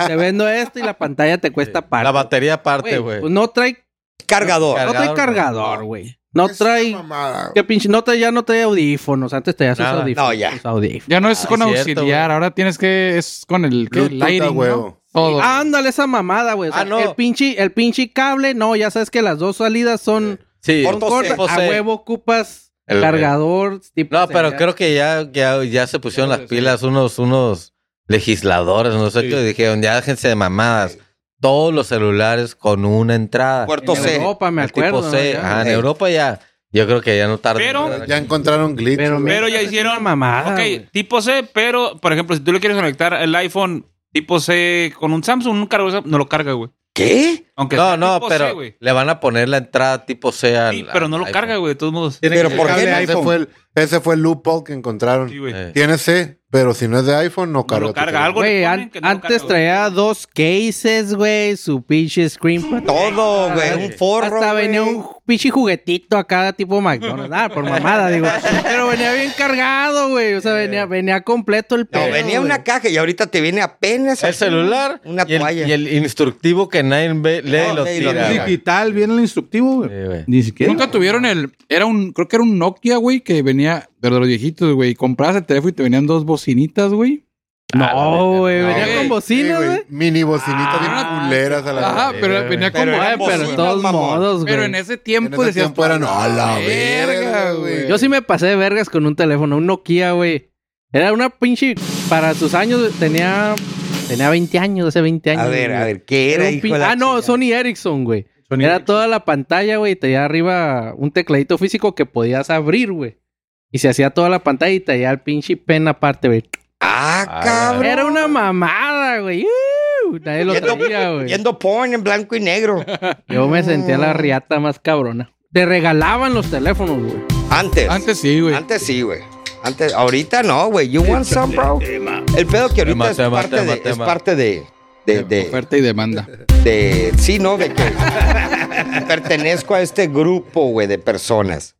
S4: te vendo esto y la pantalla te cuesta aparte.
S2: La batería aparte,
S4: Güey,
S2: güey.
S4: pues no trae,
S3: Cargador.
S4: no trae
S2: Cargador,
S4: cargador, güey. No
S7: Es una
S4: trae.
S7: mamada, güey.
S4: ¿Qué pinche? No trae, ya no trae audífonos. Antes traías sus
S2: Nada.
S4: audífonos.
S3: No, ya.
S4: sus audífonos.
S6: Ya no es
S2: Ah,
S6: con
S2: es
S6: auxiliar,
S2: cierto, güey.
S6: ahora tienes que. Es con el, que
S9: Bluetooth
S1: ah,
S9: a
S6: lighting, ¿no?
S9: huevo.
S6: Todo.
S3: Ah,
S4: Ándale esa mamada, güey. O sea,
S2: Ah, no.
S4: el, pinche, el pinche cable, no, ya sabes que las dos salidas son,
S2: Sí.
S4: son cortas.
S2: tipo
S4: A
S2: C.
S4: huevo ocupas
S2: Eh, El-
S4: cargador. Tipo
S2: No, pero
S4: C.
S2: creo que ya, ya, ya se pusieron las
S4: ¿eh?
S2: pilas unos, unos legisladores, no sé qué, dijeron, ya déjense de mamadas. Todos los celulares con una entrada.
S3: Puerto
S4: en
S3: C.
S4: Europa, me
S2: El tipo
S4: acuerdo. ¿no?
S2: C.
S4: Ya.
S2: Ajá, en
S3: Ey.
S2: Europa ya. Yo creo que ya no tarda.
S10: Pero-
S9: Ya encontraron glitch.
S4: Pero,
S9: güey.
S10: Pero ya
S4: es
S10: hicieron-
S4: una mamada.
S10: Ok,
S4: güey.
S10: tipo C, pero, por ejemplo, si tú le quieres conectar el iPhone tipo C con un Samsung, un cargador no lo carga, güey.
S3: ¿Qué?
S10: Aunque
S2: No,
S10: sea
S2: no,
S10: tipo C,
S2: pero
S10: güey.
S2: le van a poner la entrada tipo C al.
S10: Sí, pero no lo
S2: al
S10: carga,
S2: iPhone.
S10: güey, de todos modos.
S5: Tiene
S3: Pero
S5: que
S3: ¿por qué
S5: cargarle
S3: no?
S5: iPhone.
S9: Ese fue, el, ese fue el loophole que encontraron.
S10: Sí, güey.
S2: Eh.
S9: Tiene C, pero si no es de iPhone, no carga.
S10: lo
S9: tu
S10: carga,
S9: teléfono.
S10: algo-
S4: Güey,
S10: le
S4: an-
S10: ponen que no
S4: antes
S10: carga,
S4: traía dos cases, güey, su pinche screen.
S3: Todo, güey. Un forro.
S4: Hasta venía
S3: Mm, güey.
S4: un pinche juguetito acá, tipo McDonald's. Ah, por mamada, digo. Pero venía bien cargado, güey. O sea, venía, venía completo el
S3: No,
S4: pedo,
S3: venía
S4: güey.
S3: una caja y ahorita te viene apenas.
S2: El
S3: así,
S2: celular
S3: Una
S2: y, el,
S3: toalla.
S2: y el instructivo que nadie ve- lee
S3: No,
S2: lo
S3: lee y lo
S2: tira.
S3: tira.
S2: güey.
S5: Digital, viene el instructivo, güey.
S2: Sí, güey.
S5: Ni siquiera.
S6: Nunca tuvieron el. Era un. Creo que era un Nokia, güey, que venía. Pero de los viejitos, güey. Comprabas el teléfono y te venían dos bocinitas, güey.
S4: No, güey.
S9: No,
S4: Venía
S9: güey.
S4: con bocina,
S9: Sí,
S4: güey.
S9: Mini bocinitas bien
S6: Ah,
S9: culeras a la
S6: Ajá,
S9: verga.
S6: pero venía
S3: Pero
S6: como.
S3: era
S4: Ay, pero de
S3: bocina,
S4: todos
S3: mamón.
S4: modos,
S6: Pero en
S4: güey.
S6: ese tiempo
S9: En ese
S6: decías,
S9: tiempo eran, "A la verga, güey".
S4: Yo sí me pasé de vergas con un teléfono, un Nokia, güey. Era una pinche. Para sus años tenía. Tenía 20 años, hace 20 años.
S3: A ver,
S4: güey.
S3: a ver, ¿qué era,
S4: un
S3: hijo
S4: pin-
S3: de la
S4: Ah, no,
S3: chingada?
S4: Sony Ericsson, güey.
S5: Sony
S4: Era toda la pantalla, güey, y tenía arriba un tecladito físico que podías abrir, güey. Y se hacía toda la pantalla y traía el pinche pen aparte, güey.
S3: Ah,
S2: Ah,
S3: cabrón.
S4: Era una mamada, güey. ¡Iu! Nadie lo
S3: Viendo-
S4: traía, güey.
S3: Viendo porn en blanco y negro.
S4: Yo me sentía la riata más cabrona. Te regalaban los teléfonos, güey.
S3: Antes. Antes,
S6: Antes sí, güey.
S3: sí, güey. Antes, ahorita no, güey. You want some, bro? El pedo que ahorita
S2: Tema,
S3: es,
S2: tema,
S3: parte
S2: tema,
S3: de, es
S2: tema.
S3: parte de. De, de,
S6: Oferta y demanda.
S3: de- Sí, no, de que. pertenezco a este grupo, güey, de personas.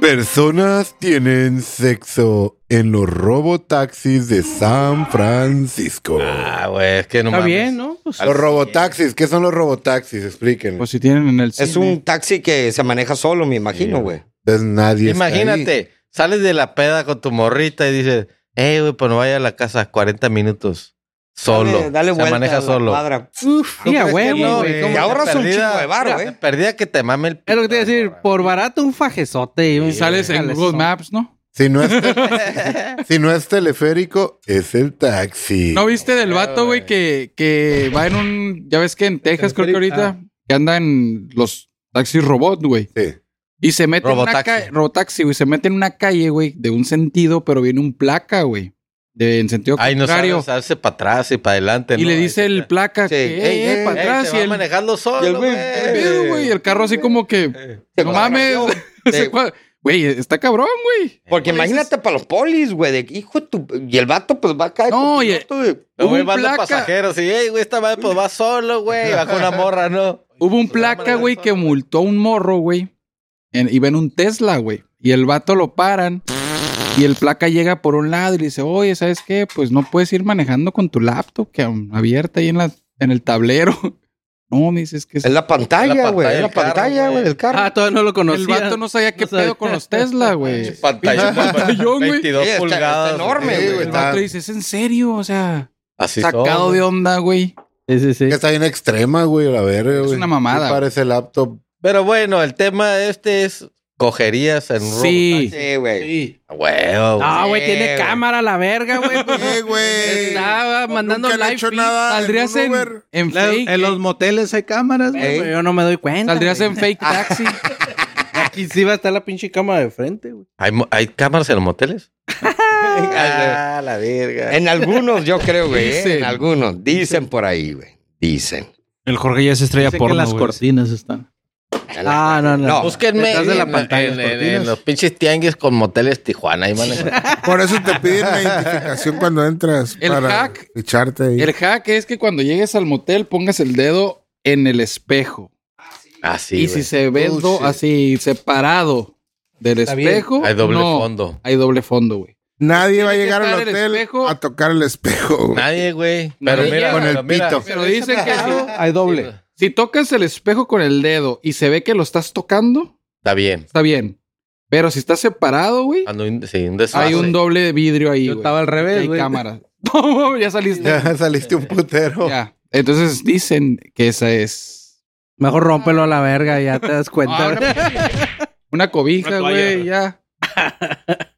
S1: Personas tienen sexo en los robotaxis de San Francisco.
S2: Ah, güey, es que no
S4: Está
S2: mames.
S4: bien, ¿no? Pues,
S1: los robotaxis, ¿qué son los robotaxis? Explíquenme.
S6: Pues si tienen en el.
S3: Es
S6: cine.
S3: un taxi que se maneja solo, me imagino, güey.
S1: Entonces nadie está ahí.
S2: Imagínate, sales de la peda con tu morrita y dices, eh, güey, pues no vaya a la casa 40 minutos. Solo.
S3: Dale, dale
S2: se
S3: vuelta
S2: maneja
S3: a la
S2: solo.
S3: cuadra.
S4: sí, a huevo,
S2: no,
S4: güey.
S2: güey?
S4: ¿cómo?
S3: Te ahorras un
S2: Perdida.
S3: chingo de ¿eh? bar, güey.
S2: Te Perdía que te mame el.
S4: Es lo que te iba a decir. Por barato, un fajezote. Y un
S6: Y sales en Google Maps, ¿no?
S1: Si no, es te- si no es teleférico, es el taxi.
S6: ¿No viste del vato, güey, que, que va en un. Ya ves que en Ah. Texas, creo que
S5: teleférico.
S6: ahorita, que anda en los taxis robot, güey.
S1: Sí.
S6: Y se mete en una
S2: Robotaxi.
S6: calle. Robotaxi, güey. Se mete en una calle, güey, de un sentido, pero viene un placa, güey. De, en sentido
S2: Ay, no
S6: contrario.
S2: sabes, hace para atrás y para adelante.
S6: y
S2: ¿no?
S6: le
S2: Ahí
S6: dice
S2: se-
S6: el placa
S3: Sí.
S6: que,
S3: Ey,
S6: eh, eh,
S3: ey,
S6: para
S2: Ey,
S6: atrás.
S2: se
S6: Y
S2: va
S6: el,
S2: manejando
S3: y el
S2: solo, güey.
S3: güey-
S6: el pedo, güey, y el carro así como que.
S3: Se
S6: No mames.
S3: contagió.
S6: se cua- Güey, está cabrón, güey.
S2: Pues,
S3: Porque imagínate para los polis, güey, de que, hijo de tu... Y el vato pues va a caer.
S6: No,
S3: con
S6: oye.
S3: piloto, güey.
S2: Lo voy
S6: un
S2: van los
S6: placa.
S2: pasajeros y, "Ey, güey, esta madre pues va solo, güey. Va con una morra, ¿no?
S6: Hubo
S2: Se
S6: un
S2: va a
S6: placa,
S2: manejar
S6: güey, que
S2: solo.
S6: multó a un morro, güey. en- Iba en un Tesla, güey. Y el vato lo paran. Y el placa llega por un lado y le dice, oye, ¿sabes qué? Pues no puedes ir manejando con tu laptop que um, abierta ahí en, la, en el tablero. No, me dice, es que...
S3: Es la
S2: La
S3: pantalla,
S2: pantalla
S3: güey. Es
S2: del
S3: la
S2: carro,
S3: pantalla, güey,
S2: güey.
S3: del carro.
S4: Ah, todavía no lo
S6: el
S4: conocía.
S6: vato no sabía qué
S4: No sabía.
S6: pedo con los Tesla, güey.
S2: Pantalla,
S6: pantallón, güey.
S2: 22
S3: Sí, está- está
S2: pulgadas.
S3: enorme,
S2: Sí,
S3: güey.
S6: El
S1: está-
S6: vato dice, ¿es en serio? O sea,
S2: Así
S6: sacado
S2: son,
S6: de onda, güey.
S4: Sí, sí, sí.
S1: Que está bien extrema, güey, a la verga,
S6: Es
S1: güey.
S6: una mamada.
S1: Sí Parece laptop.
S2: Pero bueno, el tema este es cogerías en un
S6: Sí.
S3: Ah, Sí, güey.
S4: Sí.
S2: robo. Huevo, güey.
S4: No, Ah, güey, tiene
S3: güey.
S4: cámara la verga, güey. pues,
S7: Eh, güey.
S4: Estaba mandando
S7: Nunca le he
S4: live
S7: hecho
S4: feed.
S7: nada en
S6: Saldrías
S7: un
S6: en,
S7: Uber.
S6: en
S5: La-
S6: fake. eh.
S5: en los moteles hay cámaras, güey.
S4: Eh, güey, Yo no me doy cuenta.
S6: Saldrías
S4: güey. Ah.
S6: en fake taxi.
S4: Aquí sí va a estar la pinche cámara de frente, güey.
S2: ¿Hay, mo- hay cámaras en los moteles?
S3: Ah,
S2: la verga.
S3: En algunos, yo creo, güey. eh,
S6: Dicen.
S3: En algunos. Dicen por ahí, güey. Dicen.
S10: El Jorge ya es estrella
S5: Dicen que las cortinas están.
S4: Ah, no, no.
S3: No.
S2: Búsquenme
S4: Detrás de la
S2: en-
S4: pantalla,
S2: en- en-
S4: cortinas.
S2: en los pinches tianguis con moteles Tijuana. Ahí van a encontrar.
S7: Por eso te piden la identificación cuando entras.
S6: El
S7: para
S6: hack-
S7: Ficharte ahí.
S6: El hack es que cuando llegues al motel pongas el dedo en el espejo.
S2: Así,
S6: y si
S2: Ah, güey.
S6: se ve
S5: Oh,
S6: el do- así separado del espejo,
S2: Hay doble
S6: no,
S2: fondo.
S6: hay doble fondo, güey.
S7: Nadie va a
S6: Tiene que
S7: llegar al
S6: estar el
S7: hotel
S6: espejo.
S7: a tocar el espejo. güey.
S2: Nadie, güey.
S6: Nadie
S2: Pero mira,
S6: llega. Con el
S2: pero mira,
S7: pito.
S6: Pero dicen que si,
S5: Hay doble.
S6: si tocas el espejo con el dedo y se ve que lo estás tocando,
S2: Está bien.
S6: está bien. Pero si está separado, güey,
S2: Ando un- Ah, sí, un
S6: hay
S2: desfase.
S6: un doble vidrio ahí,
S5: Yo
S6: güey.
S5: estaba al
S6: Y
S5: revés,
S6: Hay
S5: güey.
S6: cámaras. No, ya saliste.
S9: Ya saliste un putero.
S6: Ya. Entonces dicen que esa es
S4: Mejor rómpelo a la verga, ya te das
S6: Ah,
S4: cuenta.
S6: una
S10: Una
S6: cobija,
S10: toalla.
S6: güey, ya.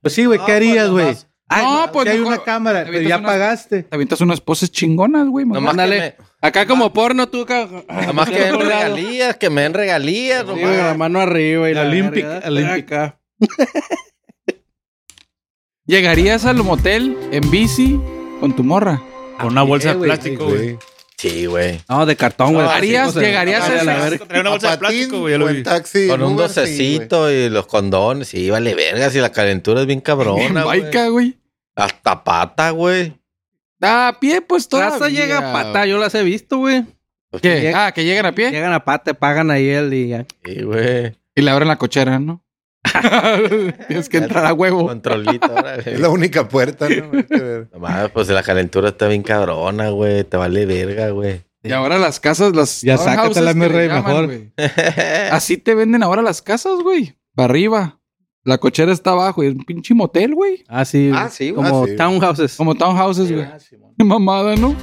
S5: Pues sí, güey, ¿qué harías, güey? Ay,
S6: No,
S5: si
S6: pues
S5: hay
S6: mejor-
S5: una cámara, pero
S6: evitas
S5: ya
S6: una-
S5: pagaste.
S6: Te avientas unas poses chingonas, güey. mamá.
S2: Nomás
S4: Ándale.
S2: que
S4: Acá
S5: Ah.
S4: como porno tú, cabrón.
S2: me, nomás que me den regalías, que me den regalías.
S4: Sí,
S2: nomás.
S4: güey, la mano arriba y la,
S5: La Olympic,
S4: verga.
S5: Olympic.
S4: Acá.
S6: ¿Llegarías al motel en bici con tu morra?
S10: Con una bolsa de
S5: güey,
S10: plástico, güey.
S2: Sí, güey.
S4: No, de cartón, güey.
S2: No,
S6: harías-
S4: Así, o sea,
S6: llegarías a
S4: a la
S6: ese-
S4: verga.
S10: Trae una bolsa de
S9: Patín
S10: plástico, güey. ya lo
S9: o en
S10: vi.
S9: taxi,
S2: Con un
S9: Uber, sí,
S2: docecito y los condones. Sí, vale verga. Si la calentura es bien
S6: En
S2: cabrona, güey.
S6: baica, güey.
S2: Hasta pata, güey.
S6: Ah, a pie, pues todavía.
S4: Raza llega a pata, yo las he visto, güey.
S6: ¿Qué? Ah, que llegan a pie.
S4: Llegan a pata, pagan ahí el y ya.
S2: Sí, güey.
S6: Y le abren la cochera, ¿no? Tienes que entrar a huevo.
S2: Controlito ahora,
S9: güey.
S2: güey.
S9: Es la única puerta, ¿no? Hay que ver.
S2: No mames, pues la calentura está bien cabrona, güey. Te vale verga, güey.
S6: Y ahora las casas, las.
S5: Ya
S6: townhouses
S5: sácatela,
S6: que
S5: mi
S6: le
S5: rey,
S6: llaman,
S5: mejor.
S6: güey. Así te venden ahora las casas, güey. Para arriba. La cochera está abajo. y Es un pinche motel, güey.
S4: Ah, sí.
S9: Ah, sí, güey.
S4: Como
S9: Ah, sí.
S4: townhouses.
S6: Como townhouses, güey. Qué mamada, ¿no?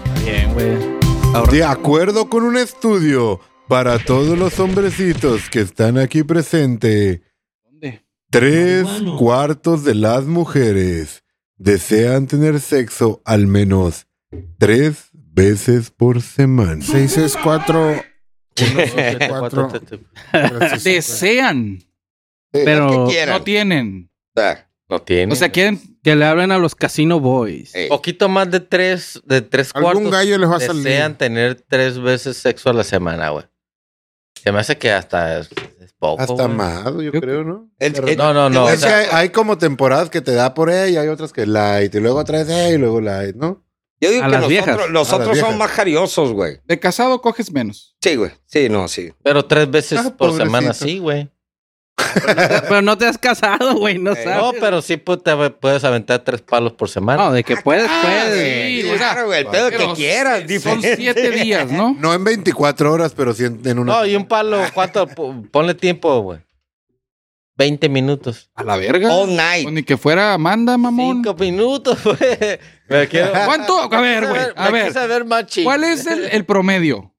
S1: De acuerdo con un estudio, para todos los hombrecitos que están aquí presentes,
S6: ¿Dónde?
S1: tres cuartos de las mujeres desean tener sexo al menos tres veces por semana.
S7: Seis es cuatro. cuatro. tres, seis,
S6: Desean.
S4: Pero
S3: Eh, Que quieran.
S6: No tienen.
S3: O sea,
S2: No tiene.
S6: O sea, quieren.
S4: que le hablen a los casino boys.
S3: eh,
S2: poquito más de tres, de tres
S7: cuatro. Algún
S2: cuartos.
S7: gallo les va a salir.
S2: desean tener tres veces sexo a la semana, güey. Se me hace que hasta es, es poco.
S9: Hasta
S2: güey.
S9: más, yo
S2: Yo-
S9: creo, ¿no?
S3: es-
S9: Pero-
S3: es-
S2: No, no, no. o
S9: es que
S2: sea,
S9: hay, hay como temporadas que te da por ella y hay otras que light. Y luego otra vez ella y luego light, ¿no?
S3: yo digo
S4: a
S3: que
S4: las
S3: nosotros,
S4: viejas.
S9: A
S3: nosotros
S9: las
S3: somos
S9: viejas.
S3: más jariosos, güey.
S6: De casado coges menos.
S3: Sí, güey. Sí, no, sí.
S2: pero tres veces
S9: Ah,
S2: por
S9: pobrecito.
S2: semana sí, güey.
S4: Pero no te has casado, güey, no
S3: Eh,
S4: sabes.
S2: No, pero sí pues, te puedes aventar tres palos por semana.
S4: No, de que puedes,
S6: Ah,
S4: puedes.
S6: sí,
S3: Sí,
S6: o sea,
S3: claro, güey. El pedo
S6: pero
S3: que quieras.
S6: Son
S3: diferente.
S6: siete días, ¿no?
S9: No en 24 horas, pero sí en, en una.
S2: No, y un palo, ¿cuánto? Po- Ponle tiempo, güey. 20 minutos.
S6: A la verga.
S3: All night.
S6: Pues, Ni que fuera Amanda, mamón.
S2: Cinco minutos, güey. Me quiero...
S6: ¿Cuánto? A ver, güey. A ver.
S2: saber más chido.
S6: ¿Cuál es el, el promedio?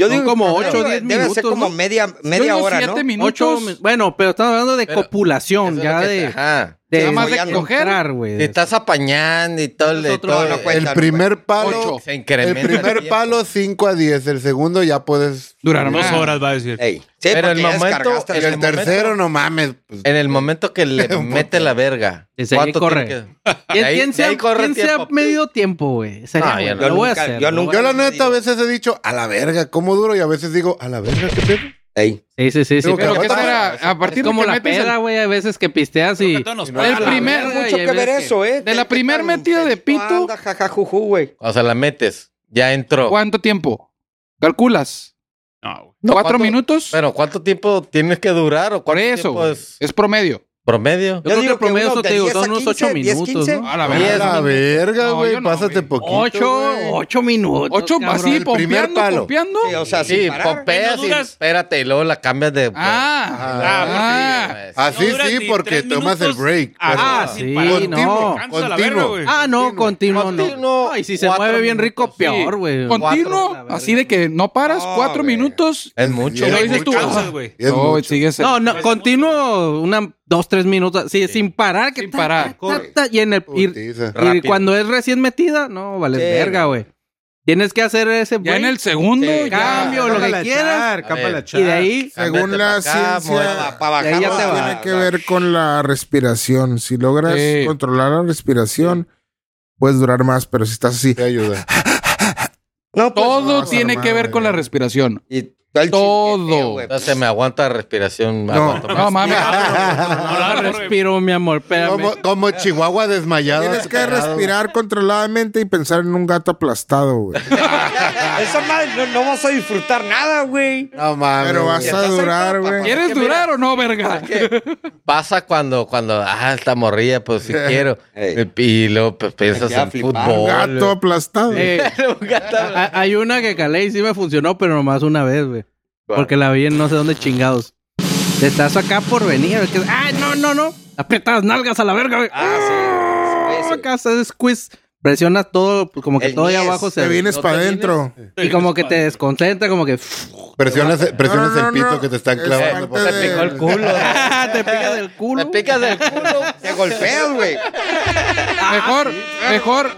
S3: Yo
S4: Son
S3: digo
S4: como
S3: que
S4: ocho,
S3: debe-
S4: diez
S3: Debe ser
S4: minutos,
S3: como
S4: ¿no?
S3: media, media
S6: Yo digo
S3: hora, ¿no?
S6: siete
S4: Ocho
S6: minutos.
S4: min- bueno, pero estamos hablando de
S2: Pero-
S4: copulación, ya de,
S2: Ajá.
S4: de,
S6: Nada más de
S4: entrar,
S6: coger.
S4: güey.
S2: Te estás apañando y todo. el-
S4: Eso es otro-
S2: todo
S3: no,
S2: el-
S3: no cuenta.
S9: el primer palo.
S6: Ocho.
S2: Se
S9: El
S2: incrementa.
S9: primer
S2: tiempo.
S9: palo 5 a 10. El segundo ya puedes.
S6: Duraron
S10: Dos horas va a decir.
S3: Ey, sí,
S2: Pero
S3: porque
S2: el
S3: ya
S2: momento-
S3: descargaste
S9: Y
S2: En
S9: el,
S2: el
S3: el-
S2: momento-
S9: tercero, no mames. pues,
S2: En el momento que le mete la verga.
S4: Desde ahí
S2: ¿cuánto
S4: corre.
S2: tiene que-
S4: ¿Quién,
S2: ahí-
S4: quién
S2: de
S4: se,
S2: ahí
S4: ha,
S2: corre
S4: quién se
S2: tiempo.
S4: ha medido tiempo, güey? Sería,
S2: Ah,
S4: güey,
S2: ya no.
S4: lo
S3: Yo
S4: voy a
S3: nunca-
S4: hacer.
S3: yo
S4: lo voy
S3: nunca-
S9: Yo
S4: a-
S9: la neta a veces he dicho, a la verga, ¿cómo duro? Y a veces digo, a la verga, ¿qué pedo?
S3: ey,
S4: Sí, sí, sí. sí
S9: Tengo que
S4: pero
S6: Pero que será, a
S4: es
S6: partir de
S4: como
S6: que
S4: la
S6: metes el-
S4: peda, güey, a veces que pisteas y...
S10: Todos nos
S9: Y no-
S6: el
S10: pagan.
S6: primer-
S3: tiene mucho que ver eso, ¿eh?
S6: de la
S3: Qué
S6: primer
S3: tan
S6: metida de
S3: feliz
S6: pito-
S3: Anda, jaja, juju, güey.
S2: O sea, la metes. Ya entró.
S6: ¿Cuánto tiempo? ¿Calculas?
S10: No, güey.
S2: No,
S6: ¿Cuatro
S2: ¿cuánto?
S6: minutos?
S2: Pero ¿cuánto tiempo tienes que durar? ¿O
S6: Por
S2: cuánto
S6: eso,
S2: tiempo
S6: güey.
S2: es
S6: es promedio.
S2: promedio?
S4: Yo creo que
S3: digo
S4: el promedio,
S3: uno
S4: eso
S3: de
S4: te digo,
S3: 10 a
S4: son unos
S3: 15,
S4: ocho
S3: 10,
S4: minutos,
S3: 15.
S4: ¿no?
S6: A la
S9: A la verga,
S6: No,
S9: güey.
S6: yo no,
S9: pásate
S6: güey.
S9: poquito.
S4: Ocho,
S9: güey.
S4: ocho minutos.
S6: ¿Ocho?
S4: cabrón.
S6: ¿Así?
S9: el primer
S6: ¿Pompeando?
S9: palo.
S6: ¿Pompeando?
S3: Sí, o sea,
S2: Sí,
S3: sin parar.
S2: pompeas
S10: No
S2: y
S10: duras-
S2: espérate, y luego la cambias de...
S6: Ah,
S2: Ah, sí,
S9: Así
S10: No dura
S9: sí,
S10: ni
S9: porque
S10: tres
S9: tomas el
S10: minutos.
S9: break.
S4: Ah,
S10: pero-
S4: sí,
S9: Continuo,
S4: no.
S10: Canso a la
S9: continuo.
S10: verga, güey.
S4: Ah, no, continuo, no.
S2: Continuo,
S4: Ay, si se
S2: cuatro
S4: mueve bien rico,
S2: minutos, sí.
S4: peor, güey.
S6: Continuo,
S4: Cuatro.
S6: así de que no paras,
S3: No,
S6: cuatro
S3: güey.
S6: minutos.
S2: Es
S9: Sí,
S2: mucho.
S6: Y
S9: es
S6: lo dices
S9: mucho.
S6: tú.
S10: Cansas,
S6: ah,
S10: güey.
S9: Y es
S6: no,
S9: mucho.
S6: sigues.
S4: No, no, continuo una, dos, tres minutos. Sí, sin parar. Que
S6: Sin
S4: ta,
S6: parar.
S4: ta, ta, ta, y en el, y-
S9: Putiza.
S4: y cuando es recién metida, no, vale,
S3: Sí,
S4: verga,
S3: no.
S4: güey. Tienes que hacer ese
S6: Ya en
S4: break,
S6: el segundo,
S3: Sí,
S6: ya.
S4: cambio, lo que quieras.
S2: cámpala
S4: Y de ahí,
S7: Según
S2: Vete
S7: la
S2: pa' acá,
S7: ciencia,
S2: muévela.
S3: Ah, pa'
S4: Y ahí ya
S3: bajarlo,
S4: te
S3: ah,
S7: Tiene
S4: va.
S7: que ver con la respiración. Si logras
S6: Sí.
S7: controlar la respiración, puedes durar más, pero si estás así.
S9: Te ayuda.
S3: No, pues,
S6: Todo
S7: No,
S6: tiene
S7: no,
S6: que ver
S7: madre.
S6: con la respiración.
S3: y- Todo. el
S6: Todo.
S3: chisgueteo, güey.
S2: No se me aguanta la respiración. me
S7: No.
S2: aguanto más.
S6: No mames.
S4: No respiro, mi amor, espérame.
S9: Como, como Chihuahua desmayado.
S7: Tienes que respirar controladamente y pensar en un gato aplastado, güey.
S3: Esa madre no, no vas a disfrutar nada, güey.
S9: No mames.
S7: Pero vas a durar, güey.
S6: ¿Quieres durar o no, verga?
S2: Pasa cuando, cuando, ah, esta morrilla, pues si quiero.
S3: Ey.
S2: Y luego pues, piensas
S3: Me queda
S2: en
S3: flipando.
S2: fútbol.
S7: Gato aplastado.
S4: Eh, a- ah, hay una que calé y sí me funcionó, pero nomás una vez, güey. Porque la vi en no sé dónde chingados. Te estás acá por venir. que- ¡Ay, no, no, no! Aprieta las nalgas a la verga, güey.
S3: Ah, sí.
S4: Ah,
S3: Sí, sí.
S4: Acá haces squeeze. Presionas todo, pues, como que
S3: El
S4: todo ahí
S3: niés,
S4: abajo se
S7: Te vienes
S2: no te
S7: para adentro.
S4: Y como que te desconcentra, como que.
S9: Presionas, presionas
S7: No, no, no,
S9: el pito
S7: no.
S9: que te están
S7: Es
S9: clavando.
S7: parte
S9: papá.
S7: de-
S2: Picó el culo.
S4: ¡Ah, te picas del
S2: Me
S4: culo!
S2: picas del culo.
S3: Te golpeas, güey.
S9: Ah,
S6: Mejor, mejor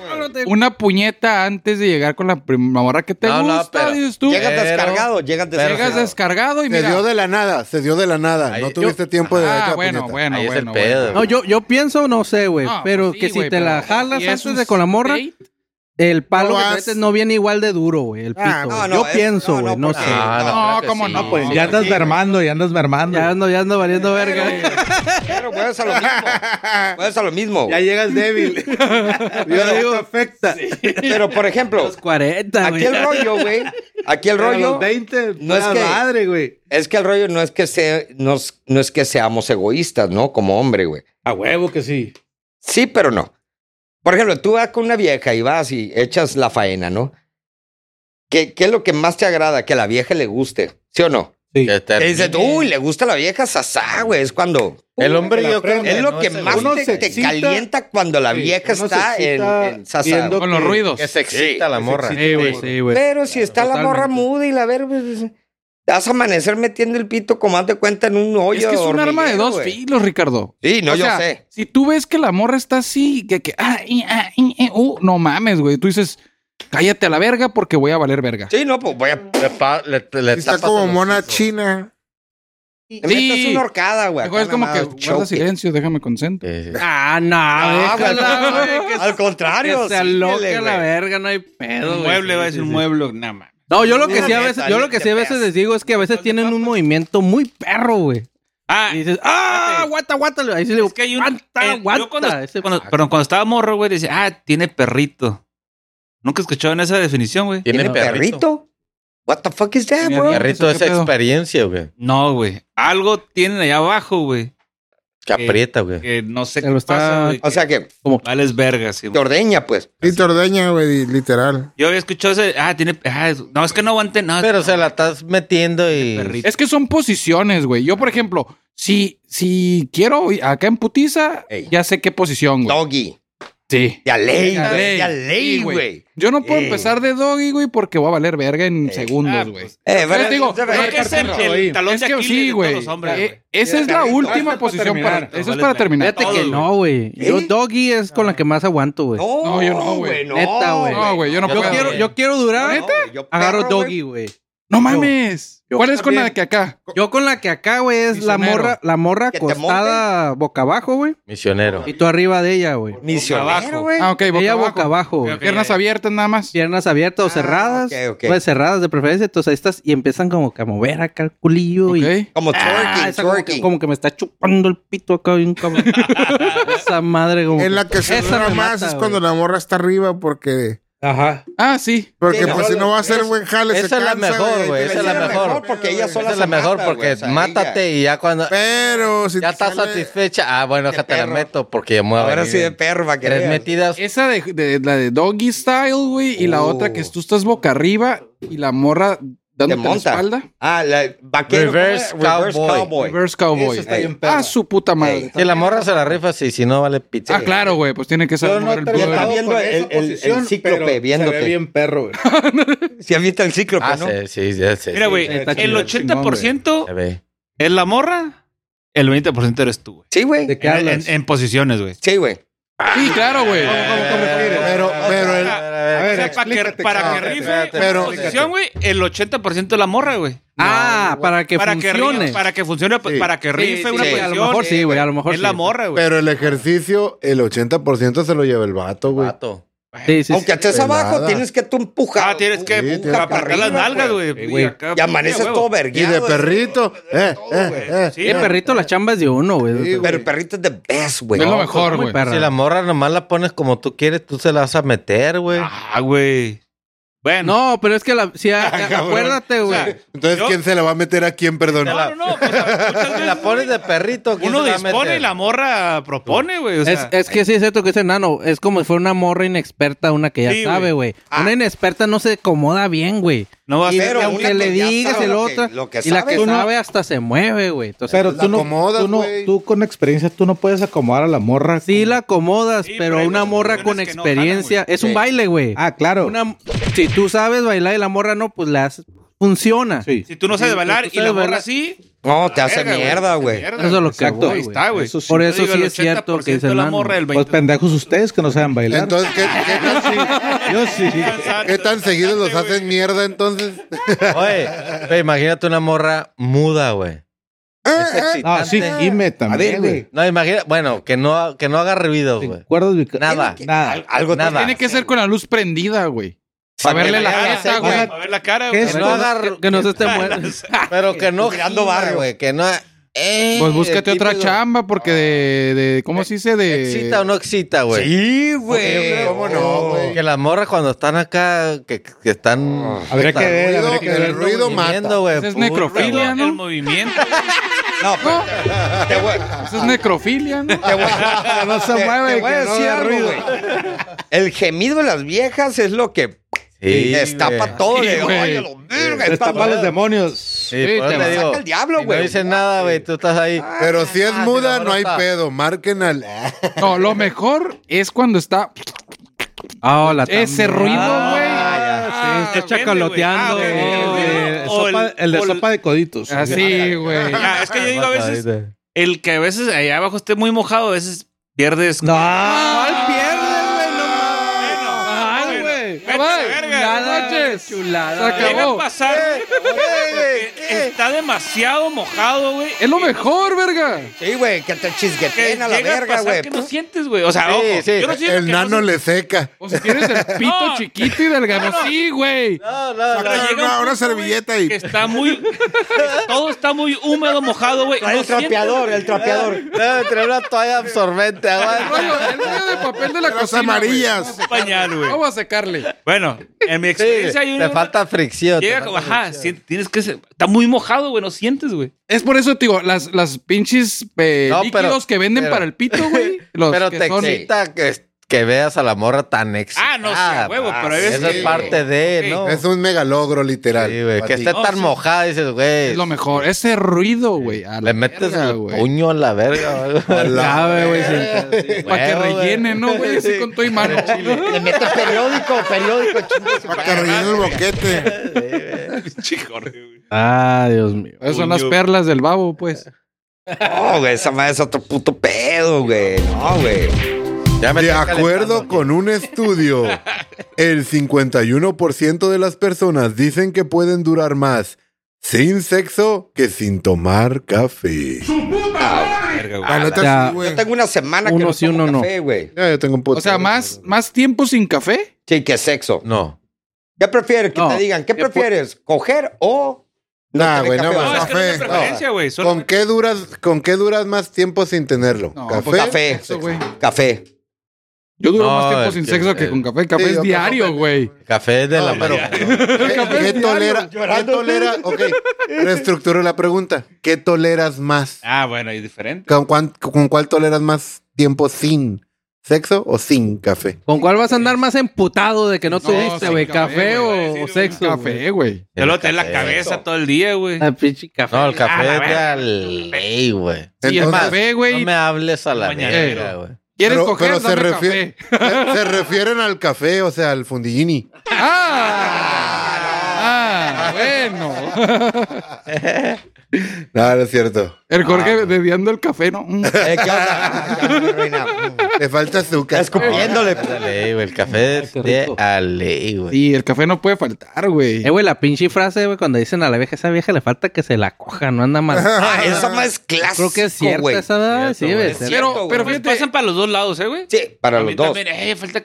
S6: una puñeta antes de llegar con la primavera que te
S2: No, no,
S6: gusta,
S2: pero-
S6: dices tú.
S3: Llegas
S2: Pero-
S3: descargado, llegas descargado.
S6: Llegas descargado y
S9: Se
S6: mira.
S9: dio de la nada, se dio de la nada.
S2: Ahí-
S9: no tuviste tiempo de
S6: ah,
S9: echar
S6: bueno,
S9: puñeta.
S6: bueno,
S2: Ahí es el
S6: bueno,
S2: pedo.
S6: bueno.
S4: No, yo, yo pienso, no sé, güey.
S6: Ah,
S4: pero
S6: pues sí,
S4: que si
S6: güey,
S4: te
S6: pero-
S4: la jalas
S6: ¿Y es
S4: antes
S6: un
S4: de con la morra,
S6: date?
S4: el palo
S7: No
S4: que
S7: vas-
S4: metes no viene igual de duro, güey. El pito.
S7: Ah,
S3: no,
S4: güey.
S3: no,
S4: yo
S3: es-
S4: pienso,
S3: no,
S4: güey.
S3: no,
S4: No,
S3: porque-
S4: sé.
S2: Ah,
S6: No,
S2: claro que
S6: cómo
S2: sí.
S6: no, pues,
S5: Ya andas mermando, ya andas mermando.
S4: Ya ando, ya ando valiendo verga.
S3: Pero vuelves a lo mismo. Vuelves a lo mismo. güey.
S5: llegas débil. Yo digo, afecta.
S3: Pero, por ejemplo,
S4: Los 40, güey.
S3: aquí el rollo, güey. Aquí el
S5: Pero a los
S3: rollo.
S5: 20,
S3: no es
S5: la
S3: que-
S5: madre, güey.
S3: Es que el rollo no es que, sea, no, es- no es que seamos egoístas, ¿no? Como hombre, güey.
S5: A huevo que sí.
S3: Sí, pero no. Por ejemplo, tú vas con una vieja y vas y echas la faena, ¿no? ¿Qué, qué es lo que más te agrada? Que a la vieja le guste, ¿sí o no?
S2: Que
S3: Y
S2: te-
S3: dices, uy, le gusta a la vieja sasá, güey. Es cuando...
S2: El hombre
S5: que la
S2: yo creo
S5: prenda.
S3: Es lo
S2: no
S3: que
S2: el
S3: más
S5: uno
S2: hombre.
S3: te,
S5: se
S3: te
S5: excita.
S3: calienta cuando la
S5: Sí,
S3: vieja
S5: uno se
S3: está en,
S5: excita
S3: en sasá.
S5: viendo
S6: Con los
S5: que-
S6: ruidos.
S2: Que se
S3: Sí,
S2: excita la
S5: que se
S2: morra.
S5: excita.
S4: Sí, güey, sí, güey.
S3: Pero si está la morra
S4: totalmente.
S3: muda y la ver, pues, te vas a amanecer metiendo el pito como haz de cuenta en un hoyo.
S6: Es que es un arma de
S3: hormiguero,
S6: dos
S3: güey.
S6: filos, Ricardo.
S3: Sí, no,
S6: O
S3: yo
S6: sea,
S3: sé.
S6: Si tú ves que la morra está así, que, que ah, y, ah, y, eh, uh, no mames, güey. Tú dices, cállate a la verga porque voy a valer verga.
S3: Sí, no, pues voy a.
S2: Le pa- le- le
S7: Está
S2: tapas
S7: como
S2: el
S7: mona
S2: hocico.
S7: china.
S3: Te metes una horcada, güey.
S6: Mejor es
S3: acá
S6: como
S3: nada
S6: que
S3: más,
S6: guarda
S3: choque.
S6: silencio, déjame concentrar.
S2: Sí, sí.
S4: Ah, no,
S3: Ah, güey,
S4: déjala, güey. que-
S3: Al contrario,
S4: Que se
S3: síguele,
S4: aloque a la
S3: güey.
S4: verga, no hay pedo,
S10: Un
S4: güey.
S10: mueble, va a
S4: Sí,
S10: decir
S4: sí,
S10: un
S4: sí.
S10: mueble. Nada más.
S4: No, yo lo que sí
S3: Neta,
S4: a veces, yo lo que sí a veces
S3: neta.
S4: les digo es que a veces tienen un movimiento muy perro, güey.
S10: Ah,
S4: Y dices, ah, aguanta, aguanta. Ahí sí le digo,
S10: es que hay un.
S4: aguanta,
S10: eh, yo
S4: aguanta.
S10: cuando-
S4: Ese-
S10: cuando- perdón, cuando estaba morro, güey, decía, ah, tiene perrito. Nunca escuchaba en esa definición, güey.
S2: Tiene
S3: ¿Tiene perrito? What the fuck is that,
S6: Mi
S3: bro?
S6: perrito.
S2: Perrito es
S6: ¿Qué pedo?
S2: experiencia, güey.
S10: No, güey. Algo tienen allá abajo, güey.
S2: Que aprieta, güey.
S10: Que no sé
S4: Se
S10: qué
S4: lo está-
S10: pasa, güey.
S3: O sea que
S10: Vales vergas, sí,
S3: te ordeña, pues.
S7: Y te ordeña, güey, literal.
S10: Yo había escuchado ese. Ah, tiene. ah, es- no, es que no aguanté nada.
S2: Pero se la estás metiendo y.
S10: Perrito.
S6: Es que son posiciones, güey. Yo, por ejemplo, si, si quiero acá en putiza,
S3: Ey.
S6: ya sé qué posición, güey.
S3: Doggy.
S6: Sí.
S3: Ya ley,
S6: Ya
S3: güey.
S6: ley.
S3: Ya ley,
S6: Sí, güey.
S3: güey.
S6: Yo no puedo
S3: Ey.
S6: empezar de doggy, güey, porque voy a valer verga en segundos, güey.
S3: Eh,
S6: Yo te digo,
S3: se ve-
S10: Creo que es el, el
S5: ahí.
S10: talón
S6: es
S10: Ah, pues, de
S6: que
S10: Aquiles
S6: sí,
S10: de
S6: güey.
S10: todos los hombres,
S6: Eh,
S10: güey.
S6: esa es la última posición para.
S5: terminar.
S6: Eso es
S10: Vale,
S6: para
S10: verga.
S6: terminar.
S4: Fíjate que
S10: todo,
S4: no, güey. Yo
S3: ¿Eh?
S4: doggy es con la que más aguanto, güey.
S3: No,
S6: No, yo no, güey.
S3: No,
S4: Neta, güey.
S6: No, güey, yo no
S2: Yo
S6: puedo.
S4: Yo quiero, yo quiero durar,
S3: No, güey, yo
S4: agarro
S3: perro,
S4: doggy, güey.
S6: No mames.
S5: Yo
S6: ¿Cuál es con
S5: también.
S6: la de que acá?
S4: Yo con la que acá, güey, es la
S6: Misionero.
S4: morra, la morra
S3: Que te monte.
S4: acostada boca abajo, güey.
S2: Misionero.
S4: Y tú arriba de ella, güey.
S3: Misionero,
S10: abajo.
S3: güey.
S6: Ah, ok, boca
S4: Ella
S6: abajo.
S4: boca abajo, güey.
S10: ok.
S6: Piernas
S10: ya, ya.
S6: abiertas nada más.
S4: Piernas abiertas o cerradas.
S3: Ah, ok, ok.
S4: Pues cerradas de preferencia. Entonces ahí estás y empiezan como que a mover acá el culillo y
S6: Ok.
S3: Como
S4: Ah,
S3: twerking,
S4: esa como, que,
S3: twerking.
S4: como que me está chupando el pito acá bien cabrón. esa madre como
S7: En la que se
S4: esa
S7: dura
S4: me
S7: más
S4: mata,
S7: es
S4: güey.
S7: cuando la morra está arriba porque...
S5: Ajá.
S6: Ah, sí.
S7: Porque
S3: Sí, no,
S7: pues si
S3: la-
S7: no va a ser
S3: esa-
S7: buen jale,
S2: esa
S7: se
S2: es la
S7: cansa,
S2: mejor,
S7: ahí
S2: güey,
S7: te
S2: esa
S7: la
S2: es la
S7: lleva
S2: mejor.
S3: porque ella
S7: güey.
S3: sola
S2: Esa es la mejor
S3: mata,
S2: porque
S3: güey, o sea,
S2: mátate
S3: ella-
S2: y ya cuando.
S7: Pero si
S2: ya
S7: te
S2: estás
S7: sale-
S2: satisfecha. Ah, bueno,
S3: Qué
S2: déjate la
S3: perro.
S2: meto porque ya mueve.
S3: Ahora sí de perro, va que
S2: Tres
S3: veas.
S2: metidas.
S6: Esa de, de- la de doggy style, güey, y la
S3: Oh.
S6: otra que es tú estás boca arriba y la morra dándote la
S3: monta.
S6: espalda.
S3: Ah, la vaquero.
S2: Reverse
S3: ¿cómo era? Reverse
S2: cowboy.
S3: cowboy.
S6: Reverse cowboy.
S5: Eso está bien
S6: Ey.
S5: perra.
S6: Ah, su puta madre.
S2: Si la morra se la rifa, sí, si no vale pizza.
S6: Ah, claro, güey, pues tiene que saber mover el
S3: te-
S6: culo.
S3: Está viendo el- el- el cíclope viéndote.
S5: Se ve bien perro, güey.
S3: Si has visto el cíclope,
S2: Ah,
S3: ¿no?
S2: sí, sí, sí, sí,
S10: Mira,
S2: sí,
S10: güey,
S5: está
S10: el
S5: chingón,
S10: 80%
S2: se ve.
S10: es la morra, el 20% eres tú, güey.
S3: Sí, güey.
S5: ¿De qué
S10: En,
S5: hablas?
S10: en- en posiciones, güey.
S3: Sí, güey.
S6: Sí, claro, güey.
S9: Pero, pero el, eh,
S5: A ver,
S10: O sea, para que,
S5: explícate,
S10: para que
S5: cabrón.
S10: rife
S2: espérate,
S10: pero,
S9: espérate.
S10: posición, güey, el 80% es la morra, güey.
S4: Ah, para que
S10: Para que,
S4: funcione.
S10: rife- para que funcione,
S9: Sí.
S10: para que rife
S4: sí,
S10: una
S4: sí,
S10: posición.
S4: a lo mejor sí, güey, a lo mejor
S10: Es la
S4: sí.
S10: morra, güey.
S9: pero el ejercicio, el 80% se lo lleva el vato, güey.
S2: Vato.
S4: Sí, sí,
S3: Aunque
S4: sí.
S3: estés abajo,
S9: Pelada.
S3: tienes que tú empujar.
S10: Ah, tienes que
S3: Sí,
S10: empujar
S3: tienes que
S10: apretar
S3: arriba,
S10: las nalgas, güey.
S4: Sí, güey.
S10: acá, pues,
S3: Y amaneces
S10: güey,
S3: todo
S10: güey.
S1: Y
S3: vergueado.
S1: de perrito. Eh,
S10: todo,
S1: eh,
S10: güey.
S1: eh.
S10: Sí,
S4: El perrito, las chambas de uno, güey.
S9: Sí, güey.
S3: Pero el perrito es the best, güey.
S6: Es lo
S3: No,
S6: mejor,
S4: muy
S6: güey.
S4: perra.
S2: Si la morra nomás la pones como tú quieres, tú se la vas a meter, güey.
S10: Ah, güey. Bueno.
S4: No, pero es que la. Si a-
S9: Ah, cabrón.
S4: acuérdate,
S10: o
S4: güey.
S10: sea,
S1: Entonces,
S10: Yo-
S1: ¿quién se la va a meter a quién, perdón?
S10: No, no, no. pues, muchas
S2: Si
S10: veces,
S2: la pones de
S10: güey,
S2: perrito, ¿quién
S10: Uno
S2: se la va a
S10: dispone y
S2: meter?
S10: la morra propone, güey. O sea,
S4: es, es que sí es cierto que ese nano es como si fuera una morra inexperta, una que ya
S10: Sí,
S4: sabe, güey. Una inexperta no se acomoda bien, güey.
S10: no va a ser.
S3: Pero
S4: Y
S3: una
S4: aunque le
S3: que ya
S4: digas
S3: sabe
S4: el
S3: lo que-
S4: otro,
S3: lo que
S4: y la
S3: sabe,
S4: que
S3: tú no-
S4: sabe hasta se mueve, güey. Entonces,
S5: Pero
S9: la
S5: tú no,
S9: acomodas,
S5: tú, no-
S9: güey.
S5: tú con experiencia, tú no puedes acomodar a la morra.
S4: sí
S5: con-
S4: la acomodas,
S10: Sí, pero
S4: pero
S10: hay
S4: una
S10: unas
S4: morra con
S10: opciones que no jalan,
S4: experiencia. es un
S3: Sí.
S4: baile, güey.
S5: Ah, claro.
S4: Una- si tú sabes bailar y la morra no, pues la haces- funciona.
S5: Sí.
S10: Si tú no sabes
S4: Sí,
S10: bailar
S4: tú
S10: y la
S4: sabes
S10: morra
S4: bailar.
S10: así.
S3: No, te hace
S10: verga,
S3: mierda, güey.
S10: Mierda,
S4: Eso es lo que
S5: Exacto.
S4: voy,
S10: Ahí
S4: güey.
S10: está, güey.
S5: Eso sí.
S4: Por
S10: Yo
S4: eso
S10: digo,
S4: sí
S10: el
S4: es cierto que
S10: 80%
S4: dice
S10: de
S4: el
S10: la
S4: nano.
S10: morra del
S5: Pues
S10: 20.
S5: pendejos ustedes que no saben bailar.
S1: Entonces, ¿qué, qué tan, se-
S5: Yo sí.
S1: qué tan seguidos los hacen mierda entonces?
S2: Oye, güey, imagínate una morra muda, güey. Es excitante.
S5: Ah, sí, Ime
S3: A
S5: también,
S3: ver,
S5: güey.
S3: güey.
S2: No, imagina, bueno, que no, que no haga ruidos,
S5: Sin
S2: güey.
S5: cuerdas bica-
S2: Nada.
S5: Nada.
S3: Algo
S2: Nada.
S3: tiene
S6: Tiene que ser con la luz prendida, güey.
S2: Para que
S6: verle la
S2: vaya,
S6: cara,
S2: güey.
S6: güey.
S10: A ver la cara,
S5: ¿Qué
S10: güey.
S5: es?
S2: Que no haga,
S4: Que, que no se esté muerto.
S2: pero que no
S3: Tirando
S2: gima,
S3: barrio.
S2: güey, que no. Eh,
S6: Pues búscate
S2: el
S6: otra
S2: típico-
S6: chamba porque de, de- ¿cómo se dice? De...
S2: ¿Excita o no excita, güey?
S3: Sí, güey.
S1: ¿Cómo no, güey?
S2: Que las morras cuando están acá, que, que están.
S5: Habría que ver,
S1: ruido-
S5: habría que
S1: el
S5: ver.
S1: ruido mata.
S2: Viendo, güey,
S6: Esa es
S2: puta,
S6: necrofilia,
S2: güey.
S6: ¿no?
S10: El movimiento.
S3: No, pero te voy,
S6: Eso es necrofilia, ¿no?
S3: te voy-
S5: No se
S3: te-
S5: mueve,
S3: te voy a
S5: que no
S3: decir
S5: haga
S3: algo,
S5: ruido.
S3: güey. El gemido de las viejas es lo que
S2: Sí,
S3: destapa
S2: güey.
S3: todo.
S6: Sí,
S3: le-
S6: güey.
S3: Ay, a lo verga, esta
S5: Destapa
S3: madre-
S5: los demonios.
S2: Sí, por
S6: te
S2: eso
S6: va a
S2: te digo.
S3: sacar el diablo,
S2: si
S3: güey.
S2: No dicen nada, güey. Tú estás ahí.
S1: Pero si es
S2: Ah,
S1: muda,
S2: sí, la Ah,
S1: no hay
S2: brota.
S1: pedo. Marquen al.
S6: No, lo mejor es cuando está
S4: Ah, la
S6: ese
S4: tam-
S6: ruido, güey.
S4: Ah,
S10: Ah,
S4: está chacaloteando,
S10: vende, güey. Ah,
S4: Oh,
S10: vende,
S4: güey.
S10: vende.
S5: Eh,
S10: O
S5: sopa- el de
S10: o
S5: sopa de coditos.
S6: Ah, Así, güey.
S10: Ya, Ah, es que yo digo a veces, el que a veces allá abajo esté muy mojado, a veces pierdes.
S5: No.
S4: ¿Cuál pierde, güey? No mames.
S10: Bueno,
S4: Ay,
S10: bueno.
S4: güey.
S10: Vete a la
S6: Ay,
S10: verga.
S6: Buenas
S4: Nada,
S6: noches.
S4: chulada.
S6: Se acabó.
S10: Llega a pasar. que Está demasiado mojado, güey.
S6: Es lo mejor, verga.
S3: Sí, güey, que te
S10: Que
S3: chisgueteen a la
S10: llega a
S3: verga,
S10: pasar
S3: güey.
S10: que no sientes, güey. O sea,
S2: Sí,
S10: ojo,
S2: sí.
S10: yo no siento
S1: El
S10: que
S1: nano
S10: no
S1: le seca.
S6: O si tienes el pito
S10: No.
S6: chiquito y delgado. Sí, güey.
S2: No, no, no.
S10: Pero llega un
S7: Una, una
S10: punto,
S7: servilleta y
S10: que está muy que todo está muy húmedo, mojado, güey.
S3: Trae
S10: No
S3: el trapeador, el trapeador.
S2: No, trae una toalla absorbente,
S6: El
S2: aguanta.
S6: rollo, el rollo de papel de la
S7: las
S6: cocina,
S7: amarillas.
S10: sientes pañal,
S6: güey.
S10: güey.
S6: Vamos a secarle.
S10: Bueno, en mi
S2: Sí,
S10: experiencia hay
S2: te
S10: una
S2: falta fricción. te
S10: llega como,
S2: falta
S10: ajá,
S2: fricción.
S10: si- tienes que ser- está muy mojado, güey, no sientes, güey.
S6: Es por eso, tío, las, las pinches eh,
S2: No, pero-
S6: líquidos que venden
S2: pero-
S6: para el pito, güey. Los
S2: Pero
S6: que
S2: te
S6: son-
S2: excita que, que veas a la morra tan excitada.
S10: Ah, no, sí, a huevo, pero hay veces
S2: Eso es
S10: que-
S2: parte de,
S10: Ok.
S2: ¿no?
S1: Es un megalogro, literal.
S2: Sí, güey,
S1: Pa'
S2: que
S1: ti.
S2: esté
S10: No,
S2: tan
S10: sí.
S2: mojada, dices, güey.
S6: Es lo mejor. Ese ruido, güey. a la
S2: Le metes
S6: verga,
S2: el
S6: güey.
S2: puño a la verga. güey.
S1: A la-
S4: Sabe,
S2: Eh,
S4: güey. sí.
S6: Para que
S2: Huevo,
S6: rellene, ¿no, güey? Así con todo y mano.
S3: Le metes periódico, periódico, chingue su
S7: Para que
S3: madre.
S7: rellene el boquete.
S4: Ah, Dios mío.
S6: Esas son las perlas del babo, pues.
S3: No, güey, esa madre es otro puto pedo, güey. No, güey.
S2: Ya me
S1: De
S2: estoy
S1: acuerdo
S2: calentando.
S1: con un estudio, el 51% de las personas dicen que pueden durar más sin sexo que sin tomar café.
S7: La neta
S4: ya.
S7: sí, güey.
S3: Yo tengo una semana que
S4: Uno
S3: no
S4: sí,
S3: tomo
S4: uno no.
S3: café, güey.
S1: Ya, yo tengo un
S6: O sea, más, más tiempo sin café.
S3: Sí, que sexo.
S2: No.
S3: ¿Qué prefieres? Que
S4: No.
S3: te digan, ¿qué
S4: Que pu-
S3: prefieres? ¿Coger o...?
S1: Nah, güey,
S3: tener
S1: no,
S3: café,
S10: No,
S1: más
S10: es que no es
S1: café.
S10: de preferencia, güey.
S1: No.
S10: solo-
S1: ¿Con qué duras con qué duras más tiempo sin tenerlo?
S6: No,
S1: ¿Café?
S6: pues
S3: Café.
S6: Eso, güey.
S3: Café.
S6: Yo duro
S2: No,
S6: más tiempo
S2: es
S6: sin
S2: que-
S6: sexo que
S2: eh,
S6: con café. Café
S1: sí,
S6: es
S1: yo
S6: diario,
S1: café-
S6: güey.
S2: Café es de la
S1: No, pero-
S2: mañana.
S1: ¿Qué,
S6: es
S1: qué
S6: diario,
S1: tolera? ¿Qué tolera? Ok, reestructuro la pregunta. ¿Qué toleras más?
S10: Ah, bueno, y diferente.
S1: ¿Con, cuán- ¿Con cuál toleras más tiempo sin sexo o sin café?
S4: ¿Con cuál vas a andar más emputado de que no, tuviste,
S6: sin
S4: güey? ¿Café,
S6: güey.
S4: o,
S10: Sí,
S4: o
S10: sí,
S4: sexo? güey?
S6: Café, güey.
S10: Te lo tenés la
S2: Café.
S10: cabeza todo el día, güey.
S4: Ah, pinche café.
S2: No, el café
S10: Ah,
S2: es de la ley, güey.
S6: Sí, el
S1: Entonces-
S6: café,
S2: No
S6: güey.
S2: me hables a la
S10: Mañana.
S2: verga, güey.
S6: ¿Quieres
S1: Pero-
S6: coger?
S1: pero se
S6: Dame
S1: refiere-
S6: café.
S1: Se, se refieren al café, o sea, al fundillini.
S6: ¡Ah! ¡Ah! Bueno.
S9: No, no es cierto.
S6: El Jorge
S10: Ah,
S6: bebiendo el café, ¿no? Mm.
S3: Eh, ¿qué onda? Ya me arruina.
S9: Le falta azúcar.
S1: Ah,
S3: Escupiéndole.
S2: Dale, güey, el café
S5: qué
S2: de
S5: rico.
S2: Ale, güey.
S6: Y el café no puede faltar, güey.
S4: Eh, güey, la pinche frase, güey, cuando dicen a la vieja, esa vieja le falta que se la coja, no anda mal.
S3: Ah, esa más es clásica.
S4: Creo que es cierta
S3: güey.
S4: esa, ¿verdad? Sí,
S2: Cierto,
S4: debe
S2: güey.
S4: ser.
S3: Cierto,
S6: Pero,
S3: güey.
S6: pero
S10: Pues
S6: fíjate,
S10: pasan para los dos lados, ¿eh, güey? eh,
S3: Sí, para los dos.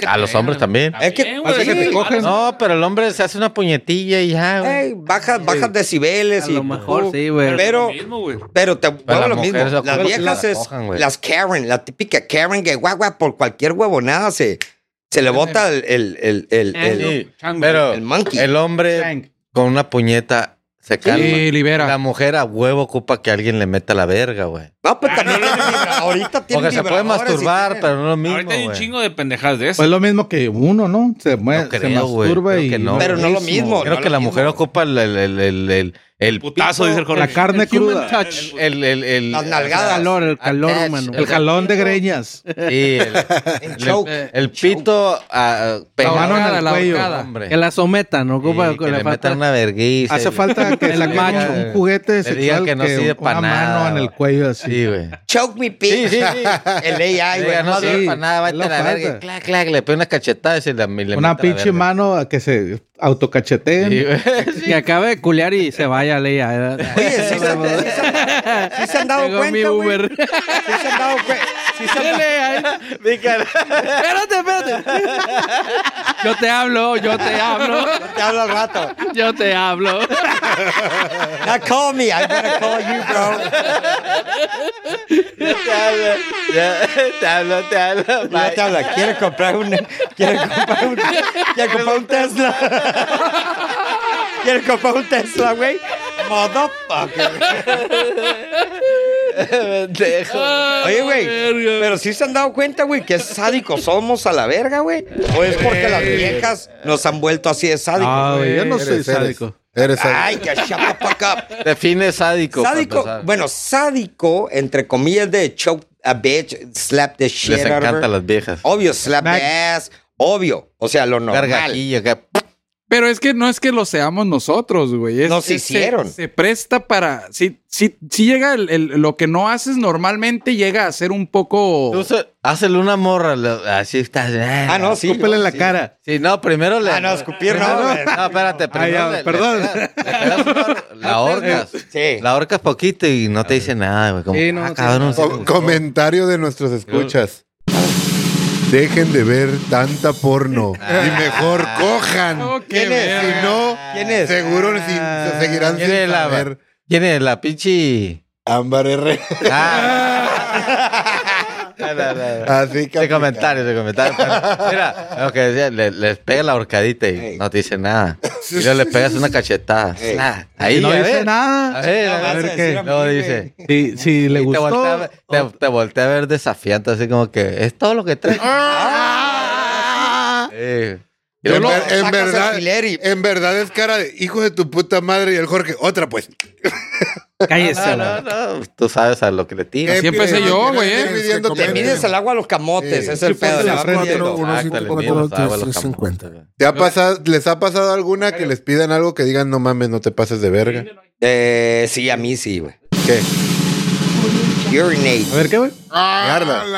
S2: A los hombres también.
S3: Es que-
S6: hace que te cogen.
S2: No, pero el hombre se hace una puñetilla y ya, güey.
S3: Ey, bajas, bajas decibeles
S4: A
S3: y
S4: lo mejor, sí, güey.
S3: Pero- Pero te vuelvo
S2: las
S3: lo mismo.
S2: mujeres,
S3: Las
S2: acuérdate,
S3: viejas
S2: la
S3: es.
S2: cojan, güey.
S3: las Karen, la típica Karen que guagua por cualquier huevonada se, se le bota el, el, el, el, el-
S2: Sí, pero
S3: el monkey.
S2: el hombre con una puñeta se calma.
S6: Sí, libera.
S2: La mujer a huevo ocupa que alguien le meta la verga, güey.
S3: No, pues también tiene vibra- ahorita tiene
S2: Porque se puede
S3: vibradores y
S2: masturbar,
S3: tiene-
S2: pero no es lo mismo,
S10: Ahorita hay un
S2: güey.
S10: chingo de pendejadas de eso.
S5: Pues lo mismo que uno, ¿no? Se, mueve,
S2: No
S5: se
S2: creo, güey.
S5: masturba
S2: Creo
S5: y...
S2: que no.
S3: Pero no lo mismo.
S2: Creo
S3: no
S2: que
S3: lo
S2: la
S3: mismo.
S2: mujer ocupa el, el, el, el, el, el
S6: Pues,
S10: Putazo, dice el Jorge.
S5: La carne
S4: Human
S5: cruda.
S4: touch.
S2: El, el, el,
S3: Las
S4: El
S3: nalgadas.
S4: calor, el calor,
S2: Attach,
S4: mano.
S5: El jalón de greñas.
S2: sí, el-
S3: En
S2: el-
S3: choke.
S2: el pito ah, pegado
S5: mano en el cuello.
S2: ahogada, hombre.
S4: Que la sometan, ¿no?
S2: Sí,
S4: Ocupa
S2: que
S4: que
S2: le
S4: le falta-
S2: metan una verguisa.
S5: Hace falta que
S4: el
S5: saquen
S4: macho.
S5: un juguete
S2: Le digan
S5: sexual
S2: que
S5: que,
S2: no sirve
S5: una
S2: pa' nada,
S5: mano en el
S2: güey.
S5: cuello así.
S2: Sí, güey.
S3: Choke me
S2: Sí,
S3: pig.
S2: sí, sí.
S3: El AI, güey.
S2: Oiga, no
S3: mother-
S2: sirve
S5: sí.
S2: para nada, vete a
S5: Es
S2: la
S5: lo
S2: verga.
S5: falta.
S2: Clac, clac, le pega una cachetada y se la, le
S5: una
S2: mete a la
S5: pinche
S2: verga.
S5: mano a que se autocacheteen.
S2: Sí, güey.
S4: Que acabe de culear y se vaya a Leia.
S3: Oye, sí, se- sí se- sí se han dado
S4: Llegó mi
S3: cuenta, güey.
S4: Uber.
S3: Sí se han dado cuenta. Sí se han
S4: Espérate, espérate. Yo te hablo, yo te hablo,
S3: Te hablo al rato.
S4: yo te hablo.
S3: Now call me. I'm gonna call you, bro.
S2: Te hablo, ya, te hablo, te hablo.
S3: Ya te
S2: bye.
S3: habla. Quiere comprar un... Quiere comprar un... Quiere comprar un Tesla. Quiere comprar un Tesla, güey. Motherfucker.
S2: Pendejo.
S3: Oye, güey, pero sí se han dado cuenta, güey, que sádicos somos a la verga, güey. O es porque las viejas nos han vuelto así de sádicos.
S5: Ah, güey, yo no
S9: Eres,
S5: soy
S9: eres.
S5: sádico.
S9: Eres sádico.
S3: Ay, que shut the fuck up.
S2: Define sádico. para
S3: Sádico,
S2: empezar.
S3: bueno, sádico, entre comillas, de choke a bitch, slap the shit
S2: Les
S3: out of her.
S2: encantan las viejas.
S3: Obvio, slap
S5: Mac-
S3: the ass, obvio. O sea, lo normal.
S2: Gargajillo, acá.
S6: Pero es que no es que lo seamos nosotros, güey. Es-
S3: Nos
S6: es-
S3: hicieron.
S6: Se, se presta para. Si, si, si llega el- el- lo que no haces normalmente, llega a ser un poco.
S2: Tú se- Hácele una morra. lo- Así estás. eh,
S3: Ah, no, sí.
S5: Escúpele en la
S3: sí.
S5: cara.
S2: Sí, no, primero le.
S3: Ah, no, escupir no,
S2: Primero-
S3: güey.
S2: No, espérate. Primero
S5: ya,
S2: le- le
S5: perdón.
S2: pegas- le pegas una- La horcas.
S3: Sí.
S2: La horcas poquito y no te dice nada, güey. Como,
S4: Sí, no,
S2: ah,
S4: sí,
S2: cabrón.
S4: no.
S2: sí.
S1: Com- comentario de nuestros escuchas. Dejen de ver tanta porno
S7: Ah.
S1: y mejor cojan.
S3: ¿Quién es?
S1: Si no,
S3: ¿Quién es? Ah,
S1: seguro si- se seguirán
S2: ¿Quién es
S1: sin
S2: la-
S1: saber.
S2: ¿Quién es la pinche?
S1: Ámbar R.
S2: Ah. No, no, no, no.
S1: Así que.
S2: De comentarios, de comentarios. Pero, Mira, lo que decía, le- les pega la horcadita y
S3: Ey.
S2: no te dice nada. Y luego le pegas una cachetada.
S3: Ey.
S2: Nah, Ahí
S5: no
S2: a
S5: dice
S2: ver.
S5: nada.
S2: A ver, a
S3: No, vas
S2: ver
S5: qué.
S3: a decir a mí,
S2: No
S3: güey.
S2: dice.
S5: Si, si le
S2: Y te
S5: gustó.
S2: voltea, a ver- te, te voltea a ver desafiante, así como que es todo lo que traes.
S3: ¡Ah!
S2: Eh, y
S1: En,
S2: luego-
S1: ver- en
S3: sacas el
S1: verdad, eh,
S3: alfiler y-
S1: en verdad es cara de hijo de tu puta madre y el Jorge. Otra pues.
S4: Cállese,
S2: no, no, no, tú sabes a lo que le tiras.
S6: Así empecé
S1: Epi-
S6: yo, güey,
S1: estoy
S6: eh.
S1: midiendo
S3: Te mides el agua a los camotes,
S1: Sí.
S3: es el
S7: Sí, ponte
S3: pedo. le
S7: las
S3: vas
S7: cuatro,
S3: midiendo.
S7: uno,
S2: Ah,
S7: cinco,
S2: claro,
S7: cuatro,
S2: mira,
S7: cuatro,
S2: sabe
S7: tres,
S2: los
S7: cincuenta.
S2: camotes,
S1: ¿Te ha pasado, ¿Les ha pasado a alguna que les pidan algo que digan no mames, no te pases de verga?
S3: Eh, sí, a mí sí, güey.
S1: ¿Qué?
S3: Urinate.
S5: A ver, ¿qué, güey?
S1: Mierda.
S3: Ey.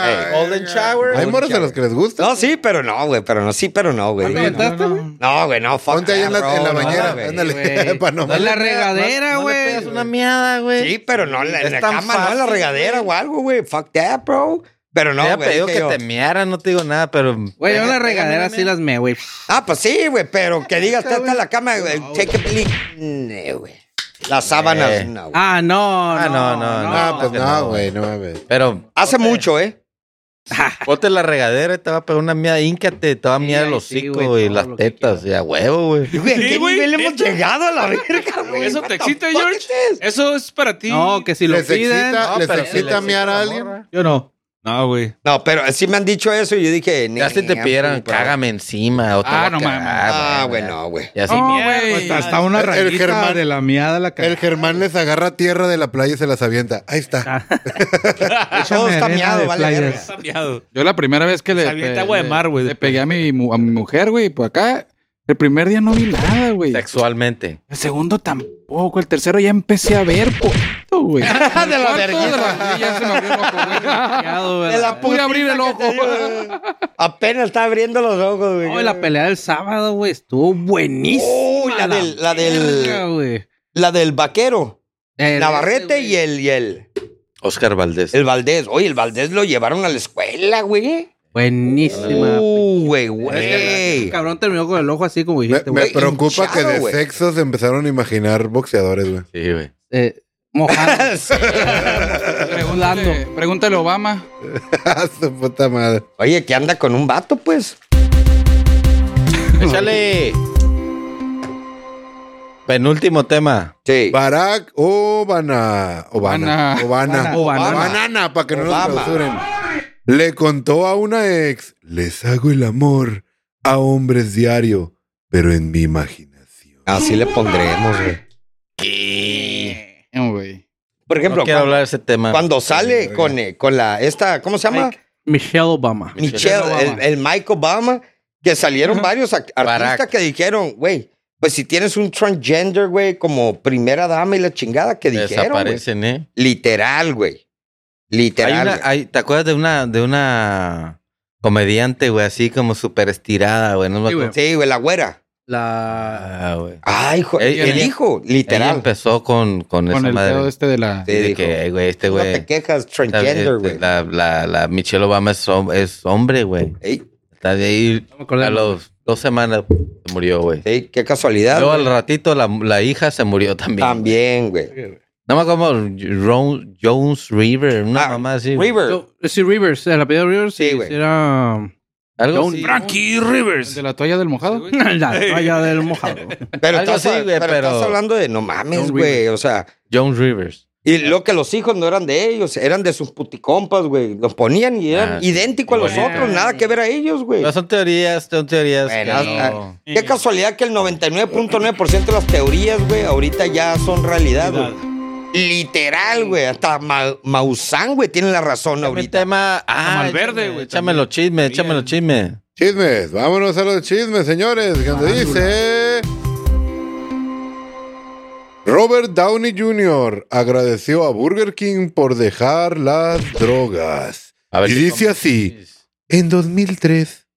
S1: Hay morros a los que les gusta.
S3: No, sí, pero no, güey, pero no, sí, pero no, güey. No, güey, no, fuck.
S1: Ponte ahí en la,
S3: that,
S1: en la
S3: bro, no,
S1: bañera.
S3: güey.
S1: ándale.
S4: güey.
S1: para no
S4: En la
S1: mames.
S4: regadera,
S2: No le
S4: güey.
S2: pegas una miada, güey.
S3: Sí, pero no en la, en
S2: Es
S3: la
S2: tan
S3: cama, no en la
S2: fácil,
S3: regadera o algo, güey. Fuck that, bro. Pero no,
S2: Te había
S3: güey.
S2: pedido
S3: dije
S2: que
S3: yo,
S2: te miaran, no te digo nada, pero.
S4: Güey, yo en la
S2: Pégame,
S4: regadera
S2: pégame.
S4: sí las me, güey.
S3: Ah, pues sí, güey, pero que digas, está en la cama, eh, güey. Take a leak. No, güey. Las sábanas,
S2: Eh.
S3: no, güey.
S4: Ah, no,
S2: Ah, no, no, no.
S1: Ah, pues
S2: No.
S1: no, güey, no mames.
S2: Pero
S3: Hace mucho, ¿eh?
S2: ponte en la regadera y te va a pegar una miada, íncate, te va a miar
S4: ahí
S2: el
S4: sí,
S2: hocico
S4: güey,
S2: y
S4: todo
S2: las
S4: lo que
S2: tetas, ya huevo, güey.
S3: Güey, ¿a ¿qué
S10: güey,
S3: nivel hemos
S10: neta.
S3: llegado a la verga, güey?
S10: ¿Eso
S3: What
S10: te
S3: the
S10: excita,
S3: fuck
S10: George?
S3: is this?
S10: Eso es para ti.
S4: No, que si lo
S1: ¿Les
S4: piden.
S1: excita,
S7: Ah,
S2: No,
S1: les
S2: pero si le
S1: excita miar a
S2: excita,
S1: alguien?
S2: morra.
S5: Yo no.
S10: No, güey.
S3: No, pero sí me han dicho eso y yo dije...
S2: Ya si te
S3: "Nah,
S2: pidieran,
S3: bro".
S2: cágame encima. O te
S10: Ah,
S2: voy a
S10: no
S2: cagar,
S10: mames.
S3: Ah,
S2: güey,
S3: güey, no, güey.
S2: Y así,
S6: No,
S2: mierda,
S6: güey.
S10: pues,
S2: güey.
S5: Hasta una
S1: El- el
S5: rayita
S1: Germán-
S5: de la miada la
S1: El
S5: cara.
S1: Germán les agarra tierra de la playa y se las avienta. Ahí está.
S3: Todo está
S5: arena
S3: miado,
S5: de
S3: vale
S5: playas.
S3: verga.
S6: Yo la primera vez que le,
S10: Se avienta agua de
S6: le-
S10: mar, güey,
S6: le
S10: después.
S6: pegué a mi, mu- a mi mujer, güey, por acá. El primer día no vi nada, güey.
S2: Sexualmente.
S6: El segundo tampoco. El tercero ya empecé a ver, po. güey. de la
S3: verguita.
S6: Ya se me abrió el ojo, güey.
S4: Cagado,
S3: De
S4: ¿verdad?
S3: la
S6: Pude
S3: putiza
S6: abrir el
S3: que te
S6: ojo.
S3: dio, güey. Apenas está abriendo los ojos, güey.
S4: Oye, la pelea del sábado, güey, estuvo buenísima.
S3: Uy, la del- la del-
S4: verga, güey.
S3: La del vaquero.
S4: El-
S3: Navarrete
S4: ese,
S3: y el, y el,
S2: Oscar Valdés.
S3: el Valdés. Oye, el Valdés lo llevaron a la escuela, güey.
S4: güey. Buenísima.
S3: Uh, güey,
S4: El
S3: güey.
S4: cabrón terminó con el ojo así como
S1: Me,
S4: dijiste,
S1: me
S4: güey.
S3: güey,
S1: preocupa
S3: hinchado,
S1: que de
S3: güey.
S1: sexo se empezaron a imaginar boxeadores, pues, güey.
S2: Sí, güey.
S4: Eh, mojado.
S6: Pregúntale, pregúntale a Obama.
S1: A su puta madre.
S3: Oye, que anda con un vato, pues.
S2: Échale. Penúltimo tema.
S3: Sí.
S1: Barack Obana. Obana.
S6: Obana.
S1: Obana.
S4: Obana.
S1: Banana, para que no nos
S3: Obama.
S1: censuren. Le contó a una ex, les hago el amor a hombres diario, pero en mi imaginación.
S3: Así le pondremos, güey.
S6: Eh, güey.
S3: Por ejemplo,
S2: no quiero
S3: cuando,
S2: hablar de ese tema.
S3: cuando sale con, eh, con la, esta, ¿cómo se llama?
S4: Michelle Obama.
S3: Michelle, el, el Mike Obama, que salieron varios ac- artistas
S2: Barack.
S3: que dijeron, güey, pues si tienes un transgender, güey, como primera dama y la chingada que dijeron, güey.
S2: Desaparecen, ¿eh?
S3: Literal, güey.
S2: Hay
S3: Literal.
S2: una,
S3: güey.
S2: hay- ¿Te acuerdas de una, de una comediante, güey, así como súper estirada, güey? No me
S4: Sí, güey.
S2: acuerdo.
S3: Sí, güey, la güera.
S4: La.
S2: Ah, güey.
S3: Ay, hijo,
S2: Ella-
S3: el
S2: ella-
S3: hijo,
S2: Ella
S3: literal.
S2: empezó con, con,
S6: Con
S2: esa
S6: el
S2: madre.
S6: pedo este de la.
S3: Sí,
S2: de
S3: dijo,
S2: que, "Ay, güey, este
S3: no
S2: güey.
S3: te quejas,
S2: esta-
S3: transgender,
S2: este,
S3: güey.
S2: la, la, la Michelle Obama es, hom- es hombre, güey.
S3: Ey,
S2: Está de ahí
S4: No me acuerdo.
S2: a los dos semanas murió, güey.
S3: sí, qué casualidad.
S2: Luego al
S3: güey.
S2: ratito la, la hija se murió también.
S3: También, güey.
S2: No me acuerdo, Ron- Jones River, una
S3: Ah,
S2: mamá así. güey.
S3: River.
S4: Yo- Sí, Rivers, el apellido de Rivers.
S3: Sí,
S4: Sí,
S3: güey.
S4: Era.
S2: Algo
S4: Jones
S2: así.
S10: Frankie Rivers.
S6: De la toalla del mojado.
S4: La toalla del mojado.
S3: Pero,
S2: algo
S3: estás,
S2: así, güey,
S3: pero
S2: pero-
S3: estás hablando de no mames,
S4: Don
S3: güey.
S4: River.
S3: O sea,
S2: Jones Rivers.
S3: y lo que los hijos no eran de ellos, eran de sus puticompas, güey. Los ponían y eran
S2: Ah, sí.
S3: idénticos a los
S2: Igualito.
S3: otros, nada que ver a ellos, güey.
S2: No, son teorías, son teorías. que
S3: Bueno,
S2: no-
S3: ah, Qué casualidad que el 99.9% de las teorías, güey, ahorita ya son realidad, güey. Literal, güey. Hasta Ma- Maussan, güey, tiene la
S2: Échame
S3: razón
S2: el
S3: ahorita.
S2: tema. Ah,
S10: Malverde,
S2: échame-
S10: güey,
S2: Échame los chismes, échame los chismes.
S1: Chismes, vámonos a los chismes, señores. Cuando dice. Robert Downey Jr. agradeció a Burger King por dejar las drogas.
S2: A ver
S1: y
S2: si
S1: dice así: En 2003,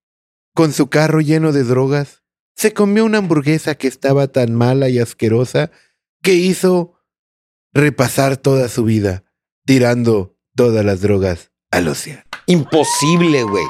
S1: con su carro lleno de drogas, se comió una hamburguesa que estaba tan mala y asquerosa que hizo repasar toda su vida, tirando todas las drogas al océano.
S3: Imposible, güey.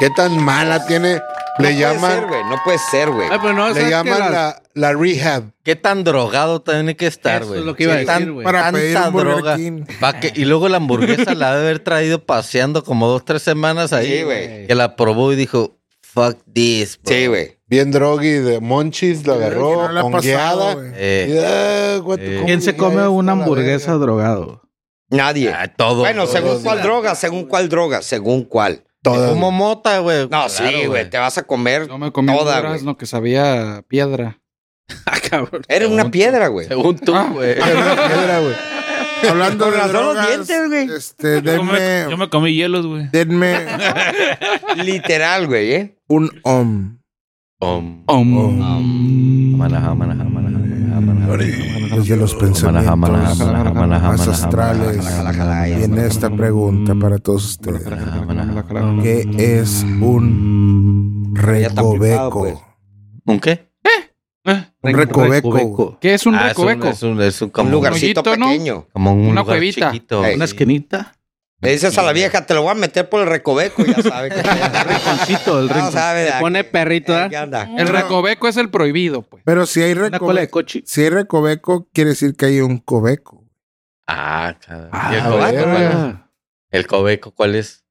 S1: ¿Qué tan mala tiene?
S3: No
S1: Le
S3: puede
S1: llaman.
S3: ser, güey. No puede ser, güey.
S4: Ay, pero no,
S1: Le
S4: Ah, ¿sabes qué?
S1: llaman la, la rehab.
S2: ¿Qué tan drogado tiene que estar,
S4: Eso
S2: güey?
S4: es lo que iba a
S2: Sí,
S4: decir,
S2: tan-
S4: güey.
S7: Para
S2: tanta
S7: pedir un Burger
S2: droga.
S7: King.
S2: pa' que- y luego la hamburguesa la debe haber traído paseando como dos, tres semanas ahí.
S3: Sí, güey.
S2: Que la probó y dijo, fuck this. bro".
S3: Sí, güey.
S1: Bien drogui de Monchis, la agarró,
S7: No le ha pasado,
S1: hongueada.
S7: güey.
S2: Eh,
S1: Y, ah, what the-
S2: Eh.
S1: ¿cómo
S5: ¿Quién se
S1: llegué
S5: come
S1: a
S5: una
S1: esto, la
S5: hamburguesa
S1: verga?
S5: drogado?
S3: Nadie.
S2: ah, todo.
S3: bueno,
S2: todo,
S3: según
S2: güey.
S3: cuál droga, según cuál droga, según cuál.
S1: Todas.
S2: Como mota, güey.
S3: No, sí, güey. Te vas a comer.
S6: No me comí
S3: Toda,
S6: un durazno que sabía piedra.
S4: Ah, cabrón.
S3: Eres una piedra, güey.
S2: Según tú,
S6: Ah.
S2: güey.
S1: Piedra, güey.
S7: Hablando de
S3: razón los
S7: drogas,
S3: dientes, güey.
S7: este,
S10: Yo me, yo
S7: denme,
S10: me comí hielos, güey.
S7: denme
S3: Literal, güey, ¿eh?
S7: un om.
S2: Om.
S7: Oh,
S5: Mm.
S6: Om.
S2: Amalaja, amalaja, amalaja, amalaja, amalaja, amalaja.
S7: Desde los
S2: Amalaja, amalaja,
S7: pensamientos
S2: amalaja, amalaja,
S7: más
S2: amalaja,
S7: astrales.
S2: amalaja, amalaja,
S7: Y en esta
S5: Mm.
S7: pregunta para todos ustedes. ¿Qué
S10: mm.
S7: es un
S3: Ya está flipado,
S7: recoveco?
S3: pues.
S2: ¿Un qué?
S7: Un recoveco.
S6: Ah, ¿Qué es un
S2: Ah, es un-
S6: recoveco?
S2: Es un, es un, como
S3: Un lugarcito
S6: hoyito, ¿no?
S3: pequeño.
S2: Como un
S6: Una
S2: lugar
S6: cuevita.
S2: chiquito.
S3: Ey.
S5: ¿Una
S2: sí.
S5: esquinita?
S3: Le dices a la vieja, te lo voy a meter por el recoveco, ya sabes. que-
S5: Concito, el
S3: no,
S5: rincón.
S3: sabe,
S4: Se pone perrito, ¿eh?
S3: ¿Qué anda?
S6: El recoveco es el prohibido, pues.
S7: Pero si hay
S5: Una cola de
S7: recoveco,
S5: coche.
S7: si hay recoveco, quiere decir que hay un coveco.
S2: Ah, cabrón.
S5: Ah,
S2: ¿Y el
S5: a
S2: cobeco,
S3: ver.
S2: cuál es? ¿El cobeco cuál es?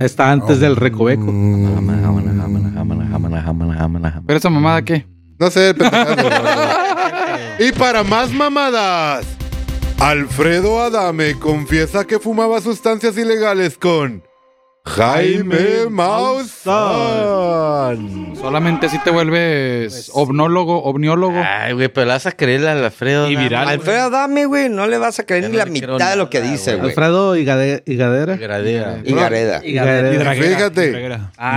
S5: Está Ah, antes del recoveco.
S7: Ah, Mm.
S6: Pero esa mamada, ¿qué?
S1: No sé, pendejadas, güey. Y para más mamadas, Alfredo Adame confiesa que fumaba sustancias ilegales con Jaime
S5: Jaime
S1: Maussan.
S6: Solamente si te
S10: Pues,
S6: vuelves ovnólogo,
S10: Ah,
S6: ovniólogo.
S2: Ay, güey, pero le vas a creerle al Alfredo.
S10: Y
S2: nada
S10: viral.
S2: más.
S3: Alfredo, dame, güey. No le vas a creer
S2: Ya
S3: ni
S2: no
S3: la
S2: le quiero
S3: mitad de lo que
S2: nada,
S3: dice,
S2: güey.
S3: güey.
S5: Alfredo Higade- Higadera.
S2: Gradea.
S3: Y Gareda.
S4: Y Gabriel.
S5: Higadera.
S1: Fíjate,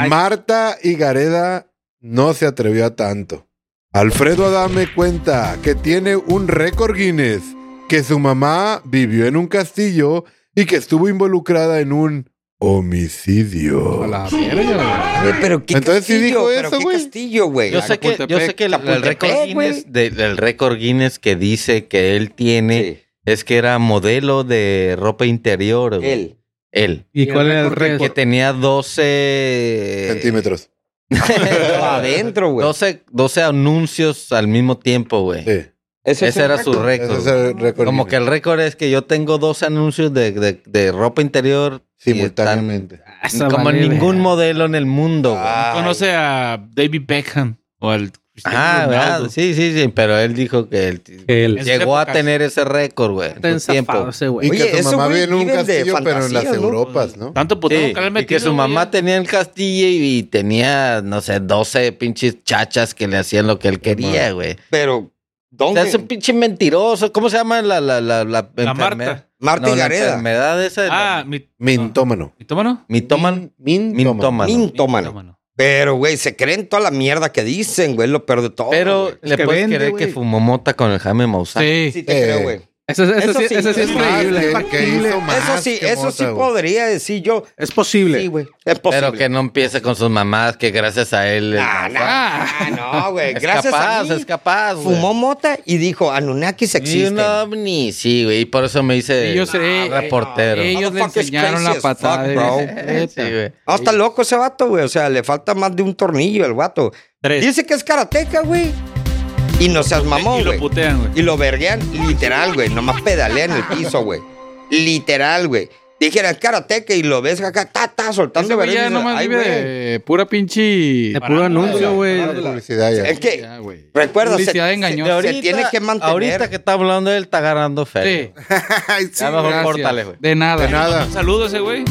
S1: Marta Higareda no se atrevió a tanto. Alfredo Adame cuenta que tiene un récord Guinness que su mamá vivió en un castillo y que estuvo involucrada en un homicidio.
S3: Güey, pero qué
S1: Entonces sí
S3: castillo,
S1: dijo
S3: pero
S1: eso,
S3: qué
S1: güey.
S3: castillo, güey.
S2: Yo sé que, yo sé que el, el
S3: Chapultepec,
S2: récord Guinness,
S3: güey.
S2: de- el récord Guinness que dice que él tiene
S3: Sí,
S2: es que era modelo de ropa interior. güey.
S3: él.
S2: Él.
S5: ¿Y
S4: el
S5: cuál era el
S4: récord que-
S5: récord?
S2: Que tenía 12...
S9: Centímetros.
S3: Pero adentro, güey.
S2: 12, 12 anuncios al mismo tiempo, güey.
S9: Sí.
S3: Ese, es
S2: Ese
S3: el
S2: era
S3: récord.
S2: su récord.
S9: Ese es el récord.
S2: Como que el récord es que yo tengo 12 anuncios de, de- de ropa interior y
S9: Simultáneamente.
S4: Ah, esa
S2: están Como
S4: vale
S2: ningún
S4: verga.
S2: modelo en el mundo, güey.
S3: Ah,
S10: Conoce a David Beckham o al Cristiano
S2: Ah,
S10: Ronaldo.
S2: ¿verdad? sí, sí, sí, pero él dijo que él
S5: El-
S10: En sus
S2: llegó a
S10: épocas.
S2: tener ese récord, güey. en
S4: Está
S2: su tiempo.
S4: enzafado ese güey.
S9: Y
S3: Oye,
S9: que su
S3: eso,
S9: mamá
S3: güey,
S9: vive en un
S3: viven de
S9: castillo, pero en las
S3: fantasías, ¿no?
S9: Europas, ¿no?
S10: Tanto puto
S2: Sí, y que su mamá tenía el castillo y, y tenía, no sé, 12 pinches chachas que le hacían lo que él quería, güey.
S3: Pero,
S2: O
S3: ¿dónde?
S2: sea, es un pinche mentiroso. ¿Cómo se llama la, la, la, la,
S10: La
S2: enfermera?
S10: Marta.
S3: Marta
S2: No, la
S3: Gareda.
S2: enfermedad esa.
S10: Ah,
S2: Ah,
S10: mi...
S9: Mintómano.
S10: ¿Mi tómano?
S2: mitoman.
S9: Min-
S2: Mintómano.
S3: Mintómano. Pero, güey, se creen toda la mierda que dicen, güey, lo peor de todo.
S2: Pero
S3: güey.
S2: le
S5: que
S2: puedes
S5: vende,
S2: creer que
S5: güey.
S2: fumó mota con el Jaime Maussan.
S10: Sí.
S3: Sí, te
S9: Eh,
S3: creo, güey.
S4: Eso, eso
S3: Eso
S4: sí,
S3: sí,
S4: eso sí es
S3: es
S4: creíble.
S9: Más que- que hizo
S3: Eso
S9: más
S3: sí,
S9: que
S3: eso sí
S9: mota, güey.
S3: podría decir yo.
S5: Es posible.
S3: Sí, güey. Es posible.
S2: Pero que no empiece con sus mamás, que gracias a él.
S3: Ah,
S2: el-
S3: no, ah, no, güey.
S2: Es
S3: Gracias
S2: capaz,
S3: a mí,
S2: es capaz. güey.
S3: fumó mota y dijo, Anunnakis
S2: Y
S3: existen.
S2: un ovni, sí, güey. Y por eso me hice
S10: Y yo sé,
S2: ah, reportero.
S3: eh,
S10: Ellos le
S3: Motherfuckers
S10: enseñaron la
S3: crazy as
S10: patada.
S3: fuck,
S10: de-
S3: bro.
S10: Neta.
S2: Sí, güey.
S3: No, está loco ese vato, güey. O sea, le falta más de un tornillo el vato.
S10: Tres.
S3: Dice que es karateca, güey. Y no seas mamón,
S10: y lo
S3: güey.
S10: putean, güey.
S3: Y lo verguean literal, güey. Nomás pedalean el piso, güey. Literal, güey. Dijeran karateca y lo ves acá, ta, ta, soltando
S10: Ese güey ya
S3: vergüenza.
S10: nomás
S3: Ay,
S10: vive
S3: güey.
S10: de pura pinche...
S4: De puro anuncio, güey.
S9: Publicidad ya.
S3: Es
S10: Ya,
S3: que,
S10: güey.
S3: recuerda, se,
S10: Publicidad
S3: se-
S10: engañosa.
S3: se
S10: De
S3: tiene que mantener.
S2: Ahorita que está hablando él, está agarrando feria.
S10: Sí.
S7: Ay, sí,
S2: Ya mejor
S7: güey.
S10: Gracias.
S2: córtale, güey.
S10: De nada.
S9: De nada.
S10: Un saludo a ese güey.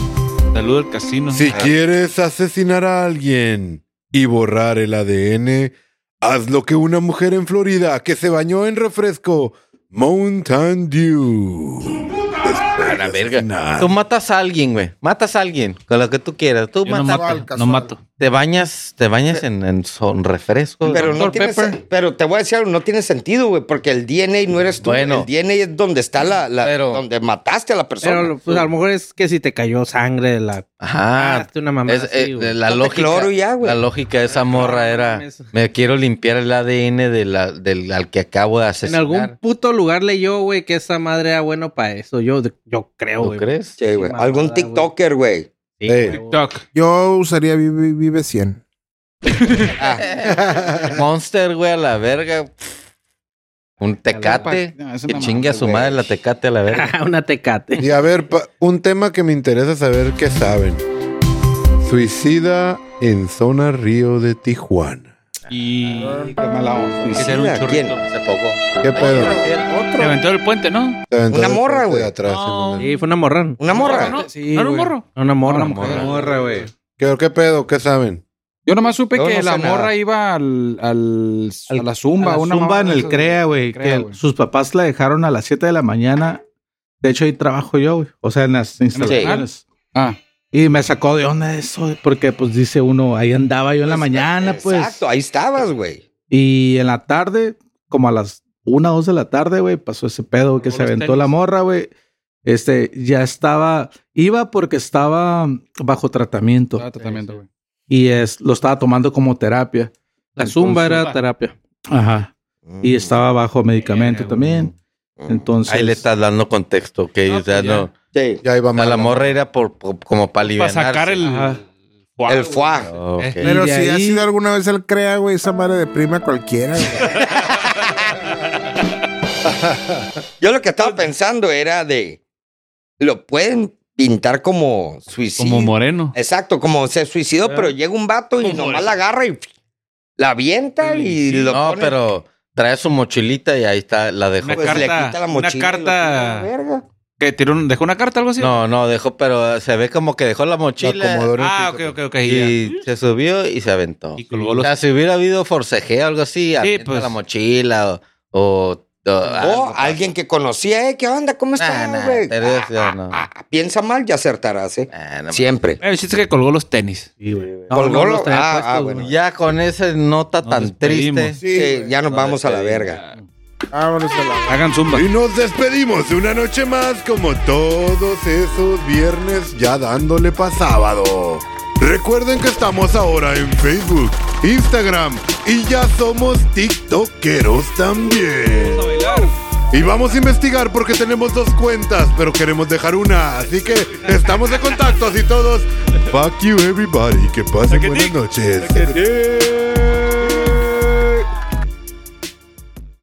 S10: Saludo al casino.
S1: Si quieres asesinar a alguien y borrar el ADN, haz lo que una mujer en Florida que se bañó en refresco Mountain Dew. Después de asesinar.
S3: Ah.
S2: Tú matas a alguien, güey. Matas a alguien, con lo que tú quieras. Tú
S10: Yo no
S2: matas.
S7: Casual,
S10: mato. No
S7: casual.
S10: mato.
S2: Te bañas, te bañas en, en son refresco.
S3: Pero, no
S10: Dr.
S3: tiene,
S10: Pepper.
S3: sen- pero te voy a decir algo, no tiene sentido, güey, porque el DNA no eres tú.
S2: Bueno.
S3: el DNA es donde está la, la-
S2: Pero-
S3: donde mataste a la persona.
S4: Pero pues, a lo mejor es que si te cayó sangre de la.
S3: Ah,
S2: Ajá.
S4: hazte una mamá.
S2: Es, eh, la
S3: Ponte
S2: lógica,
S3: cloro ya, güey.
S2: la lógica de esa morra era,
S4: mames.
S2: me quiero limpiar el ADN de la- del al que acabo de
S4: En
S2: asesinar.
S4: algún puto lugar leyó, güey, que esa madre era bueno para eso. Yo, yo creo,
S2: ¿Tú
S4: güey.
S2: crees?
S3: Sí, güey.
S4: mamada,
S3: Algún
S4: güey.
S3: TikToker, güey.
S2: Sí,
S9: Sí.
S2: güey.
S10: Doc.
S7: Yo usaría Vive, Vive 100.
S2: Monster, güey, a la verga. Un tecate.
S10: No, es
S2: Que
S10: una
S2: chingue a su madre la tecate a la verga.
S4: Una tecate.
S9: Y a ver, pa- un tema que me interesa saber qué saben. Suicida en zona río de Tijuana.
S10: Y...
S2: Ah.
S3: Y
S10: Que era un
S3: sí, ¿a quién?
S10: churrito.
S2: Hace poco.
S9: ¿Qué pedo?
S10: Se aventó del puente, ¿no?
S9: Se aventó
S3: Una
S9: del
S3: morra,
S9: puente
S3: güey.
S9: de atrás,
S10: No.
S9: Simón.
S4: Sí, fue una morrón.
S3: Una morra.
S10: ¿No?
S5: Sí,
S10: ¿No era un
S5: güey.
S10: morro?
S4: Una morra.
S10: Una morra.
S5: Morra, güey.
S9: ¿Qué, ¿Qué pedo? ¿Qué saben?
S6: Yo nomás supe
S3: Yo
S6: que
S3: no sé
S6: la
S3: nada.
S6: morra iba al, al- a la zumba.
S5: A la
S6: una
S5: zumba
S6: mamá
S5: en
S6: de
S5: el
S6: esas,
S5: CREA, güey.
S6: CREA,
S5: que el-
S6: güey.
S5: sus papás la dejaron a las 7 de la mañana. De hecho, ahí trabajo yo, güey. O sea, en las instalaciones.
S6: Ah,
S5: Y me sacó de onda eso, güey, porque pues dice uno, ahí andaba yo en la mañana, pues.
S3: Exacto, ahí estabas, güey.
S5: Y en la tarde, como a las una o dos de la tarde, güey, pasó ese pedo güey, que
S10: Colgó
S5: se
S10: los
S5: aventó
S10: tenis.
S5: la morra, güey. Este, ya estaba, iba porque estaba um, bajo tratamiento
S6: estaba tratamiento, güey.
S5: y es, lo estaba tomando como terapia.
S4: La zumba era
S10: Zumba.
S4: terapia.
S5: Ajá. Y estaba bajo medicamento también. Entonces,
S2: Mm. Ahí le estás dando contexto, que
S10: No,
S2: o sea,
S10: pues ya.
S2: no.
S3: Sí.
S9: Ya iba
S2: o sea,
S9: mal.
S2: la morra era por, por- como para
S10: Para
S2: liberarse.
S10: sacar el...
S5: Ajá.
S10: fuá,
S3: El
S10: güey.
S3: fuá.
S2: Ok.
S10: Eh.
S7: Pero
S5: Y
S7: si
S5: de
S7: ha
S5: ahí-
S7: sido alguna vez el CREA, güey, esa madre deprime a cualquiera, güey.
S3: Yo lo que estaba pensando era de. Lo pueden pintar como suicidio.
S10: Como moreno.
S3: Exacto, como se suicidó, pero llega un vato y
S10: Como
S3: nomás
S10: el-
S3: la agarra y la avienta y lo
S2: No,
S3: pone.
S2: pero trae su mochilita y ahí está, la dejó.
S10: Una
S3: Pues le
S10: carta-
S3: quita la
S10: una
S3: mochila. y lo
S10: carta-
S3: tira a la verga.
S10: ¿Que tiró un- dejó una carta o algo así?
S2: No, no, dejó, pero se ve como que dejó la mochila.
S9: acomodó en el
S10: Ah, ok,
S9: piso,
S10: ok, ok. ya.
S2: Y se subió y se aventó.
S10: Y colgó los...
S2: O sea, si hubiera habido forcejeo o algo así, avienta
S10: pues.
S2: la mochila o... o, o algo,
S3: O alguien que conocía, eh, ¿qué onda? ¿Cómo
S2: Ah, Nah,
S3: estás,
S2: nah,
S3: Oh, güey?
S2: pero
S3: Ah,
S2: eso
S3: ah,
S2: no.
S3: ah, ah, piensa mal y acertarás, eh.
S2: Ah, no
S3: Siempre.
S10: El chiste es que colgó los tenis.
S5: sí, güey.
S4: No,
S3: Colgó
S4: no
S3: lo-
S4: los traía
S3: ah,
S4: puestos,
S3: ah,
S4: güey.
S3: bueno.
S2: Ya con esa nota
S10: Nos
S2: tan
S10: despedimos.
S2: triste.
S3: Sí, ya nos
S2: No,
S3: vamos a la
S2: despedimos.
S3: verga.
S7: Vámonos a la.
S10: Hagan zumba.
S1: Y nos despedimos de una noche más como todos esos viernes ya dándole pa' sábado. Recuerden que estamos ahora en Facebook, Instagram y ya somos tiktokeros también. Y vamos a investigar porque tenemos dos cuentas, pero queremos dejar una. Así que estamos de contacto así todos. Fuck you everybody. Que pasen buenas noches.